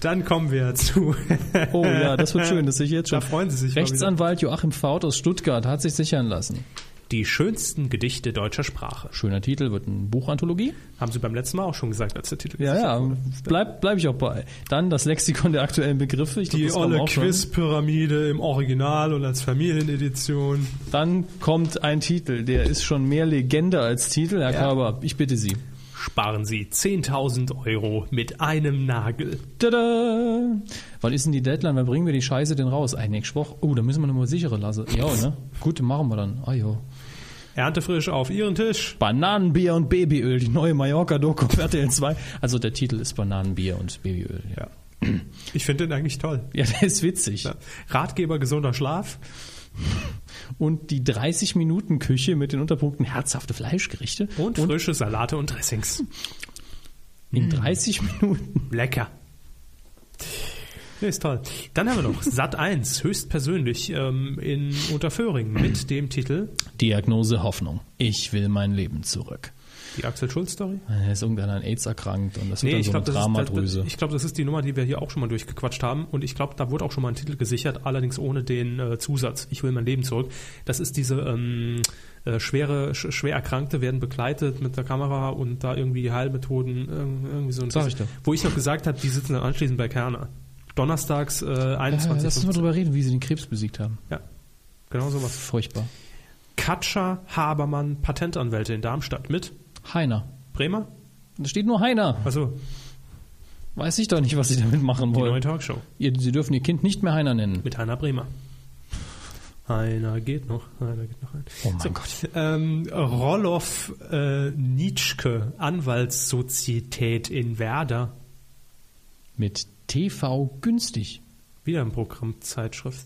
S3: Dann kommen wir zu.
S4: Oh ja, das wird schön, dass ich jetzt schon.
S3: Da freuen Sie sich mal wieder.
S4: Rechtsanwalt Joachim Faut aus Stuttgart hat sich sichern lassen.
S3: Die schönsten Gedichte deutscher Sprache.
S4: Schöner Titel, wird eine Buchanthologie.
S3: Haben Sie beim letzten Mal auch schon gesagt, als der Titel
S4: Ja,
S3: gesagt
S4: ja,
S3: wurde.
S4: bleib, bleib ich auch bei. Dann das Lexikon der aktuellen Begriffe. Ich glaub,
S3: Die
S4: das kam
S3: olle
S4: auch schon.
S3: Quiz-Pyramide im Original und als Familienedition.
S4: Dann kommt ein Titel, der ist schon mehr Legende als Titel. Herr
S3: Ja.
S4: Körber, ich bitte Sie.
S3: Sparen Sie 10.000 Euro mit einem Nagel.
S4: Tada! Wann ist denn die Deadline? Wann bringen wir die Scheiße denn raus? Ein nächste Woche. Oh, da müssen wir nochmal sichere lassen. Ja, ne? Gut, machen wir dann. Ah, jo.
S3: Erntefrisch auf Ihren Tisch.
S4: Bananenbier und Babyöl, die neue Mallorca-Doku auf RTL 2. Also der Titel ist Bananenbier und Babyöl. Ja,
S3: Ja. Ich finde den eigentlich toll.
S4: ja der ist witzig.
S3: Ja. Ratgeber gesunder Schlaf.
S4: Und die 30-Minuten-Küche mit den Unterpunkten herzhafte Fleischgerichte.
S3: Und, frische Salate und Dressings.
S4: In 30 Minuten.
S3: Lecker. Nee, ist toll. Dann haben wir noch Sat 1, höchstpersönlich ähm, in Unterföhring mit dem Titel
S4: Diagnose Hoffnung. Ich will mein Leben zurück.
S3: Die Axel Schulz-Story.
S4: Da ist irgendeiner an AIDS erkrankt und das wird
S3: Nee,
S4: dann
S3: ich
S4: so
S3: glaube,
S4: eine
S3: das, ist-
S4: Dramadrüse.
S3: das, ich glaub, das ist die Nummer, die wir hier auch schon mal durchgequatscht haben. Und ich glaube, da wurde auch schon mal ein Titel gesichert, allerdings ohne den äh, Zusatz, ich will mein Leben zurück. Das ist diese ähm, äh, schwere, sch schwer Erkrankte werden begleitet mit der Kamera und da irgendwie Heilmethoden, irg- irgendwie so ein
S4: Sag ich doch.
S3: Wo ich noch gesagt habe, die sitzen dann anschließend bei Kerner. Donnerstags äh,
S4: ja,
S3: 21.
S4: lass uns mal drüber reden, wie sie den Krebs besiegt haben.
S3: ja, genau sowas.
S4: Furchtbar.
S3: Katscher Habermann, Patentanwälte in Darmstadt mit
S4: Heiner.
S3: Bremer.
S4: Da steht nur Heiner.
S3: Also
S4: Weiß ich doch nicht, was sie damit machen
S3: die neue
S4: wollen.
S3: Talkshow
S4: Ihr, sie dürfen ihr Kind nicht mehr Heiner nennen.
S3: mit Heiner Bremer. Einer geht noch, einer geht noch ein.
S4: Oh mein Gott.
S3: Ähm, Roloff äh, Nitschke, Anwaltssozietät in Werder.
S4: Mit TV günstig,
S3: Wieder ein Programmzeitschrift.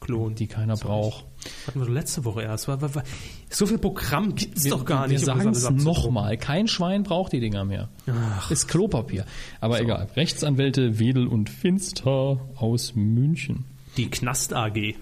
S3: Klon.
S4: die keiner
S3: Sorry.
S4: braucht.
S3: Hatten wir doch letzte Woche erst. War, war, war. So viel Programm gibt's doch gar
S4: wir
S3: nicht. um das
S4: sagen
S3: alles
S4: es
S3: abzudrucken.
S4: nochmal. Kein Schwein braucht die Dinger mehr.
S3: Ach.
S4: Ist Klopapier. Aber egal. Rechtsanwälte Wedel und Finster aus München.
S3: Die Knast AG.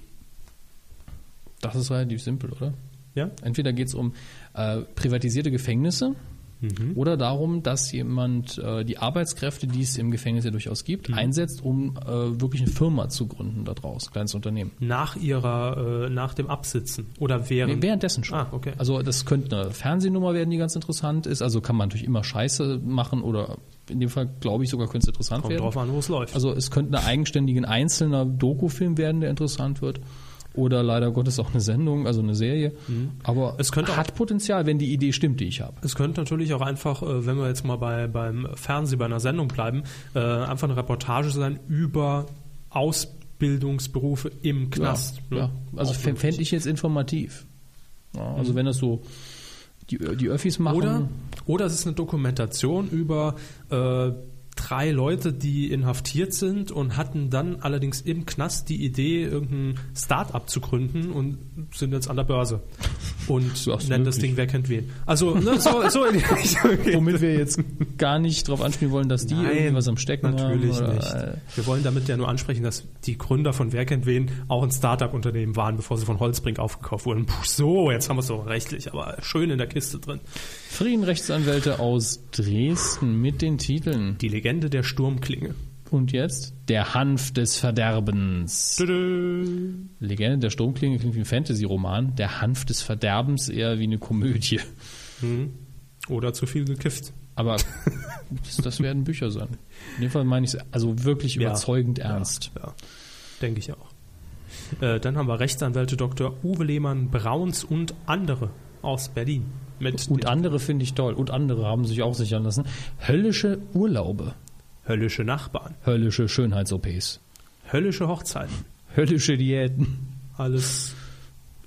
S4: Das ist relativ simpel, oder?
S3: Ja?
S4: Entweder geht es um äh, privatisierte Gefängnisse
S3: Mhm.
S4: oder darum, dass jemand äh, die Arbeitskräfte, die es im Gefängnis ja durchaus gibt,
S3: Mhm.
S4: einsetzt, um äh, wirklich eine Firma zu gründen daraus, kleines Unternehmen.
S3: Nach ihrer, äh, nach dem Absitzen. Oder während.
S4: Währenddessen schon.
S3: Ah, okay.
S4: Also das könnte eine Fernsehnummer werden, die ganz interessant ist. Also kann man natürlich immer Scheiße machen oder in dem Fall, glaube ich, sogar könnte es interessant
S3: Kommt
S4: werden.
S3: drauf an, wo es läuft.
S4: Also es könnte ein eigenständigen einzelner Dokufilm werden, der interessant wird. Oder leider Gottes auch eine Sendung, also eine Serie. Aber
S3: Mhm. Es könnte auch-
S4: hat Potenzial, wenn die Idee stimmt, die ich habe.
S3: Es könnte natürlich auch einfach, äh, wenn wir jetzt mal bei, beim Fernsehen bei einer Sendung bleiben, äh, einfach eine Reportage sein über Ausbildungsberufe im Knast.
S4: Ja,
S3: ne?
S4: ja. Also
S3: Auch
S4: fände ich jetzt informativ. Ja, also wenn das so die, die Öffis machen.
S3: Mhm. Oder, oder es ist eine Dokumentation über äh, drei Leute, die inhaftiert sind und hatten dann allerdings im Knast die Idee, irgendein Start-up zu gründen und sind jetzt an der Börse. Und
S4: Ja, ist
S3: nennen das
S4: möglich.
S3: Ding, wer kennt wen. Also, ne, so, so in die Richtung. geht
S4: Womit wir jetzt gar nicht darauf anspielen wollen, dass die irgendwie was am Stecken
S3: natürlich
S4: haben. oder,
S3: nicht.
S4: äh,
S3: Wir wollen damit ja nur ansprechen, dass die Gründer von Wer kennt wen auch ein Startup-Unternehmen waren, bevor sie von Holzbrink aufgekauft wurden. Puh, so, jetzt haben wir es doch rechtlich, aber schön in der Kiste drin.
S4: Frien Rechtsanwälte aus Dresden mit den Titeln.
S3: Die Legende der Sturmklinge.
S4: Und jetzt der Hanf des Verderbens.
S3: Tüdü.
S4: Legende der Sturmklinge klingt wie ein Fantasy-Roman. Der Hanf des Verderbens eher wie eine Komödie.
S3: Oder zu viel gekifft.
S4: Aber das, das werden Bücher sein. In dem Fall meine ich es also wirklich
S3: Ja.
S4: überzeugend ernst.
S3: Ja, denke ich auch. Äh, dann haben wir Rechtsanwälte Dr. Uwe Lehmann Brauns und andere aus Berlin. Mit
S4: Und
S3: den
S4: andere finde ich toll. Und andere haben sich auch sichern lassen. Höllische Urlaube.
S3: höllische Nachbarn,
S4: Höllische Schönheits-OPs.
S3: höllische Hochzeiten.
S4: Höllische Diäten.
S3: Alles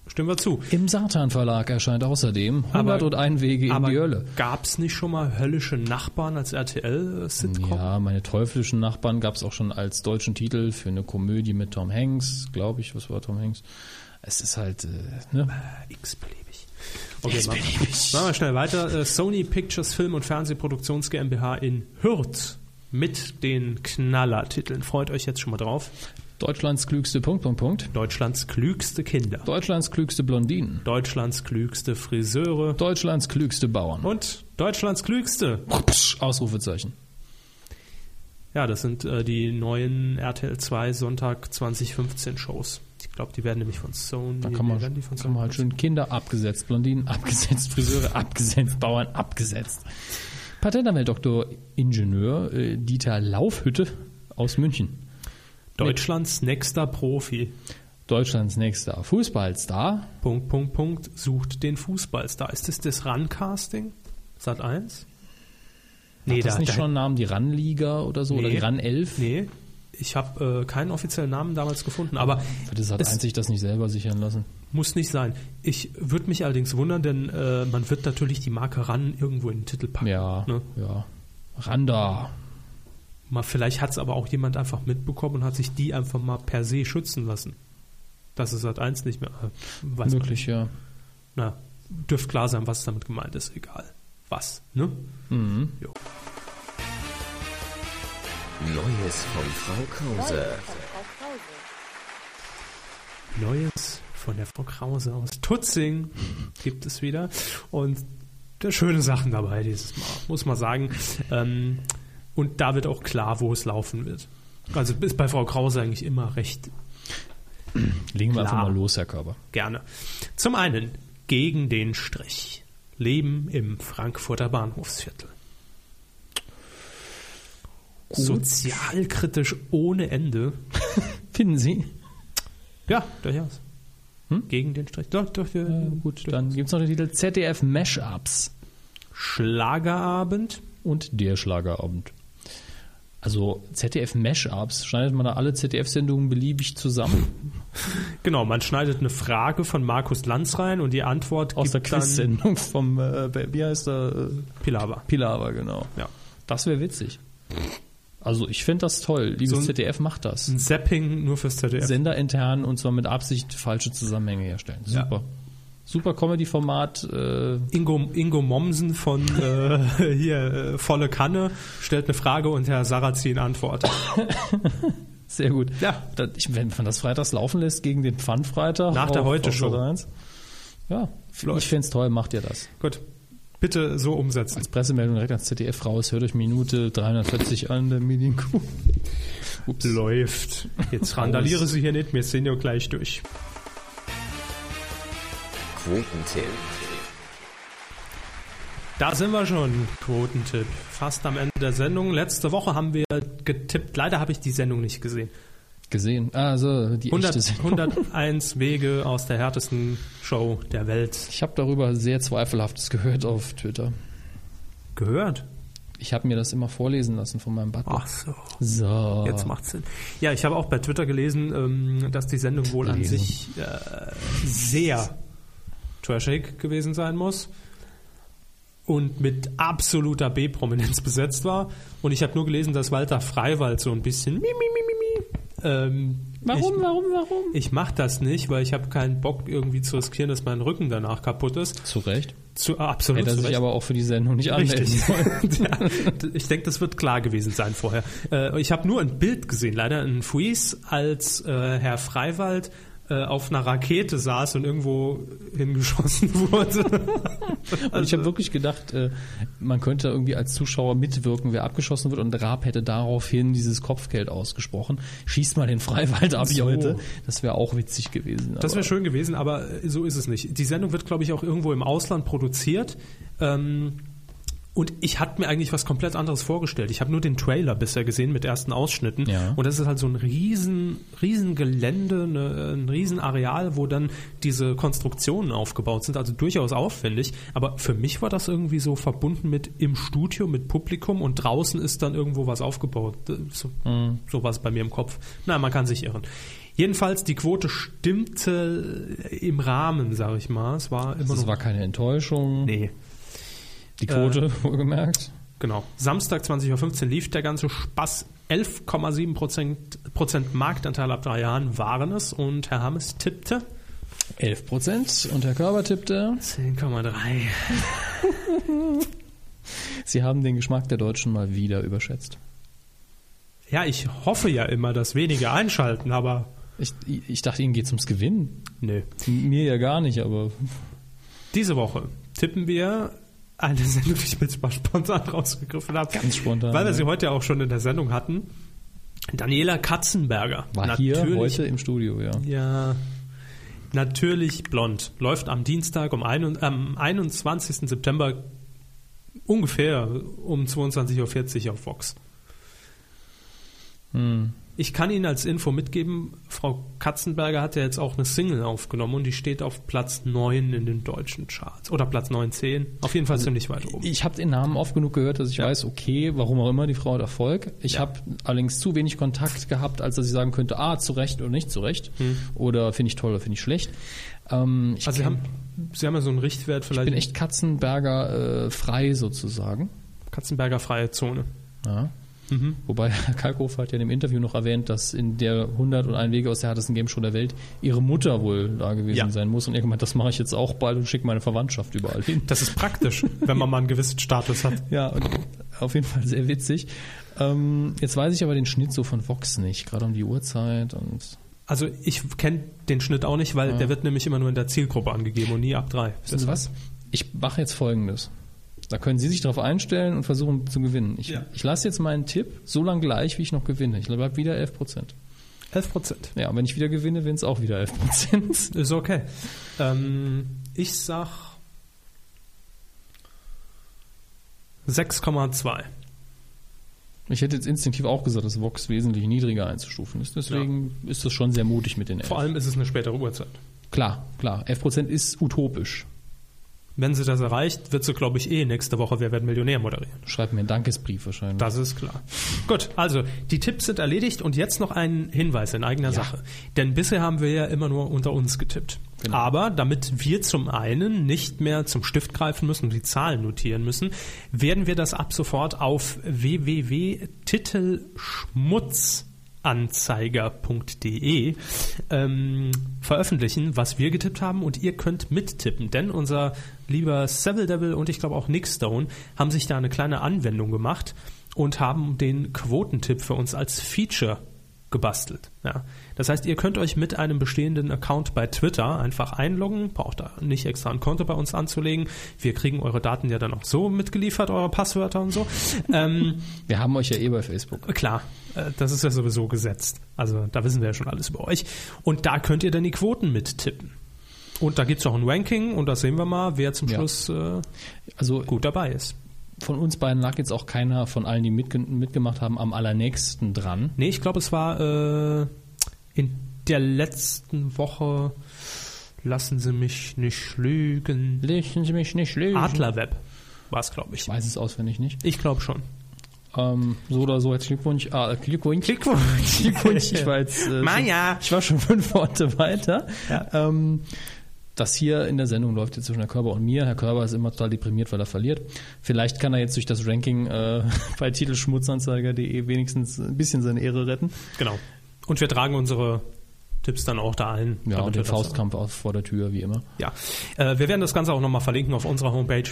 S3: stimmen wir zu.
S4: Im Satan-Verlag erscheint außerdem
S3: Aber-
S4: 101 Wege in
S3: Aber
S4: die Hölle.
S3: gab es nicht schon mal höllische Nachbarn als RTL-Sitcom?
S4: Ja, meine teuflischen Nachbarn gab es auch schon als deutschen Titel für eine Komödie mit Tom Hanks, glaube ich. Was war Tom Hanks? Es ist halt, äh, ne?
S3: X-beliebig. Okay, machen wir- machen wir schnell weiter. Äh, Sony Pictures Film und Fernsehproduktions GmbH in Hürth mit den Knallertiteln. Freut euch jetzt schon mal drauf.
S4: Deutschlands klügste Punkt, Punkt, Punkt.
S3: Deutschlands klügste Kinder.
S4: Deutschlands klügste Blondinen.
S3: Deutschlands klügste Friseure.
S4: Deutschlands klügste Bauern.
S3: Und Deutschlands klügste.
S4: Ausrufezeichen.
S3: Ja, das sind äh, die neuen RTL 2 Sonntag 2015 Shows. Die glaube, die werden nämlich von Sony.
S4: Da kann man,
S3: nee, werden die von
S4: kann man halt schön Kinder abgesetzt, Blondinen abgesetzt, Friseure abgesetzt, Bauern abgesetzt. Patentanwalt Dr. Ingenieur äh, Dieter Laufhütte aus München.
S3: Deutschlands nächster Profi.
S4: Deutschlands nächster Fußballstar.
S3: Punkt, Punkt, Punkt. Sucht den Fußballstar. Ist das das Runcasting? Sat 1? Nee,
S4: Hat das
S3: da,
S4: nicht
S3: da,
S4: schon einen Namen, die Ranliga oder so, oder
S3: Nee.
S4: die Ran 11?
S3: Nee, ich habe äh, keinen offiziellen Namen damals gefunden, aber
S4: Das hat
S3: Es-
S4: einzig das nicht selber sichern lassen.
S3: muss nicht sein. Ich würde mich allerdings wundern, denn äh, man wird natürlich die Marke ran irgendwo in den Titel packen.
S4: Ja,
S3: Ne?
S4: ja. Randa.
S3: Mal, vielleicht hat es aber auch jemand einfach mitbekommen und hat sich die einfach mal per se schützen lassen. Das ist Sat 1 nicht mehr. Äh, weiß man
S4: Möglich, ja.
S3: Na, dürft klar sein, was damit gemeint ist, egal. Was, ne?
S2: Neues von Frau Krause.
S3: Neues von der Frau Krause aus Tutzing gibt es wieder. Und da schöne Sachen dabei dieses Mal, muss man sagen. Ähm, und da wird auch klar, wo es laufen wird. Also ist bei Frau Krause eigentlich immer recht
S4: Legen wir einfach
S3: Klar.
S4: mal los, Herr Körber.
S3: gerne. Zum einen gegen den Strich. Leben im Frankfurter Bahnhofsviertel. Sozialkritisch ohne Ende.
S4: Finden Sie?
S3: Ja, durchaus. Hm? Gegen den Strich. Doch, doch, ja,
S4: Äh, gut, dann gibt es noch den Titel ZDF Mashups
S3: Schlagerabend.
S4: und der Schlagerabend. Also ZDF Mashups, schneidet man da alle ZDF-Sendungen beliebig zusammen
S3: Genau, man schneidet eine Frage von Markus Lanz rein und die Antwort
S4: aus der
S3: gibt dann
S4: Quiz-Sendung vom, äh, wie heißt der? Äh,
S3: Pilawa.
S4: Pilawa, genau.
S3: Ja.
S4: Das wäre witzig. Also ich fände das toll. Liebes
S3: So ein-
S4: ZDF, macht das.
S3: Ein Zapping nur fürs ZDF.
S4: Senderintern und zwar mit Absicht falsche Zusammenhänge herstellen. Super. Super Comedy-Format. Äh,
S3: Ingo, Ingo Mommsen von äh, hier äh, Volle Kanne stellt eine Frage und Herr Sarrazin antwortet.
S4: sehr gut.
S3: Ja.
S4: Das, ich, wenn man das freitags laufen lässt gegen den Pfannfreitag.
S3: Nach der
S4: auf-
S3: Heute
S4: auf
S3: Show.
S4: Sat. eins. Ja,
S3: Läuft.
S4: ich fände es toll, macht ihr das.
S3: Gut, bitte so umsetzen.
S4: Als Pressemeldung direkt ans ZDF raus, hört euch Minute 340 an der Medienkuh. Ups.
S3: Läuft. Jetzt randaliere sie hier nicht, wir sind ja gleich durch.
S2: Quotentipp.
S3: Da sind wir schon, Quotentipp. Fast am Ende der Sendung. Letzte Woche haben wir getippt. Leider habe ich die Sendung nicht gesehen.
S4: Gesehen. Also die
S3: 100,
S4: echte Sendung.
S3: 101 Wege aus der härtesten Show der Welt
S4: Ich habe darüber sehr Zweifelhaftes gehört auf Twitter.
S3: gehört.
S4: Ich habe mir das immer vorlesen lassen von meinem Butler.
S3: Ach so,
S4: So.
S3: jetzt macht's Sinn. Ja, ich habe auch bei Twitter gelesen, ähm, dass die Sendung wohl an
S4: Lesen.
S3: sich äh, sehr trashig gewesen sein muss und mit absoluter B-Prominenz besetzt war. Und ich habe nur gelesen, dass Walter Freiwald so ein bisschen mi, mi, mi, mi, mi. Ähm,
S4: Warum,
S3: Ich,
S4: warum, warum?
S3: ich mach das nicht, weil ich habe keinen Bock irgendwie zu riskieren, dass mein Rücken danach kaputt ist.
S4: Zu Recht.
S3: Zu, absolut.
S4: Hätte er
S3: zu
S4: sich
S3: Recht.
S4: aber auch für die Sendung nicht anmelden
S3: Richtig.
S4: sollen.
S3: ja, ich denke, das wird klar gewesen sein vorher. Äh, ich habe nur ein Bild gesehen, leider ein Fuis, als äh, Herr Freiwald äh, auf einer Rakete saß und irgendwo hingeschossen wurde.
S4: Und
S3: Also
S4: ich habe wirklich gedacht, äh, man könnte irgendwie als Zuschauer mitwirken, wer abgeschossen wird. Und Raab hätte daraufhin dieses Kopfgeld ausgesprochen. Schießt mal den Freiwald ab,
S3: So.
S4: Leute. Das wäre auch witzig gewesen.
S3: Das
S4: aber-
S3: wäre schön gewesen, aber äh, so ist es nicht. Die Sendung wird, glaube ich, auch irgendwo im Ausland produziert. Ähm, und ich hatte mir eigentlich was komplett anderes vorgestellt. Ich habe nur den Trailer bisher gesehen mit ersten Ausschnitten.
S4: Ja.
S3: Und das ist halt so ein riesen, riesen Gelände, ne, ein riesen Areal, wo dann diese Konstruktionen aufgebaut sind. Also durchaus aufwendig. Aber für mich war das irgendwie so verbunden mit im Studio, mit Publikum und draußen ist dann irgendwo was aufgebaut. So, so war es bei mir im Kopf. Na, man kann sich irren. Jedenfalls, die Quote stimmte im Rahmen, sage ich mal. Es war immer
S4: Das
S3: noch...
S4: war keine Enttäuschung.
S3: nee. äh,
S4: Die Quote, wohlgemerkt.
S3: Genau. Samstag 20.15 Uhr lief der ganze Spaß. 11,7 Prozent, Prozent Marktanteil ab drei Jahren waren es und Herr Hammes tippte
S4: 11 Prozent. Und Herr Körber tippte,
S3: 10,3.
S4: Sie haben den Geschmack der Deutschen mal wieder überschätzt.
S3: Ja, ich hoffe ja immer, dass weniger einschalten, aber
S4: Ich, ich dachte, Ihnen geht es ums Gewinnen.
S3: nö.
S4: Mir ja gar nicht, aber
S3: Diese Woche tippen wir eine Sendung, die ich mit spontan rausgegriffen habe.
S4: Ganz spontan,
S3: Weil wir
S4: ja.
S3: sie heute ja auch schon in der Sendung hatten. Daniela Katzenberger.
S4: War hier heute im Studio, ja.
S3: Ja. Natürlich blond. Läuft am Dienstag um ein, am 21. September ungefähr um 22.40 Uhr auf Vox. Ich kann Ihnen als Info mitgeben, Frau Katzenberger hat ja jetzt auch eine Single aufgenommen und die steht auf Platz 9 in den deutschen Charts. Oder Platz 9, 10. Auf jeden Fall ziemlich weit oben.
S4: Ich habe den Namen oft genug gehört, dass ich weiß, okay, warum auch immer, die Frau hat Erfolg. Ich habe allerdings zu wenig Kontakt gehabt, als dass ich sagen könnte, ah, zu Recht oder nicht zu Recht. Oder finde ich toll oder finde ich schlecht. Ähm,
S3: Hm.
S4: ich
S3: Also Sie
S4: kenn-
S3: haben, Sie haben ja so einen Richtwert vielleicht.
S4: bin echt Katzenberger äh, frei sozusagen.
S3: Katzenberger freie Zone.
S4: Ja.
S3: Mhm.
S4: Wobei Herr Kalkofer hat ja in dem Interview noch erwähnt, dass in der 101 Wege aus der härtesten Game Show der Welt ihre Mutter wohl da gewesen
S3: Ja.
S4: sein muss und er gemeint, das mache ich jetzt auch bald und schicke meine Verwandtschaft überall hin.
S3: Das ist praktisch, wenn man mal einen gewissen Status hat.
S4: Ja, und auf jeden Fall sehr witzig. Ähm, jetzt weiß ich aber den Schnitt so von Vox nicht, gerade um die Uhrzeit und
S3: Also ich kenne den Schnitt auch nicht, weil der wird nämlich immer nur in der Zielgruppe angegeben und nie ab drei.
S4: wissen Sie was? Ich mache jetzt folgendes. Da können Sie sich darauf einstellen und versuchen zu gewinnen. Ich,
S3: Ja.
S4: ich lasse jetzt meinen Tipp so lang gleich, wie ich noch gewinne. Ich bleibe wieder 11 Prozent.
S3: 11 Prozent.
S4: Ja, und wenn ich wieder gewinne, wären es auch wieder 11 Prozent.
S3: Ist okay. Ähm, ich sag 6,2.
S4: Ich hätte jetzt instinktiv auch gesagt, dass Vox wesentlich niedriger einzustufen ist. Deswegen ist das schon sehr mutig mit den 11.
S3: Vor allem ist es eine spätere Uhrzeit.
S4: Klar, klar. 11 Prozent ist utopisch.
S3: Wenn sie das erreicht, wird sie, glaube ich, eh nächste Woche Wer wird Millionär moderieren.
S4: Schreib mir einen Dankesbrief wahrscheinlich.
S3: Das ist klar. Gut, also die Tipps sind erledigt und jetzt noch ein Hinweis in eigener Sache. Denn bisher haben wir ja immer nur unter uns getippt. Aber damit wir zum einen nicht mehr zum Stift greifen müssen und die Zahlen notieren müssen, werden wir das ab sofort auf www.titelschmutzanzeiger.de ähm, veröffentlichen, was wir getippt haben und ihr könnt mittippen, denn unser lieber Seville Devil und ich glaube auch Nick Stone haben sich da eine kleine Anwendung gemacht und haben den Quotentipp für uns als Feature gebastelt. Ja. Das heißt, ihr könnt euch mit einem bestehenden Account bei Twitter einfach einloggen, braucht da nicht extra ein Konto bei uns anzulegen. Wir kriegen eure Daten ja dann auch so mitgeliefert, eure Passwörter und so. ähm,
S4: Wir haben euch ja eh bei Facebook.
S3: Klar, äh, das ist ja sowieso gesetzt. Also da wissen wir ja schon alles über euch. Und da könnt ihr dann die Quoten mittippen. Und da gibt's auch ein Ranking und da sehen wir mal, wer zum
S4: Ja.
S3: Schluss äh,
S4: Also
S3: gut dabei ist.
S4: von uns beiden lag jetzt auch keiner von allen, die mitge mitgemacht haben, am allernächsten dran.
S3: Nee, ich glaube, es war äh, in der letzten Woche, lassen Sie mich nicht lügen,
S4: Legen Sie mich nicht lügen.
S3: Adlerweb war es, glaube ich.
S4: Ich weiß es auswendig nicht.
S3: Ich glaube schon.
S4: Ähm, so oder so, herzlichen Glückwunsch. Ah, Glückwunsch. Glückwunsch. Glückwunsch. Ich war jetzt. Äh,
S3: Maja.
S4: Schon, ich war schon fünf Worte weiter. Ähm, das hier in der Sendung läuft jetzt zwischen Herr Körber und mir. Herr Körber ist immer total deprimiert, weil er verliert. Vielleicht kann er jetzt durch das Ranking äh, bei titelschmutzanzeiger.de wenigstens ein bisschen seine Ehre retten.
S3: Genau. Und wir tragen unsere Tipps dann auch da ein.
S4: Ja, und
S3: wir
S4: den
S3: das-
S4: Faustkampf auf, vor der Tür, wie immer.
S3: Ja, äh, wir werden das Ganze auch nochmal verlinken auf unserer Homepage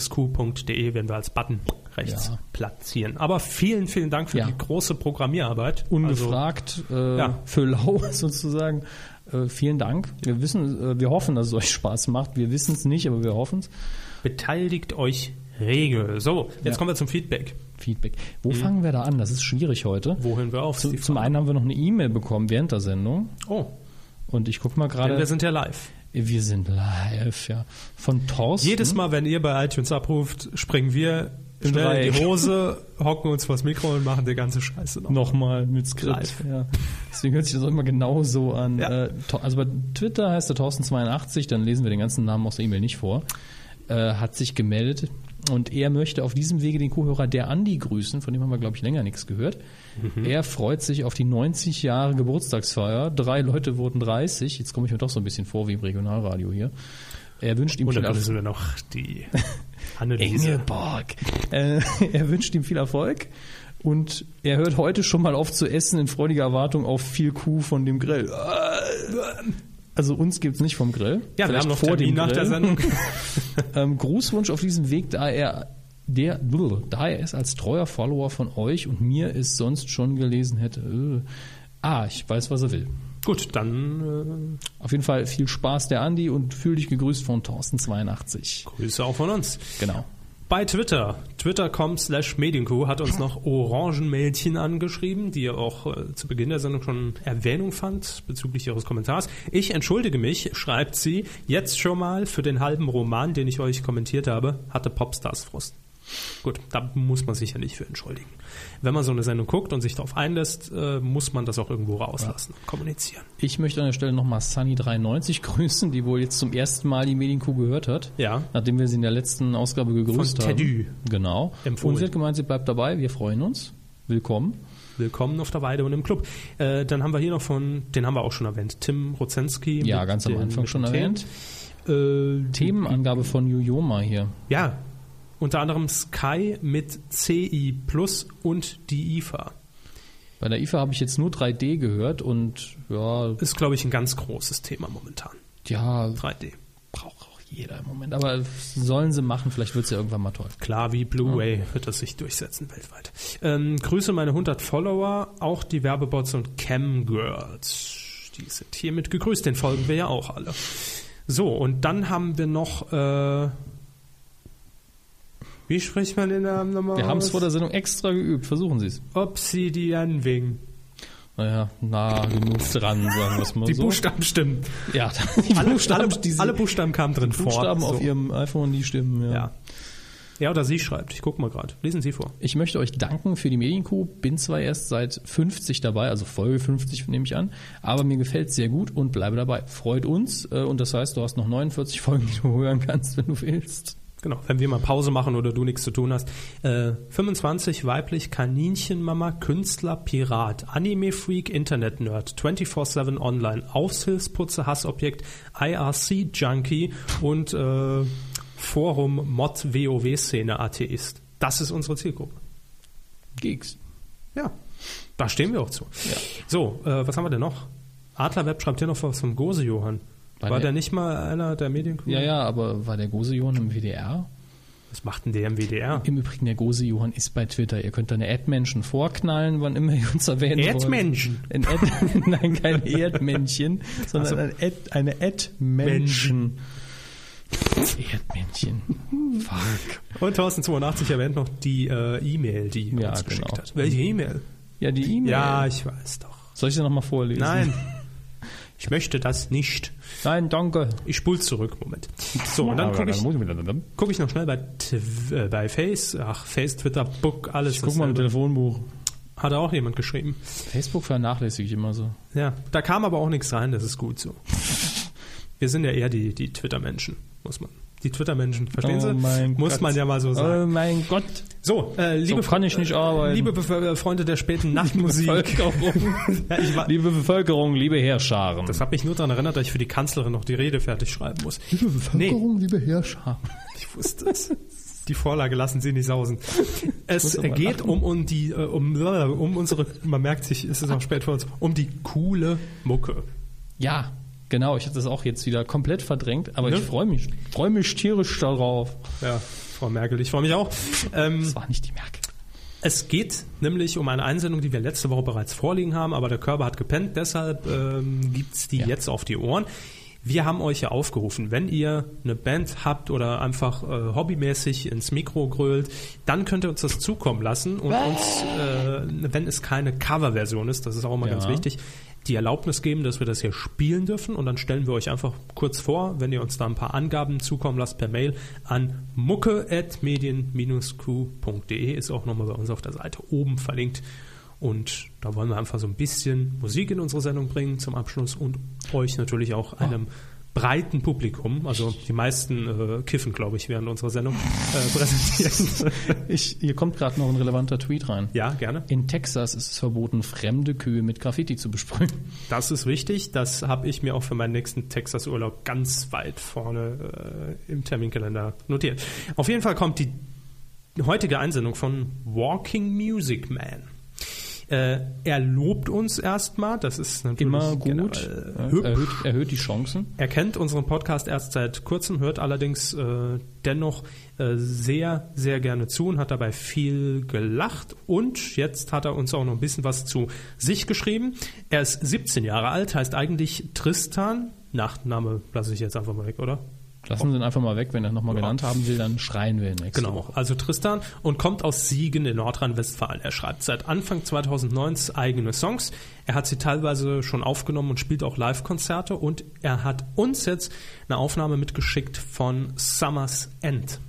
S3: medien-q.de, werden wir als Button rechts
S4: Ja.
S3: platzieren. Aber vielen, vielen Dank für
S4: Ja.
S3: die große Programmierarbeit. Also
S4: ungefragt äh,
S3: ja.
S4: für lau sozusagen. Äh, vielen Dank. Wir wissen, äh, wir hoffen, dass es euch Spaß macht. Wir wissen es nicht, aber wir hoffen es.
S3: Also beteiligt euch rege. So, jetzt
S4: Ja.
S3: kommen wir zum Feedback.
S4: Feedback. Wo
S3: Mhm.
S4: fangen wir da an? Das ist schwierig heute.
S3: Wo hören wir auf?
S4: Zu,
S3: Steve? Ah,
S4: zum einen haben wir noch eine E-Mail bekommen während der Sendung
S3: oh,
S4: und ich gucke mal
S3: denn
S4: gerade.
S3: wir sind ja live.
S4: Wir sind live, ja. Von Thorsten.
S3: Jedes Mal, wenn ihr bei iTunes abruft, springen wir schnell in die
S4: Dreieck.
S3: Hose, hocken uns vors Mikro und machen die ganze Scheiße noch.
S4: Nochmal mit Skript.
S3: Genau. Live.
S4: Ja. Deswegen hört sich das auch immer genau so an.
S3: Ja.
S4: Äh, To- also bei Twitter heißt er Thorsten82, dann lesen wir den ganzen Namen aus der E-Mail nicht vor. Äh, hat sich gemeldet und er möchte auf diesem Wege den Co-Hörer der Andi grüßen, von dem haben wir, glaube ich, länger nichts gehört.
S3: Mhm.
S4: Er freut sich auf die 90 Jahre Geburtstagsfeier. Drei Leute wurden 30. Jetzt komme ich mir doch so ein bisschen vor wie im Regionalradio hier. Er wünscht ihm
S3: Und
S4: viel
S3: dann
S4: Erfolg.
S3: müssen wir noch die Anneliese.
S4: Ingeborg. Äh, er wünscht ihm viel Erfolg und er hört heute schon mal auf zu essen in freudiger Erwartung auf viel Kuh von dem Grill. Also uns gibt's nicht vom Grill.
S3: Ja, wir haben noch Termin nach der Sendung.
S4: Ähm, Grußwunsch auf diesem Weg, da er der, blub, da er es als treuer Follower von euch und mir es sonst schon gelesen hätte. Äh. Ah, ich weiß, was er will.
S3: Gut, dann äh,
S4: Auf jeden Fall viel Spaß der Andi und fühl dich gegrüßt von Thorsten82.
S3: Grüße auch von uns.
S4: Genau.
S3: Bei Twitter, twitter.com slash Medienkuh, hat uns noch Orangenmädchen angeschrieben, die ja auch äh, zu Beginn der Sendung schon Erwähnung fand bezüglich ihres Kommentars. Ich entschuldige mich, schreibt sie, jetzt schon mal für den halben Roman, den ich euch kommentiert habe, hatte Popstars Frust. Gut, da muss man sich ja nicht für entschuldigen. Wenn man so eine Sendung guckt und sich darauf einlässt, äh, muss man das auch irgendwo rauslassen, kommunizieren.
S4: Ich möchte an der Stelle nochmal Sunny93 grüßen, die wohl jetzt zum ersten Mal die Medienkuh gehört hat.
S3: Ja.
S4: Nachdem wir sie in der letzten Ausgabe gegrüßt
S3: Von
S4: haben.
S3: Teddy.
S4: Genau.
S3: Empfohlen.
S4: Und sie hat gemeint, sie bleibt dabei. Wir freuen uns. Willkommen.
S3: Willkommen auf der Weide und im Club. Äh, dann haben wir hier noch von, den haben wir auch schon erwähnt, Tim Rozenski.
S4: Ja,
S3: mit
S4: ganz am
S3: den-
S4: Anfang
S3: mit
S4: schon
S3: den
S4: erwähnt.
S3: Themen. Äh,
S4: Themenangabe von Yuyoma hier.
S3: ja, unter anderem Sky mit CI Plus und die IFA.
S4: Bei der IFA habe ich jetzt nur 3D gehört und ja,
S3: Ist, glaube ich, ein ganz großes Thema momentan.
S4: ja
S3: 3D.
S4: braucht auch jeder im Moment. Aber sollen sie machen, vielleicht wird es ja irgendwann mal toll.
S3: Klar wie Blu-ray wird das sich durchsetzen weltweit. Ähm, grüße meine 100 Follower, auch die Werbebots und Camgirls. Die sind hiermit gegrüßt, den folgen wir ja auch alle. So, und dann haben wir noch. Äh, wie spricht man den Namen nochmal?
S4: Wir haben es
S3: aus?
S4: vor der Sendung extra geübt. Versuchen Sie es.
S3: Obsidian Wing.
S4: Naja, nah genug dran, sagen wir es mal
S3: Die
S4: so.
S3: Buchstaben stimmen.
S4: Ja, die
S3: Alle
S4: Buchstaben,
S3: alle,
S4: diese
S3: alle Buchstaben kamen drin
S4: Buchstaben
S3: vor.
S4: auf
S3: So.
S4: Ihrem iPhone, die stimmen. Ja.
S3: Ja. ja, oder sie schreibt. Ich guck mal gerade. Lesen Sie vor.
S4: Ich möchte euch danken für die Medienkuh. Bin zwar erst seit 50 dabei, also Folge 50 nehme ich an, aber mir gefällt sehr gut und bleibe dabei. Freut uns äh, und das heißt, du hast noch 49 Folgen, die du hören kannst, wenn du willst.
S3: Genau, wenn wir mal Pause machen oder du nichts zu tun hast. Äh, 25, weiblich, Kaninchenmama, Künstler, Pirat, Anime-Freak, Internet-Nerd, 24-7 online, Aushilfsputze, Hassobjekt, IRC-Junkie und äh, Forum-Mod-WoW-Szene-Atheist. Das ist unsere Zielgruppe.
S4: Geeks.
S3: Ja, da stehen wir auch zu. So, äh, was haben wir denn noch? Adlerweb schreibt hier noch was vom Gose Johann.
S4: War
S3: War,
S4: der-
S3: der nicht mal einer der Medienkunden?
S4: Ja, ja, aber war der Gose Johann im WDR?
S3: Was macht denn der im WDR?
S4: Im Übrigen, der Gose Johann ist bei Twitter. Ihr könnt da eine Ad-Menschen vorknallen, wann immer ihr uns erwähnt
S3: Ad-Menschen?
S4: Ein Ad Nein, kein Erdmännchen, sondern ein Ad, eine Ad-Menschen. Erdmännchen. Fuck.
S3: Und Thorsten82 erwähnt noch die äh, E-Mail, die er
S4: Ja,
S3: uns
S4: genau.
S3: geschickt hat. Welche E-Mail?
S4: Ja, die E-Mail.
S3: Ja, ich weiß doch.
S4: Soll ich sie nochmal vorlesen?
S3: Nein, ich möchte das nicht.
S4: Nein, danke.
S3: Ich spul zurück, Moment. So, und dann gucke ich, guck ich noch schnell bei, Tw äh, bei Face, ach, Face, Twitter, Book, alles.
S4: Ich guck mal im
S3: dasselbe.
S4: Telefonbuch.
S3: Hat auch jemand geschrieben.
S4: Facebook vernachlässige ich immer so.
S3: Ja, da kam aber auch nichts rein, das ist gut so. Wir sind ja eher die, die Twitter-Menschen, muss man. Die Twitter-Menschen, verstehen Sie? muss
S4: Oh Gott.
S3: man ja mal so sagen.
S4: Oh mein Gott.
S3: so, äh, liebe,
S4: kann ich nicht arbeiten.
S3: liebe Bef- äh, Freunde der späten Nachtmusik.
S4: Bevölkerung.
S3: ja, ich war,
S4: liebe Bevölkerung, liebe Herrscharen.
S3: das hat mich nur daran erinnert, dass ich für die Kanzlerin noch die Rede fertig schreiben muss.
S4: liebe Bevölkerung, liebe Herrscharen.
S3: Ich wusste es. Die Vorlage lassen Sie nicht sausen. Es
S4: muss aber
S3: geht
S4: lachen.
S3: um, um die, äh, um, um unsere, man merkt sich, es ist auch spät für uns, um die coole Mucke.
S4: Ja, genau. Ich hatte das auch jetzt wieder komplett verdrängt, aber
S3: Ne?
S4: ich freue mich. freue mich tierisch darauf.
S3: Ja, Frau Merkel, ich freue mich auch. Ähm,
S4: Das war nicht die Merkel.
S3: Es geht nämlich um eine Einsendung, die wir letzte Woche bereits vorliegen haben, aber der Körper hat gepennt, deshalb ähm, gibt's die
S4: Ja.
S3: jetzt auf die Ohren. Wir haben euch ja aufgerufen, wenn ihr eine Band habt oder einfach äh, hobbymäßig ins Mikro grölt, dann könnt ihr uns das zukommen lassen und uns, äh, wenn es keine Coverversion ist, das ist auch immer
S4: Ja.
S3: ganz wichtig, die Erlaubnis geben, dass wir das hier spielen dürfen und dann stellen wir euch einfach kurz vor, wenn ihr uns da ein paar Angaben zukommen lasst per Mail an mucke.medien-q.de ist auch nochmal bei uns auf der Seite oben verlinkt und da wollen wir einfach so ein bisschen Musik in unsere Sendung bringen zum Abschluss und euch natürlich auch einem breiten Publikum, also die meisten äh, kiffen, glaube ich, während unserer Sendung äh, präsentieren.
S4: Ich, hier kommt gerade noch ein relevanter Tweet rein.
S3: ja, gerne.
S4: In Texas ist es verboten, fremde Kühe mit Graffiti zu besprühen.
S3: Das ist richtig. Das habe ich mir auch für meinen nächsten Texas-Urlaub ganz weit vorne äh, im Terminkalender notiert. Auf jeden Fall kommt die heutige Einsendung von Walking Music Man. Äh, er lobt uns erstmal, das ist natürlich
S4: Immer
S6: Genau,
S4: gut.
S3: generell
S4: Ja,
S3: hübsch.
S4: erhöht, erhöht die Chancen.
S3: Er kennt unseren Podcast erst seit kurzem, hört allerdings äh, dennoch äh, sehr, sehr gerne zu und hat dabei viel gelacht. Und jetzt hat er uns auch noch ein bisschen was zu sich geschrieben. Er ist 17 Jahre alt, heißt eigentlich Tristan. Nachname lasse ich jetzt einfach mal weg, oder?
S4: Lassen Sie ihn einfach mal weg, wenn er nochmal genannt haben will, dann schreien wir ihn nächste
S6: Genau,
S4: Woche.
S6: also Tristan und kommt aus Siegen in Nordrhein-Westfalen. Er schreibt seit Anfang 2009 eigene Songs. Er hat sie teilweise schon aufgenommen und spielt auch Live-Konzerte. Und er hat uns jetzt eine Aufnahme mitgeschickt von Summer's End.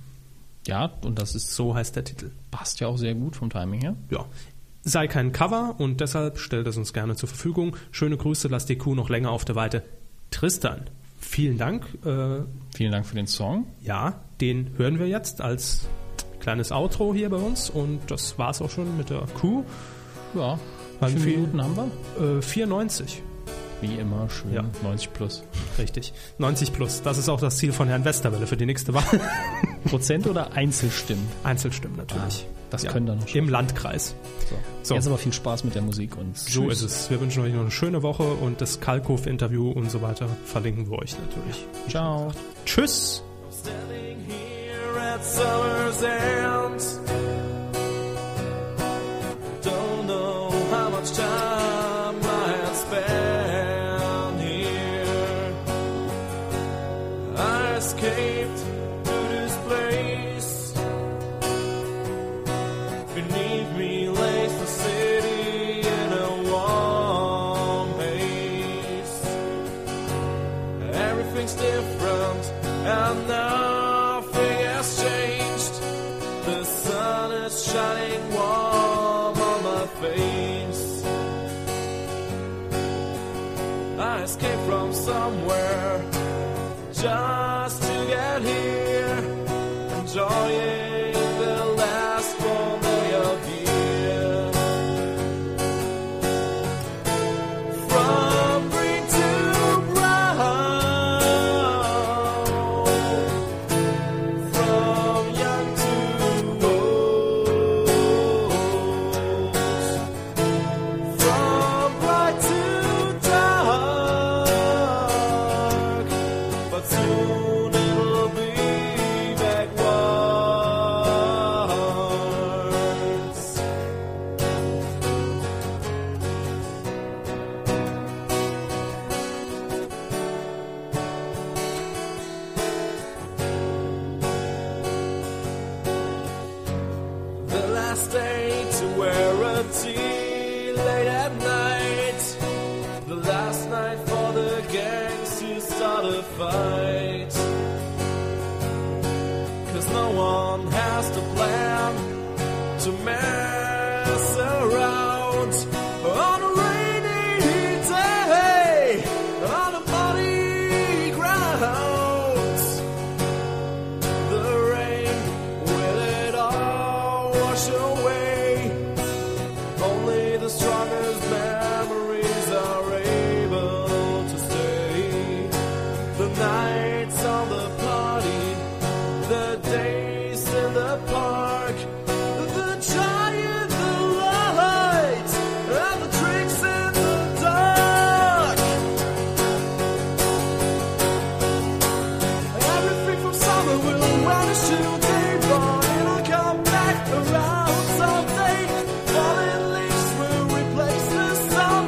S4: Ja, und das ist,
S6: So heißt der Titel.
S4: passt ja auch sehr gut vom Timing her.
S6: Ja. Sei kein Cover und deshalb stellt es uns gerne zur Verfügung. Schöne Grüße, lasst die Kuh noch länger auf der Weite. Tristan, vielen Dank. Äh,
S4: Vielen Dank für den Song.
S6: ja, den hören wir jetzt als kleines Outro hier bei uns. Und das war's auch schon mit der Kuh.
S4: Ja,
S6: Wann
S4: wie viele
S6: viel-
S4: Minuten haben wir?
S6: Äh, 94.
S4: Wie immer schön,
S6: Ja.
S4: 90 plus.
S6: Richtig. 90 plus. Das ist auch das Ziel von Herrn Westerwelle für die nächste Wahl.
S4: Prozent oder Einzelstimmen?
S6: Einzelstimmen natürlich.
S4: Ah, das können dann noch schon.
S6: Im Landkreis.
S4: So.
S6: So.
S4: Jetzt aber viel Spaß mit der Musik und
S6: So ist es. Wir wünschen euch noch eine schöne Woche und das Kalkhof-Interview und so weiter verlinken wir euch natürlich.
S4: Ciao.
S6: Tschüss!
S3: Standing here at summer's end. Don't know how much time I have spent here. I escaped to this place. Beneath me lays the city in a warm haze. Everything's different and nothing has changed. The sun is shining warm on my face. I escaped from somewhere just to get here, enjoying the last full day of year. From green to brown, from young to old, from bright to dark, but soon it'll be backwards. The last day to wear a tee late at night. The last night for the gangs to start a fight. Cause no one has the plan to mess around on a rainy day on a muddy ground. The rain will it all wash away. Only the strongest memories are able to stay. The nights on the party, the days in the park, the giant, the light, and the tricks in the dark. Everything from summer will vanish today, but it'll come back around someday. Fallen leaves will replace the sun,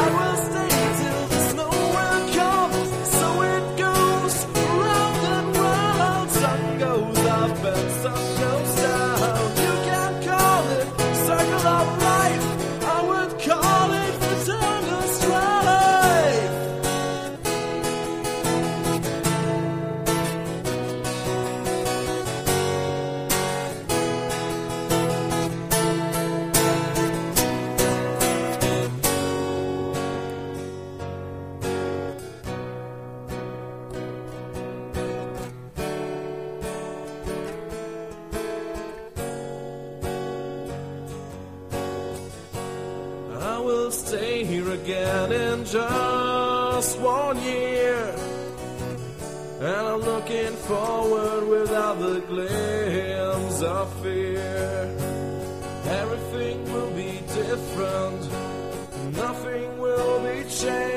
S3: and will stay till the snow will come. So it goes round and round. Sun goes up and sun goes down. You can call it circle of life. I would call it eternal strife. I will stay here again in just one year. And I'm looking forward without the glimpse of fear. Everything will be different, nothing will be changed.